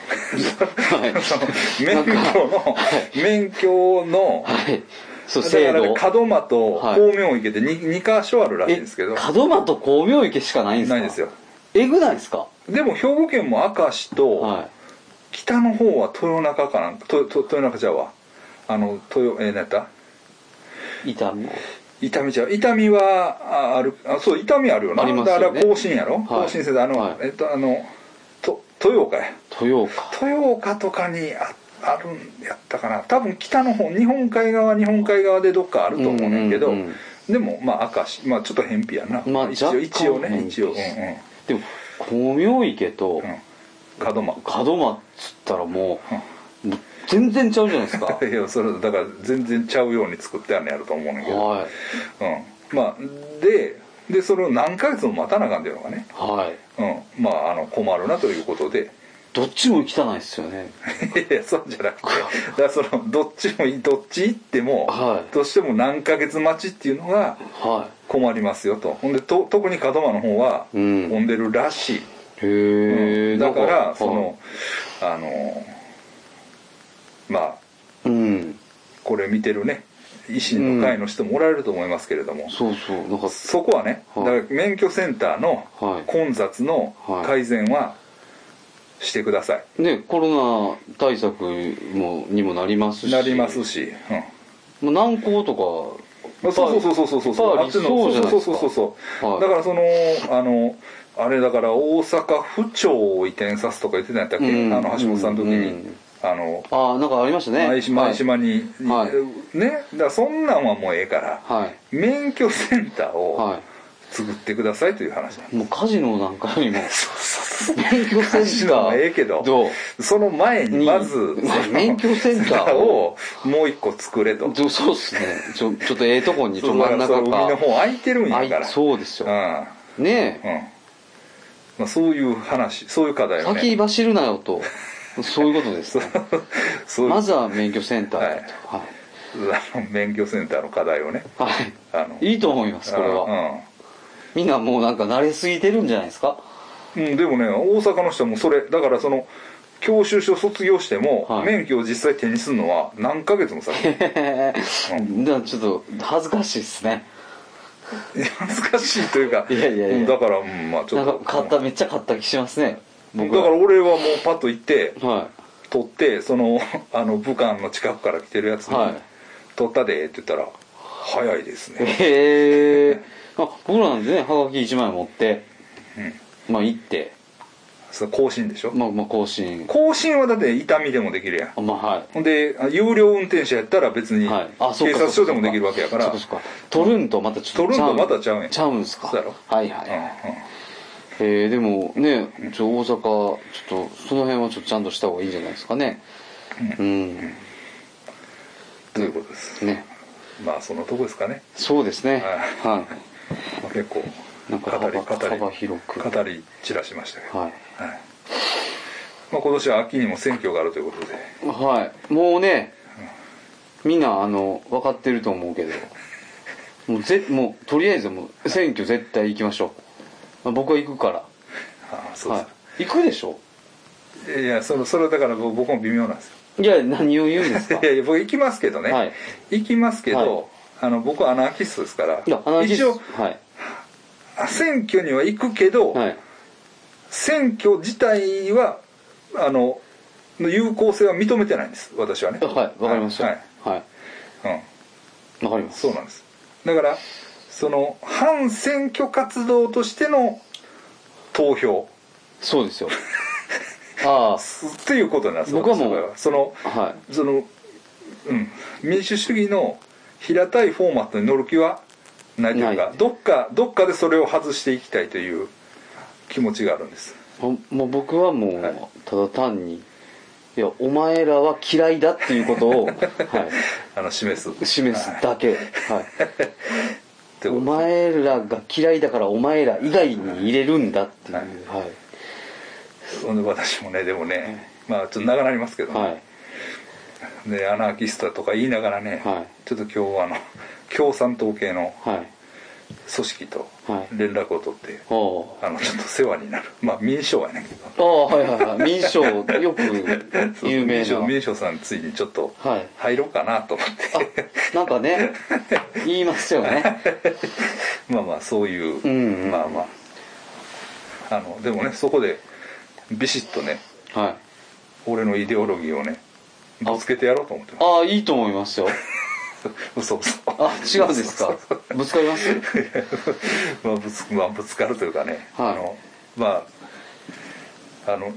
Speaker 2: は い
Speaker 1: その免許の免許の
Speaker 2: はいそう
Speaker 1: だか
Speaker 2: 制
Speaker 1: らね
Speaker 2: 度
Speaker 1: 門真と
Speaker 2: はい
Speaker 1: 光明池で 2, 2箇所あるらしいんですけど
Speaker 2: え門真と光明池しかないんですか
Speaker 1: ないんですよ
Speaker 2: えぐないですか
Speaker 1: でも兵庫県も明石と
Speaker 2: は
Speaker 1: 北の方は豊中かなんかとと豊中ちゃうわあの豊えー、何やった
Speaker 2: い痛み
Speaker 1: 伊丹ちゃう伊丹はああるあそう伊丹あるよな
Speaker 2: ありますよね
Speaker 1: だから甲信やろ、
Speaker 2: はい
Speaker 1: 甲信制であの、
Speaker 2: はい
Speaker 1: えっとあのと豊岡や
Speaker 2: 豊岡
Speaker 1: 豊岡とかにああるんやったかな多分北の方日本海側日本海側でどっかあると思うねんけど、
Speaker 2: うんうんうん
Speaker 1: でもまあ明石まあちょっと偏僻やな、
Speaker 2: まあ
Speaker 1: 一
Speaker 2: 若
Speaker 1: 応
Speaker 2: 干
Speaker 1: 一応ね
Speaker 2: 偏
Speaker 1: 一
Speaker 2: 僻
Speaker 1: 応うんうん
Speaker 2: でも光明池と
Speaker 1: うん門真
Speaker 2: 門真っつったらもうもう全然ちゃうじゃな いですかはい
Speaker 1: やそ れだから全然ちゃうように作ってあるんやると思うねんけど、う
Speaker 2: い
Speaker 1: ん、まあででそれを何ヶ月も待たなあかんっていうのがね、
Speaker 2: はい
Speaker 1: うん、まああの困るなということで
Speaker 2: どっちも汚いっすよね
Speaker 1: いやそうじゃなくてだからそのどっちもいいどっち行っても、
Speaker 2: はい
Speaker 1: どうしても何ヶ月待ちっていうのが
Speaker 2: は
Speaker 1: 困りますよとほんでと特に門真の方は
Speaker 2: うん
Speaker 1: 混んでるらしい、
Speaker 2: いへえ、
Speaker 1: だか
Speaker 2: なん
Speaker 1: らそ
Speaker 2: はい
Speaker 1: の、あのまあ
Speaker 2: うん
Speaker 1: これ見てるね維新の会の人もおられると思いますけれども、
Speaker 2: そうそうなんか
Speaker 1: そこはね、
Speaker 2: はい
Speaker 1: だから免許センターの
Speaker 2: はい
Speaker 1: 混雑の改善はしてください、
Speaker 2: ねコロナ対策もにもなりますし
Speaker 1: なりますし、うん
Speaker 2: もう難航と
Speaker 1: まあ、
Speaker 2: か
Speaker 1: そうそうそうそうそうそう
Speaker 2: いっぱいありそうじゃな
Speaker 1: そ
Speaker 2: いで
Speaker 1: う
Speaker 2: す
Speaker 1: そう
Speaker 2: か
Speaker 1: そうそう、
Speaker 2: はい
Speaker 1: だからそのあのあれだから大阪府庁を移転さすとか言ってたんやったっけ、
Speaker 2: うん
Speaker 1: あの橋本さんの時に、
Speaker 2: うん
Speaker 1: あの
Speaker 2: ああなんかありましたね
Speaker 1: 舞島,、島に、
Speaker 2: はい
Speaker 1: ねだからそんなんはもうええから、
Speaker 2: はい
Speaker 1: 免許センターを
Speaker 2: は
Speaker 1: 作ってくださいという話なんです
Speaker 2: いもうカジノなんかよりも
Speaker 1: そうそうそう
Speaker 2: 免許センター
Speaker 1: カジノもええけど
Speaker 2: どう
Speaker 1: その前に
Speaker 2: に
Speaker 1: まずその
Speaker 2: 免許センターを
Speaker 1: をもう一個作れと
Speaker 2: どうそうっすねちょちょっとええとこにちょ真ん
Speaker 1: そ
Speaker 2: 中
Speaker 1: うだからその海の
Speaker 2: か
Speaker 1: 方空いてるん
Speaker 2: あ
Speaker 1: や
Speaker 2: い
Speaker 1: から
Speaker 2: そうです
Speaker 1: うん
Speaker 2: よね
Speaker 1: うんまあ、そういう話そういう課
Speaker 2: え
Speaker 1: 題をね
Speaker 2: 先走るなよとそういうことですね
Speaker 1: そういう
Speaker 2: まずは免許センターだと
Speaker 1: あの免許センターの課題をね
Speaker 2: はい、はい
Speaker 1: あの
Speaker 2: いいと思いますこれはみんなもうなんか慣れすぎてるんじゃないですか
Speaker 1: うん、うんでもね大阪の人もそれだからその教習所卒業しても、
Speaker 2: はい
Speaker 1: 免許を実際手にするのは何ヶ月も先
Speaker 2: なんかちょっと恥ずかしいですね
Speaker 1: いや難しいというか
Speaker 2: いやいやいや
Speaker 1: うんだから、うんまあちょ
Speaker 2: な
Speaker 1: っ
Speaker 2: ん
Speaker 1: と
Speaker 2: か買っためっちゃ買った気しますね
Speaker 1: うん
Speaker 2: 僕
Speaker 1: だ
Speaker 2: は
Speaker 1: から俺はもうパッと行って
Speaker 2: は
Speaker 1: 取ってそのあの武漢の近くから来てるやつに
Speaker 2: はい
Speaker 1: 取ったで」って言ったら「早いです
Speaker 2: い
Speaker 1: ね
Speaker 2: へえ僕らなんでねはがき1枚持って、まあ行って、」
Speaker 1: それ更新でしょ
Speaker 2: まあ、まあ更新
Speaker 1: 更新はだって痛みでもできるやん
Speaker 2: あまあはい
Speaker 1: ほんであ有料運転手やったら別に
Speaker 2: はい、
Speaker 1: 警察署でもできるわけやから
Speaker 2: そうかそうか取るんとまたちょっと
Speaker 1: 取るんとまたちゃうんや
Speaker 2: ちゃうんすか
Speaker 1: そうやろ
Speaker 2: はいはい、
Speaker 1: うんうん
Speaker 2: えーでもねちょ大阪ちょっとその辺はちょっとちゃんとした方がいいんじゃないですかねうん、
Speaker 1: ということです
Speaker 2: ね
Speaker 1: まあそのとこですかね、
Speaker 2: そうですね
Speaker 1: は
Speaker 2: はい
Speaker 1: まあ、結構
Speaker 2: なんか
Speaker 1: 語り
Speaker 2: 幅
Speaker 1: 語り
Speaker 2: 幅広く
Speaker 1: 語り散らしましたけど、
Speaker 2: はい
Speaker 1: はいまあ、今年は秋にも選挙があるということで
Speaker 2: はいもうねみんなあの分かってると思うけどもうぜもうとりあえずもう選挙絶対行きましょう僕は行くから
Speaker 1: ああそうです、
Speaker 2: はい、行くでしょ
Speaker 1: いやそのそれはだから僕僕も微妙なんです
Speaker 2: いや何を言うんです
Speaker 1: よ
Speaker 2: か
Speaker 1: いやいや僕行きますけどね、
Speaker 2: はい
Speaker 1: 行きますけど、
Speaker 2: はい
Speaker 1: あの僕はアナーキストですから
Speaker 2: いや話
Speaker 1: 一応
Speaker 2: はい
Speaker 1: 選挙には行くけど、
Speaker 2: はい
Speaker 1: 選挙自体はあのの有効性は認めてないんです私はね
Speaker 2: はいわかりました
Speaker 1: は
Speaker 2: はいい、わ
Speaker 1: うん、
Speaker 2: かります
Speaker 1: そうなんですだからその反選挙活動としての投票
Speaker 2: そうで すよああ
Speaker 1: っていうことなんです
Speaker 2: 僕はもう
Speaker 1: 私の場合その
Speaker 2: は
Speaker 1: その、うん、民主主義の平たいフォーマットに乗る気はないというか
Speaker 2: ない
Speaker 1: どっかどっかでそれを外していきたいという気持ちがあるんです
Speaker 2: いももう僕はもう、
Speaker 1: はい
Speaker 2: ただ単にいやお前らは嫌いだ っていうことを、は
Speaker 1: あの示す
Speaker 2: い、示すだけはい
Speaker 1: てこ
Speaker 2: お
Speaker 1: と
Speaker 2: 前らが嫌いだからお前ら以外に入れるんだっていう
Speaker 1: はい
Speaker 2: はい
Speaker 1: ほんで私もねでもねまあちょっと長なりますけど、ね
Speaker 2: はい
Speaker 1: でアナーキストとか言いながらね、
Speaker 2: はい
Speaker 1: ちょっと今日はあの共産党系の
Speaker 2: はい
Speaker 1: 組織と
Speaker 2: はい
Speaker 1: 連絡を取って、
Speaker 2: おう
Speaker 1: あのちょっと世話になるまあ民商やねんけど
Speaker 2: ああはいはいはい民賞 よく有名
Speaker 1: 民
Speaker 2: な
Speaker 1: 商民商さんついにちょっと
Speaker 2: はい
Speaker 1: 入ろうかなと思って、
Speaker 2: あなんかね言いますよね
Speaker 1: まあまあそういう、
Speaker 2: うんうん
Speaker 1: まあまああのでもねそこでビシッとね
Speaker 2: はい
Speaker 1: 俺のイデオロギーをねぶつけてやろうと思ってま
Speaker 2: ああいいと思いますよ
Speaker 1: す嘘嘘
Speaker 2: あ違 うんですか ぶつかります
Speaker 1: まあぶつまあ、ぶつかるというかね、
Speaker 2: はい
Speaker 1: あのまああの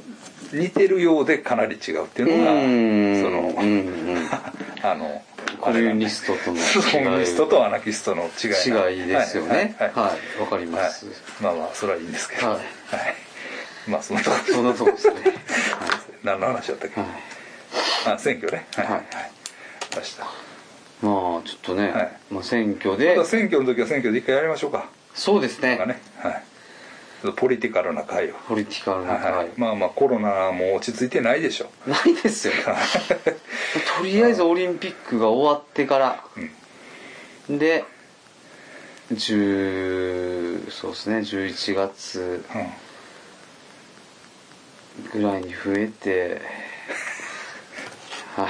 Speaker 1: 似てるようでかなり違うって
Speaker 2: う
Speaker 1: い
Speaker 2: ん
Speaker 1: うのが
Speaker 2: う
Speaker 1: その
Speaker 2: んうん
Speaker 1: あの
Speaker 2: コミュニストとの
Speaker 1: コミュニストとアナキストの違いな
Speaker 2: 違いですよね
Speaker 1: は
Speaker 2: はいい
Speaker 1: は
Speaker 2: わ、
Speaker 1: い
Speaker 2: か
Speaker 1: は
Speaker 2: り
Speaker 1: い
Speaker 2: ます、
Speaker 1: まあまあそれはいいんですけど
Speaker 2: はい
Speaker 1: まあそのとこです
Speaker 2: そんなと こですね
Speaker 1: 何の話だったっけ、
Speaker 2: はい、
Speaker 1: あ選挙ねはい、
Speaker 2: はい
Speaker 1: はい、ました
Speaker 2: まあちょっとね、
Speaker 1: はい
Speaker 2: まあ、選挙
Speaker 1: ま
Speaker 2: で
Speaker 1: た選挙の時は選挙で一回やりましょうか
Speaker 2: そうです
Speaker 1: なんか
Speaker 2: ね
Speaker 1: ねはいちょっとポリティカルな会を
Speaker 2: ポリティカルな
Speaker 1: はい
Speaker 2: 会、
Speaker 1: まあまあコロナも落ち着いてないでしょ
Speaker 2: ないですよとりあえずオリンピックが終わってから、で10そうですね11月
Speaker 1: うん
Speaker 2: ぐらいに増えては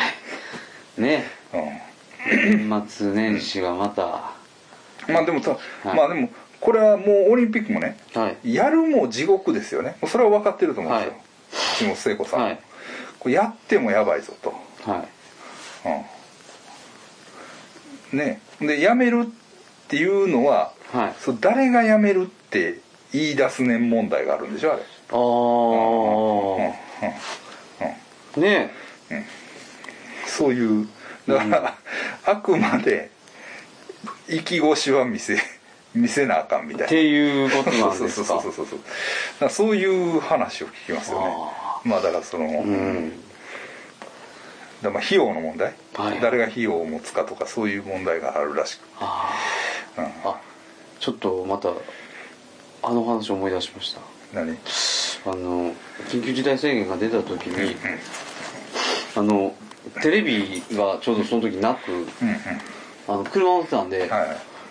Speaker 2: いね
Speaker 1: う
Speaker 2: 年末年始がまた、
Speaker 1: んまあでもた、
Speaker 2: い
Speaker 1: まあでもこれはもうオリンピックもね
Speaker 2: はい
Speaker 1: やるも地獄ですよねもうそれは分かってると思うんですよ、
Speaker 2: は
Speaker 1: 橋本聖子さん、
Speaker 2: はい
Speaker 1: これやってもやばいぞと、
Speaker 2: はい
Speaker 1: うん、ねでやめるっていうのは
Speaker 2: はい
Speaker 1: そう誰がやめるって言い出す年問題があるんでしょあれ
Speaker 2: ああ、ね
Speaker 1: そういうだから、あくまで生き越しは見せ見せなあかんみた
Speaker 2: え
Speaker 1: いな
Speaker 2: っていうこと
Speaker 1: そう
Speaker 2: なん
Speaker 1: そう
Speaker 2: で
Speaker 1: そう
Speaker 2: す
Speaker 1: そ
Speaker 2: か
Speaker 1: うそうそうだからそういう話を聞きますよね
Speaker 2: あ
Speaker 1: まあだからその、
Speaker 2: うん
Speaker 1: だからまあ費用の問題、
Speaker 2: はい
Speaker 1: 誰が費用を持つかとかそういう問題があるらしく、
Speaker 2: あ
Speaker 1: うん、
Speaker 2: ーあちょっとまたあの話思い出しまし
Speaker 1: 何
Speaker 2: たあの緊急事態宣言が出た時にあのテレビがちょうどその時なく
Speaker 1: うんうん
Speaker 2: あの車乗ってたんで、
Speaker 1: はいはい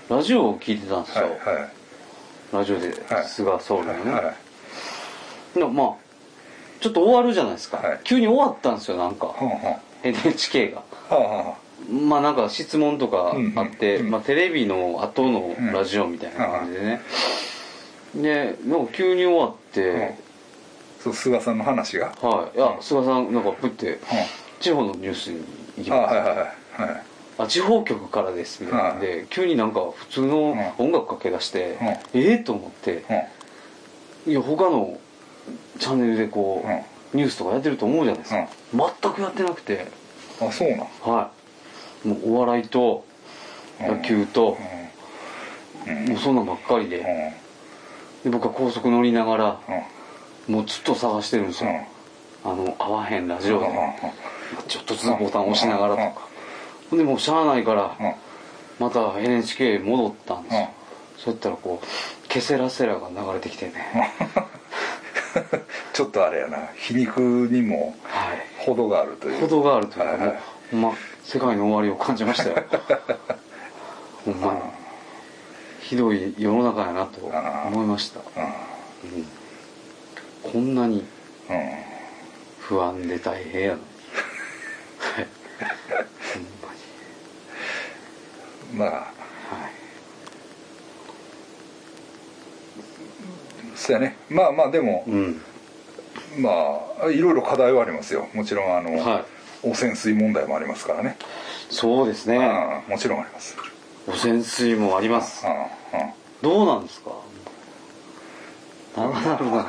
Speaker 2: ラジオを聞いてたんです
Speaker 1: は
Speaker 2: よ、
Speaker 1: いはい
Speaker 2: ラジオで
Speaker 1: はい
Speaker 2: 菅総理のね、
Speaker 1: はいはい
Speaker 2: でもまあちょっと終わるじゃないですか、
Speaker 1: はい
Speaker 2: 急に終わったんですよなんか
Speaker 1: ほんほん
Speaker 2: NHK が
Speaker 1: はあは
Speaker 2: まあなんか質問とかあって、
Speaker 1: うんうん
Speaker 2: まあ、テレビの後のラジオみたいな感じでね、でなんか急に終わって、
Speaker 1: あそう菅さんの話が、
Speaker 2: はいいや菅さんなんかプって
Speaker 1: う
Speaker 2: 地方のニュースに行き
Speaker 1: ん、あ
Speaker 2: ま
Speaker 1: はい
Speaker 2: す
Speaker 1: はいはいはい
Speaker 2: あ地方局からですみたいなんで、急になんか普通の音楽かけ出して、
Speaker 1: うん
Speaker 2: ええと思って、
Speaker 1: う
Speaker 2: いや他のチャンネルでこう、
Speaker 1: うん
Speaker 2: ニュースとかやってると思うじゃないですか、全くやってなくて
Speaker 1: んあそうなん
Speaker 2: はいもうお笑いと野球と、もうそんなんばっかりで、
Speaker 1: うんうん
Speaker 2: で僕は高速乗りながら
Speaker 1: うん
Speaker 2: もうずっと探してるんですよ、あの合わへんラジオで、
Speaker 1: うんうん
Speaker 2: ちょっとずつボタン押しながらとか、ほんでもうしゃあないから、
Speaker 1: うん
Speaker 2: また NHK 戻ったんですよ、
Speaker 1: うん
Speaker 2: そうやったらこう「ケセラセラ」が流れてきてね、
Speaker 1: ちょっとあれやな皮肉にも
Speaker 2: はい
Speaker 1: 程があるという
Speaker 2: ほどがあるというか、
Speaker 1: はいはい
Speaker 2: もうほんま世界の終わりを感じ ましたよほんまにひどい世の中やなと思いました、うんこんなに
Speaker 1: うん
Speaker 2: 不安で大変やのにはいほんまに
Speaker 1: うん、まあ
Speaker 2: はい
Speaker 1: そうやねまあまあでも、
Speaker 2: うん
Speaker 1: まあいろいろ課題はありますよもちろんあの、
Speaker 2: はい
Speaker 1: 汚染水問題もありますからね、
Speaker 2: そうですね
Speaker 1: うんもちろんあります、
Speaker 2: 汚染水もあります
Speaker 1: うん
Speaker 2: どうなんですか長なるな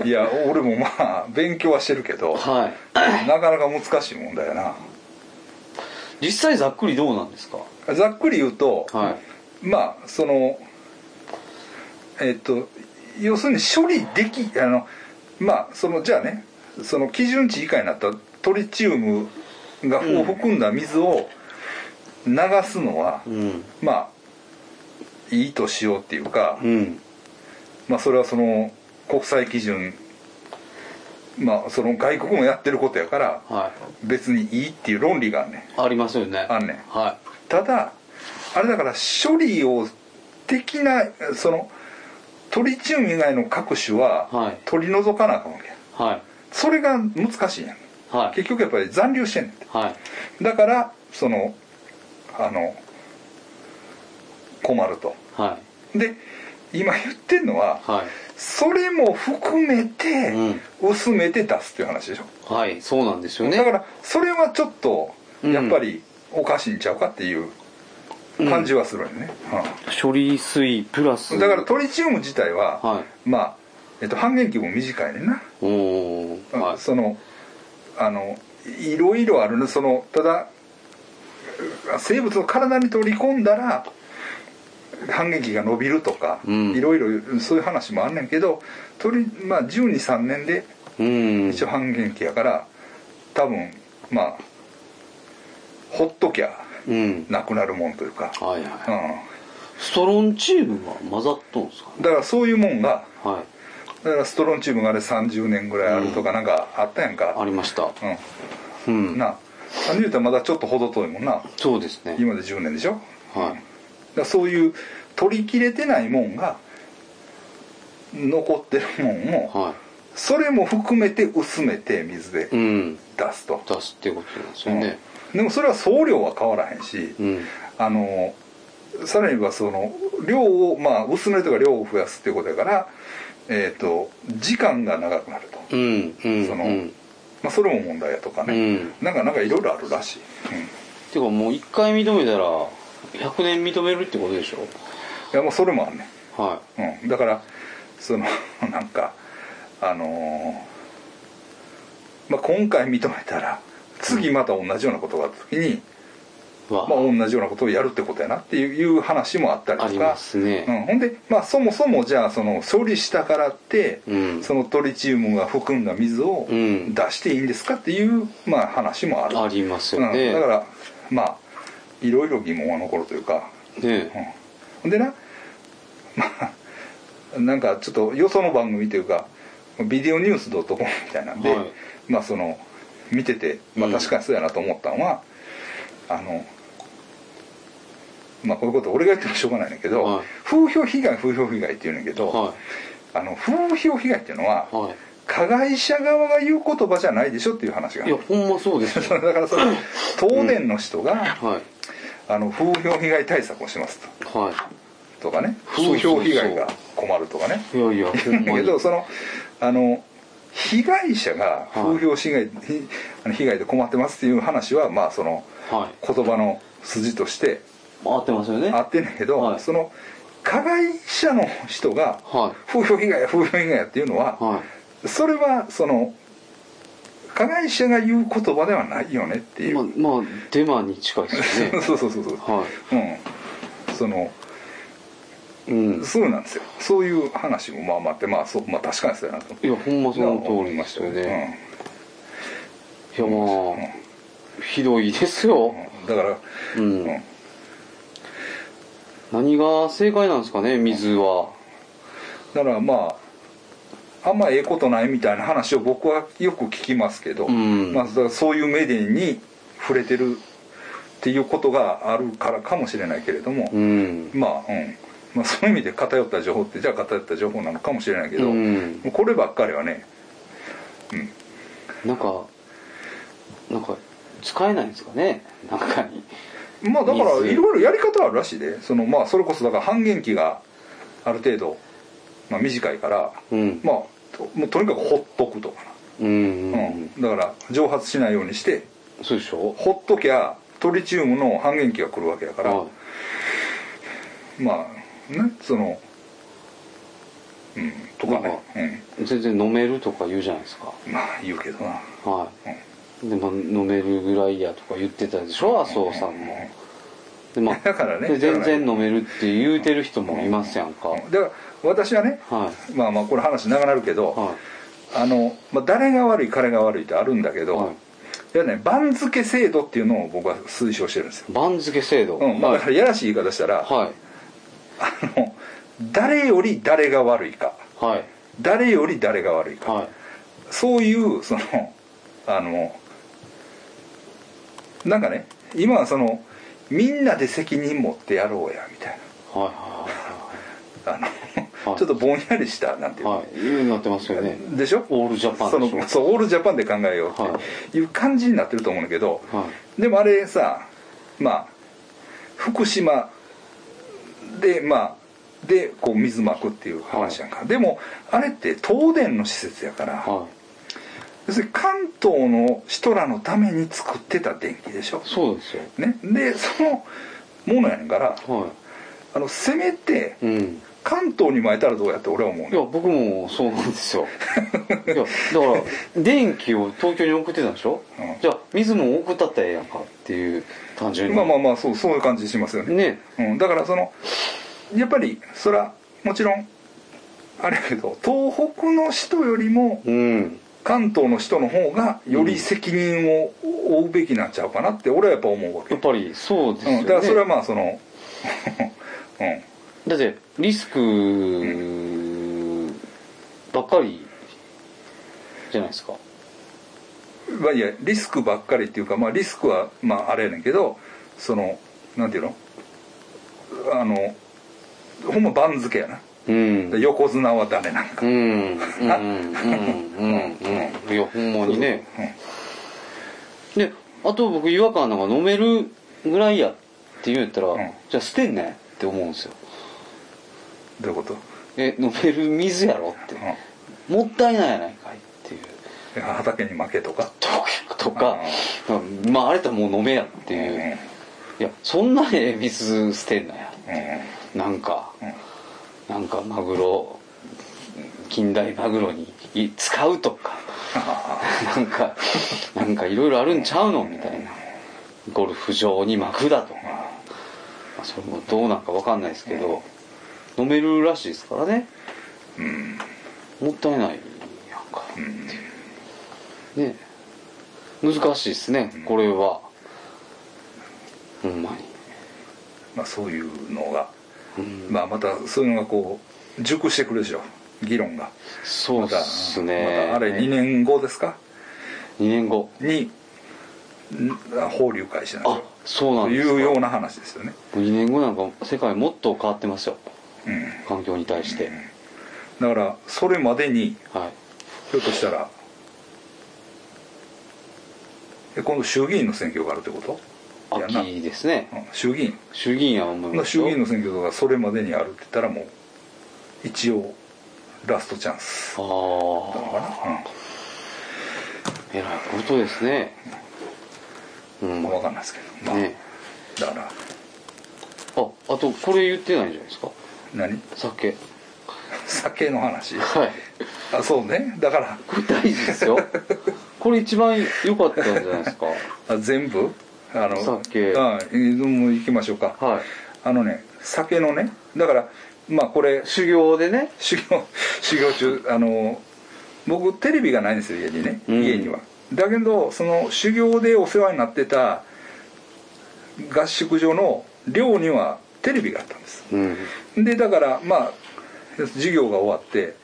Speaker 1: うん、いや俺もまあ勉強はしてるけど
Speaker 2: はい
Speaker 1: なかなか難しい問題やな
Speaker 2: 実際ざっくりどうなんですか
Speaker 1: ざっくり言うと、
Speaker 2: はい
Speaker 1: まあそのえっと要するに処理できあのまあそのじゃあねその基準値以下になったトリチウムがを含んだ水を流すのは、
Speaker 2: うん
Speaker 1: まあいいとしようっていうか、
Speaker 4: うん
Speaker 1: まあ、それはその国際基準まあその外国もやってることやから
Speaker 2: は
Speaker 1: 別にいいっていう論理があんねん
Speaker 2: いありますよね
Speaker 1: あんねん
Speaker 2: は
Speaker 1: ただあれだから処理を的なそのトリチウム以外の各種
Speaker 2: は
Speaker 1: はい取り除かなあかんわけや
Speaker 2: いはい
Speaker 1: それが難しいやん
Speaker 2: はい
Speaker 1: 結局やっぱり残留してんねんて
Speaker 2: はい
Speaker 1: だからそのあの困ると
Speaker 2: はい
Speaker 1: で今言ってんのは
Speaker 2: は
Speaker 1: それも含めて薄めて出すっていう話でしょ、
Speaker 2: いはいそうなんですよね
Speaker 1: だからそれはちょっと
Speaker 2: うん
Speaker 1: やっぱりおかしいんちゃうかっていう感じはするよね、
Speaker 2: 処理水プラ
Speaker 1: う
Speaker 2: ス
Speaker 1: んだからトリチウム自体は、
Speaker 2: はい
Speaker 1: まあ、えっと、半減期も短いねんな、
Speaker 2: おおはい
Speaker 1: そのあのいろいろあるねそのただ生物を体に取り込んだら半減期が伸びるとか、
Speaker 2: うん
Speaker 1: いろいろそういう話もあんねんけどとり、まあ、123年で
Speaker 2: うん
Speaker 1: 一応半減期やから多分まあほっときゃ
Speaker 2: うん
Speaker 1: なくなるもんというか、
Speaker 2: はいは
Speaker 1: う
Speaker 2: いストロンチームは混ざっとんですかね
Speaker 1: ん、だからそういうもんが
Speaker 2: はい
Speaker 1: だからストロンチウムがあれ30年ぐらいあるとかなんかあったやん
Speaker 2: あ
Speaker 1: か、
Speaker 2: りました
Speaker 1: うん
Speaker 2: うん
Speaker 1: なあ30ってまだちょっと程遠いもんな
Speaker 2: そうですね
Speaker 1: 今で10年でしょだか
Speaker 2: はい
Speaker 1: らそういう取り切れてないもんが残ってるもんを
Speaker 2: は
Speaker 1: それも含めて薄めて水で
Speaker 2: いうん
Speaker 1: 出すと、
Speaker 2: 出すっていうことなんですよね
Speaker 1: うんでもそれは送料は変わらへんし、
Speaker 2: うん
Speaker 1: あのさらにはその量をまあ薄めるとか量を増やすっていうことだから、えー、と時間が長くなると、
Speaker 2: うんうん
Speaker 1: その
Speaker 2: うん
Speaker 1: まあ、それも問題やとか
Speaker 2: う
Speaker 1: ね、
Speaker 2: ん
Speaker 1: なんかなんかいろいろあるらしい、うん、い
Speaker 2: てかもう一回認めたら100年認めるってことでしょ
Speaker 1: やもうそれもあるね
Speaker 2: は
Speaker 1: うん、だからその なんかあのーまあ、今回認めたら次また同じようなことがあった時に、
Speaker 2: い
Speaker 1: ま
Speaker 2: は
Speaker 1: あ、同じようなことをやるってことやなっていういう話もあったり
Speaker 2: あ
Speaker 1: と
Speaker 2: りま
Speaker 1: か、
Speaker 2: すね
Speaker 1: うん、ほんで、まあ、そもそもじゃあその処理したからって、
Speaker 2: うん
Speaker 1: そのトリチウムが含んだ水を
Speaker 2: うん
Speaker 1: 出していいんですかっていう、まあ、話もある
Speaker 2: ありますよ
Speaker 1: う
Speaker 2: ね
Speaker 1: ん、だからまあいろいろ疑問は残るというか
Speaker 2: ね
Speaker 1: ほんでなまあなんかちょっとよその番組というかビデオニュース .com みたいなんで、
Speaker 2: はい
Speaker 1: まあその見てて、まあ、
Speaker 2: うん
Speaker 1: 確かにそうやなと思ったのは、あのまあこういうこと俺が言ってもしょうがないんだけど、
Speaker 2: はい
Speaker 1: 風評被害風評被害って言うねんだけど、
Speaker 2: は
Speaker 1: あの風評被害っていうのはい
Speaker 2: は
Speaker 1: 加害者側が言う言葉じゃないでしょっていう話があ
Speaker 2: いい
Speaker 1: る
Speaker 2: やほんまそうですよ
Speaker 1: だから それ東電の人が、
Speaker 2: はい
Speaker 1: あの風評被害対策をしますと
Speaker 2: は
Speaker 1: とかね
Speaker 2: そうそうそう
Speaker 1: 風評被害が困るとか ね
Speaker 2: いいやいやほん
Speaker 1: だ
Speaker 2: ま
Speaker 1: け
Speaker 2: に
Speaker 1: どそのあの被害者が風評被害,ひ、あの被害で困ってますっていう話はまあその
Speaker 2: はい
Speaker 1: 言葉の筋として
Speaker 2: 合ってますよね
Speaker 1: あってんだけど、
Speaker 2: はい
Speaker 1: その加害者の人が
Speaker 2: は
Speaker 1: 風評被害や風評被害やっていうのは、
Speaker 2: いは
Speaker 1: それはその加害者が言う言葉ではないよねって
Speaker 2: い
Speaker 1: いう、
Speaker 2: まあまあデマに近いですよね
Speaker 1: そうそうそうそう、
Speaker 2: は
Speaker 1: うんその
Speaker 2: いうん
Speaker 1: そうなんですよそういう話もまあまああってまあそうまあ確かにそうやなと
Speaker 2: いやほんまその通り
Speaker 1: ま
Speaker 2: で
Speaker 1: し
Speaker 2: す
Speaker 1: た
Speaker 2: よね、いやまあひどいですよ
Speaker 1: うんだから、
Speaker 2: う
Speaker 1: うん
Speaker 2: ん何が正解なんですかね水は
Speaker 1: だからまああんまええことないみたいな話を僕はよく聞きますけど、
Speaker 2: うん
Speaker 1: まあ、だからそういうメディアに触れてるっていうことがあるからかもしれないけれども、
Speaker 2: うん
Speaker 1: まあうんまあ、そういう意味で偏った情報ってじゃあ偏った情報なのかもしれないけど、
Speaker 2: うん
Speaker 1: もうこればっかりはね
Speaker 2: なんかなんか使えないんですかね中に
Speaker 1: まあだから
Speaker 2: 水
Speaker 1: いろいろやり方あるらしいでそのまあそれこそだから半減期がある程度、まあ、短いから
Speaker 2: うん
Speaker 1: まあともうとにかくほっとくとか
Speaker 2: うんうん
Speaker 1: な、
Speaker 2: う
Speaker 1: うんんだから蒸発しないようにして
Speaker 2: そうでしょ
Speaker 1: ほっときゃトリチウムの半減期が来るわけやから、
Speaker 2: は
Speaker 1: まあねそのうんとかね、
Speaker 2: い全然飲めるとか言うじゃないですか
Speaker 1: うん、まあ言うけどな
Speaker 2: はいでまあ飲めるぐらいやとか言ってたでしょ麻生さんもでまあ
Speaker 1: だからね
Speaker 2: で
Speaker 1: だか
Speaker 2: 全
Speaker 1: ら
Speaker 2: 然飲めるって言うてる人もいますやんかは
Speaker 1: うんだから私はね
Speaker 2: い
Speaker 1: まあまあこれ話長なるけど、
Speaker 2: は
Speaker 1: あの、まあ、誰が悪い彼が悪いってあるんだけ
Speaker 2: い
Speaker 1: ど、
Speaker 2: はい
Speaker 1: やね番付制度っていうのを僕は推奨してるんですよ、
Speaker 2: い番付制度
Speaker 1: うんまあ、
Speaker 2: は
Speaker 1: だからやらしい言い方したら、
Speaker 2: いはい
Speaker 1: あの誰より誰が悪いか
Speaker 2: はい
Speaker 1: 誰より誰が悪いか、
Speaker 2: はい
Speaker 1: そういうそのあのなんかね今はそのみんなで責任持ってやろうやみたい
Speaker 2: はい
Speaker 1: なあの、
Speaker 2: はい
Speaker 1: ちょっとぼんやりしたなんていうの、
Speaker 2: はいはいいうようになってますよね
Speaker 1: でしょ
Speaker 2: オールジャパンでし
Speaker 1: そ
Speaker 2: ょ
Speaker 1: のそうオールジャパンで考えよう
Speaker 2: は
Speaker 1: っていう感じになってると思うんだけど、
Speaker 2: はい
Speaker 1: でもあれさまあ福島でまあでこう水まくっていう話やんか、でもあれって東電の施設やから、
Speaker 2: は
Speaker 1: 要するに関東の人らのために作ってた電気でしょ
Speaker 2: い、そうですよ
Speaker 1: ね、でそのものやねんから
Speaker 2: は
Speaker 1: あのせめて
Speaker 2: いうん
Speaker 1: 関東に巻いたらどうやって俺は思う
Speaker 2: いや
Speaker 1: の
Speaker 2: 僕もそうなんですよいやだから電気を東京に送ってたんでしょ、
Speaker 1: うん
Speaker 2: じゃあ水も送ったったらええやんかっていう単純に
Speaker 1: まあまあまあそうそういう感じしますよね
Speaker 2: ね
Speaker 1: うん、だからそのやっぱりそらもちろんあれやけど東北の人よりも
Speaker 2: うん
Speaker 1: 関東の人の方がより責任を負うべきなんちゃうかなって俺はやっぱ思うわけ、
Speaker 2: やっぱりそうですよね、
Speaker 1: うん、だからそれはまあその うん
Speaker 2: だってリスクばっかりじゃないですか
Speaker 1: まあ、いやリスクばっかりっていうか、まあ、リスクはまああれやねんけどそのなんていうのあのほんま番付やな
Speaker 2: うんう
Speaker 1: で
Speaker 2: ん
Speaker 1: 横綱は誰なんか、
Speaker 2: うんうんうんうんいやほんまにねであと僕違和感なんか飲めるぐらいやって言うんやったら、
Speaker 1: ん
Speaker 2: じゃあ捨てんねって思うんですよ
Speaker 1: どういうこと、
Speaker 2: え飲める水やろって
Speaker 1: うん、い
Speaker 2: もったいないやないかいっていう
Speaker 1: や畑に負けとか
Speaker 2: とかとかうんまああれともう飲めやって
Speaker 1: うん、
Speaker 2: いううんいやそんなええ水捨てんなやなんか、
Speaker 1: うん
Speaker 2: なんかマグロ近代マグロにい使うと かなんかなんかいろいろあるんちゃうのみたいなゴルフ場に巻くだとか、まあ、それもどうなんかわかんないですけど、飲めるらしいですからね、もったいないやんか、ね難しいですねこれは、ほんまに、
Speaker 1: まあ、そういうのが、
Speaker 2: うん
Speaker 1: まあ、またそういうのがこう熟してくるでしょ議論が
Speaker 2: そう
Speaker 1: また
Speaker 2: ですね
Speaker 1: またあれ2年後ですか
Speaker 2: 2年後
Speaker 1: にん放流開始なんです
Speaker 2: あ
Speaker 1: よ
Speaker 2: そうな
Speaker 1: と
Speaker 2: んです
Speaker 1: い
Speaker 2: か
Speaker 1: うような話ですよね、
Speaker 2: 2年後なんか世界もっと変わってますよ
Speaker 1: うん、
Speaker 2: 環境に対して、
Speaker 1: だからそれまでに
Speaker 2: はい
Speaker 1: ひょっとしたらえ今度衆議院の選挙があるってこといやな
Speaker 2: 秋ですね
Speaker 1: うん衆議院
Speaker 2: 衆議院や思います
Speaker 1: 衆
Speaker 2: よ
Speaker 1: 議院の選挙とかそれまでにあるって言ったらもう一応ラストチャンス
Speaker 2: あ
Speaker 1: なのかな、
Speaker 2: あえらいことですねうん
Speaker 1: うん、
Speaker 2: ね
Speaker 1: 分かんないですけど、まあだから
Speaker 2: ああとこれ言ってないじゃないですか
Speaker 1: 何
Speaker 2: 酒
Speaker 1: 酒の話
Speaker 2: はい
Speaker 1: あそうねだから
Speaker 2: これ大事ですよこれ一番良かったんじゃないですか
Speaker 1: あ全部あの
Speaker 2: 酒
Speaker 1: あえーもう行きましょうか
Speaker 2: はい
Speaker 1: あのね酒のねだからまあこれ
Speaker 2: 修行でね
Speaker 1: 修行 修行中あの僕テレビがないんですよ家にね
Speaker 2: うん
Speaker 1: 家には、だけどその修行でお世話になってた合宿所の寮にはテレビがあったんです
Speaker 2: うん
Speaker 1: でだからまあ授業が終わって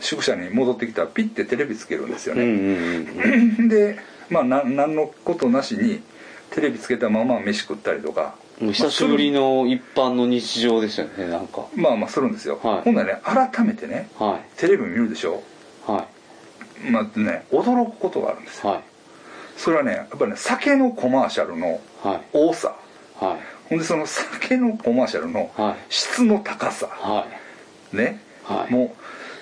Speaker 1: 宿舎に戻ってきたらピッてテレビつけるんですよ
Speaker 2: うんう
Speaker 1: ね、
Speaker 2: んう ん
Speaker 1: でまあな何のことなしにテレビつけたまま飯食ったりとか
Speaker 2: もう久しぶりの一般の日常ですよねなんか
Speaker 1: まあまあするんですよ、
Speaker 2: はい
Speaker 1: ほんならね改めてね
Speaker 2: は
Speaker 1: テレビ見るでしょ
Speaker 2: いは
Speaker 1: まあね驚くことがあるんです
Speaker 2: い
Speaker 1: よ
Speaker 2: はい
Speaker 1: それはねやっぱりね酒のコマーシャルの
Speaker 2: はい
Speaker 1: 多さ
Speaker 2: はい
Speaker 1: ほんでその酒のコマーシャルの
Speaker 2: はい
Speaker 1: 質の高さ
Speaker 2: はい
Speaker 1: ね、
Speaker 2: はい
Speaker 1: もう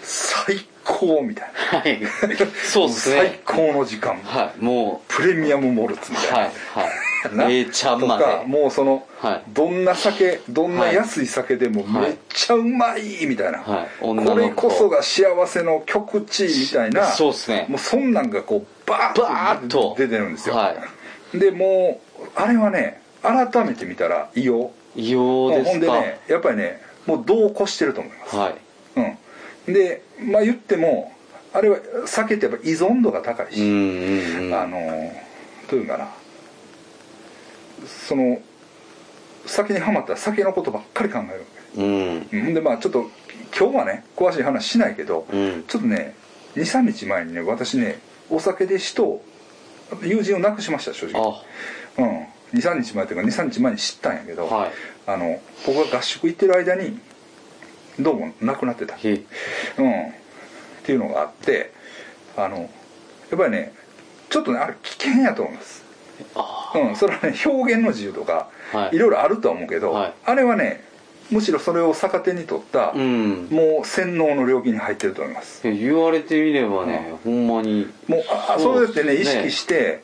Speaker 1: 最高みたいな
Speaker 2: はい そうです
Speaker 1: 最
Speaker 2: ね
Speaker 1: 高の時間
Speaker 2: はいも
Speaker 1: プレミアムモルツみ
Speaker 2: う
Speaker 1: たいな、
Speaker 2: はい
Speaker 1: な
Speaker 2: はい A ちゃん
Speaker 1: と
Speaker 2: まで
Speaker 1: かもうその、
Speaker 2: はい
Speaker 1: どんな酒どんな
Speaker 2: はい
Speaker 1: 安い酒でも
Speaker 2: は
Speaker 1: め
Speaker 2: い
Speaker 1: っちゃうまいみたいな、
Speaker 2: はい
Speaker 1: こ
Speaker 2: 女の子
Speaker 1: れこそが幸せの極致みたいな
Speaker 2: そうっすね
Speaker 1: もうそんなんがこうバー
Speaker 2: バー
Speaker 1: ッ
Speaker 2: ッ
Speaker 1: と
Speaker 2: と
Speaker 1: 出てるんですよ、
Speaker 2: は
Speaker 1: でもうあれはね改めて見たら異様
Speaker 2: 異様で
Speaker 1: ほん
Speaker 2: す
Speaker 1: で
Speaker 2: か
Speaker 1: ねやっぱりねもう度を越してると思います、
Speaker 2: はい
Speaker 1: うん、でまあ言ってもあれは酒ってやっぱ依存度が高いし、
Speaker 2: うんうんうん
Speaker 1: あのというかなその酒にはまったら酒のことばっかり考えるわけ
Speaker 2: うん
Speaker 1: うんでまあちょっと今日はね詳しい話しないけど、
Speaker 2: うん
Speaker 1: ちょっとね23日前にね私ねお酒で人を友人を亡くしました正直
Speaker 2: あ
Speaker 1: うん23日前というか23日前に知ったんやけど、
Speaker 2: はい
Speaker 1: あの僕が合宿行ってる間にどうも亡くなってた
Speaker 2: へ
Speaker 1: うん、っていうのがあってあのやっぱりねちょっとねあれ危険やと思います
Speaker 2: あ
Speaker 1: うん、それはね表現の自由とか、
Speaker 2: はい
Speaker 1: いろいろあるとは思うけど、
Speaker 2: はい
Speaker 1: あれはねむしろそれを逆手に取った、
Speaker 2: うん
Speaker 1: もう洗脳の領域に入ってると思います
Speaker 2: いや言われてみればね、ほんまに
Speaker 1: もうあそ
Speaker 2: そうう
Speaker 1: やっ
Speaker 2: です
Speaker 1: てね意識して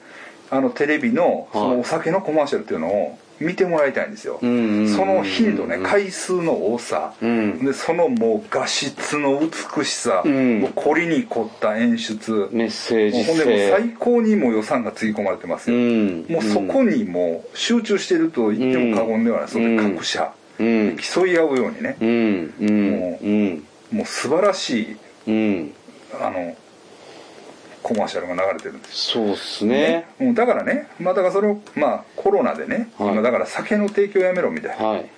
Speaker 1: あのテレビのそ
Speaker 2: は
Speaker 1: の
Speaker 2: い
Speaker 1: お酒のコマーシャルっていうのを見てもらいたいんですよ、
Speaker 2: うんうんうんうん
Speaker 1: その頻度ね回数の多さ、
Speaker 2: うん
Speaker 1: でそのもう画質の美しさ、
Speaker 2: うん
Speaker 1: もう凝りに凝った演出、
Speaker 2: メッセー
Speaker 1: もう
Speaker 2: ジ
Speaker 1: ほんでもう
Speaker 2: 性
Speaker 1: 最高にも予算がつぎ込まれてます
Speaker 2: う
Speaker 1: よ、
Speaker 2: ん
Speaker 1: もうそこにもう集中してると言っても過言ではない、それで
Speaker 2: うん
Speaker 1: 各社
Speaker 2: うん
Speaker 1: 競い合うようにね
Speaker 2: う、んうん
Speaker 1: もう
Speaker 2: うん
Speaker 1: もう素晴らしい
Speaker 2: うん
Speaker 1: あのコマーシャルが流れてるんです
Speaker 2: そうっすね
Speaker 1: うん、だからね、まあ、だからそれを、まあ、コロナでね、
Speaker 2: はい
Speaker 1: 今だから酒の提供やめろみたいな、
Speaker 2: はい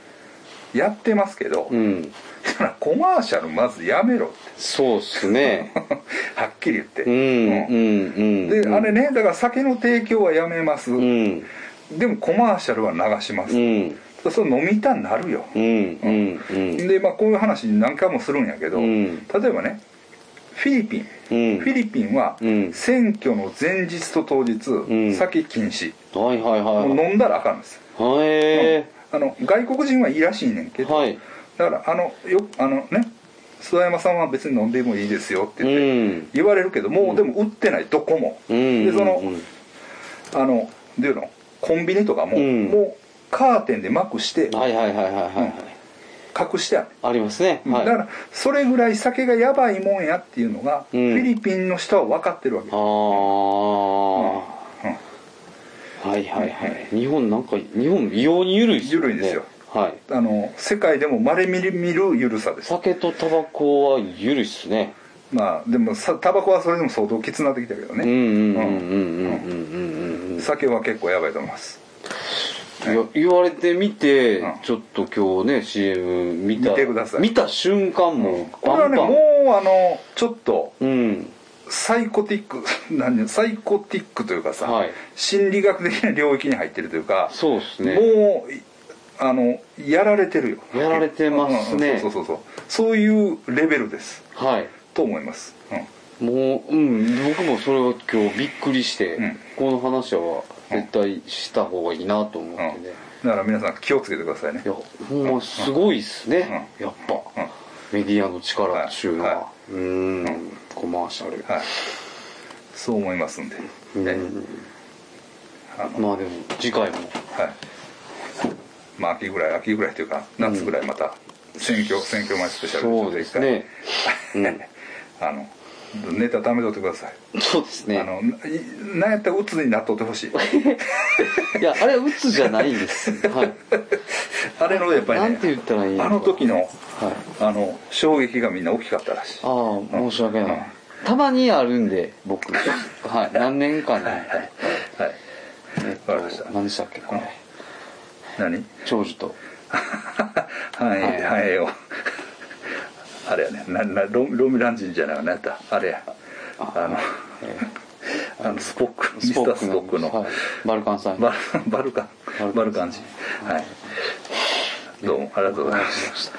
Speaker 1: やってますけど、
Speaker 2: うん
Speaker 1: だからコマーシャルまずやめろっ
Speaker 2: そうっすね
Speaker 1: てはっきり言って、
Speaker 2: うんうんうん
Speaker 1: で、
Speaker 2: うん
Speaker 1: あれねだから酒の提供はやめます、
Speaker 2: うん
Speaker 1: でもコマーシャルは流します、
Speaker 2: うん
Speaker 1: それ飲みたになるよ、
Speaker 2: うんうんうん
Speaker 1: で、まあ、こういう話何回もするんやけど、
Speaker 2: うん
Speaker 1: 例えばねフィリピン、
Speaker 2: うん
Speaker 1: フィリピンは
Speaker 2: うん
Speaker 1: 選挙の前日と当日、
Speaker 2: ん
Speaker 1: 酒禁止、
Speaker 2: はいはいはい
Speaker 1: もう飲んだらあかんんです
Speaker 2: はいへ
Speaker 1: あの外国人はいいらしいねんけ
Speaker 2: え
Speaker 1: ど、
Speaker 2: はい
Speaker 1: だからあのよあのね須山さんは別に飲んでもいいですよって
Speaker 2: う
Speaker 1: 言って
Speaker 2: ん
Speaker 1: 言われるけど、もうでも売ってないどこも、
Speaker 2: うん
Speaker 1: でその
Speaker 2: うん
Speaker 1: あのどういうのコンビニとかも、
Speaker 2: うん
Speaker 1: もうカーテンでまくして
Speaker 2: はいはいはいはいはいはい
Speaker 1: 隠してある、
Speaker 2: ありますねはい
Speaker 1: だからそれぐらい酒がやばいもんやっていうのが、
Speaker 2: うん
Speaker 1: フィリピンの人は分かってるわけ
Speaker 2: ああ、はいはいはい、日本なんか日本異様に緩いですよね
Speaker 1: 緩いですよ
Speaker 2: はい
Speaker 1: あの世界でもまれに見る緩さです
Speaker 2: 酒とタバコは緩いっすね
Speaker 1: まあでもさタバコはそれでも相当きつなってきたけど
Speaker 2: うん
Speaker 1: ね、
Speaker 2: うんうんうんうんうんうんうん
Speaker 1: 酒は結構やばいと思います
Speaker 2: いや言われてみて、
Speaker 1: うん
Speaker 2: ちょっと今日ね CM 見た
Speaker 1: 見てください
Speaker 2: 見た瞬間も
Speaker 1: これはね
Speaker 2: バンバン
Speaker 1: もうあのちょっと
Speaker 2: うん
Speaker 1: サイコティック何サイコティックというかさ、
Speaker 2: はい
Speaker 1: 心理学的な領域に入ってるというか
Speaker 2: そうですね
Speaker 1: もういあのやられてるよ
Speaker 2: やられてます
Speaker 1: う
Speaker 2: ね
Speaker 1: んうんそうそうそうそうそういうレベルです
Speaker 2: はい
Speaker 1: と思います、うん
Speaker 2: もううん僕もそれは今日びっくりして、
Speaker 1: うん
Speaker 2: この話は絶対した方がいいなと思ってね、
Speaker 1: うんだから皆さん気をつけてくださいね
Speaker 2: いやほんますごいっすね、やっぱ、
Speaker 1: うん
Speaker 2: メディアの力っていうのは、
Speaker 1: は
Speaker 2: うーんコマーシャル、
Speaker 1: はいそう思いますんで、
Speaker 2: うん
Speaker 1: はいあの
Speaker 2: まあでも次回も
Speaker 1: はいまあ秋ぐらい秋ぐらいというか夏ぐらいまた選挙、選挙前スペシャル
Speaker 2: そう
Speaker 1: ちょっと
Speaker 2: で
Speaker 1: 一
Speaker 2: す
Speaker 1: 回
Speaker 2: ね、うん、
Speaker 1: あのネタ貯めとってください
Speaker 2: そうです
Speaker 1: あ
Speaker 2: ね
Speaker 1: のいなんやったら鬱になっとってほしい
Speaker 2: いやあれは鬱じゃないんです、 はい、
Speaker 1: あれのやっぱりね
Speaker 2: なんて言ったらいいのか
Speaker 1: あの時の
Speaker 2: はい、
Speaker 1: あの衝撃がみんな大きかったらしい
Speaker 2: ああ申し訳ない、
Speaker 1: うん
Speaker 2: たまにあるんで僕はい何年かに、
Speaker 1: はい
Speaker 2: えっ
Speaker 1: わかりました
Speaker 2: と何でしたっけこれ
Speaker 1: 何
Speaker 2: 長寿と
Speaker 1: 繁
Speaker 2: は
Speaker 1: 栄
Speaker 2: い
Speaker 1: 繁栄を あれやねななロロミラン人じゃないわねやったあれやあの
Speaker 2: え
Speaker 1: あのスポックミ
Speaker 2: ー
Speaker 1: スタースポックの
Speaker 2: はいバルカンさん
Speaker 1: バルバルカンバ
Speaker 2: バ
Speaker 1: ル
Speaker 2: ル
Speaker 1: カ
Speaker 2: カ
Speaker 1: ン
Speaker 2: ン
Speaker 1: 人はいどうもありがとうございました
Speaker 2: した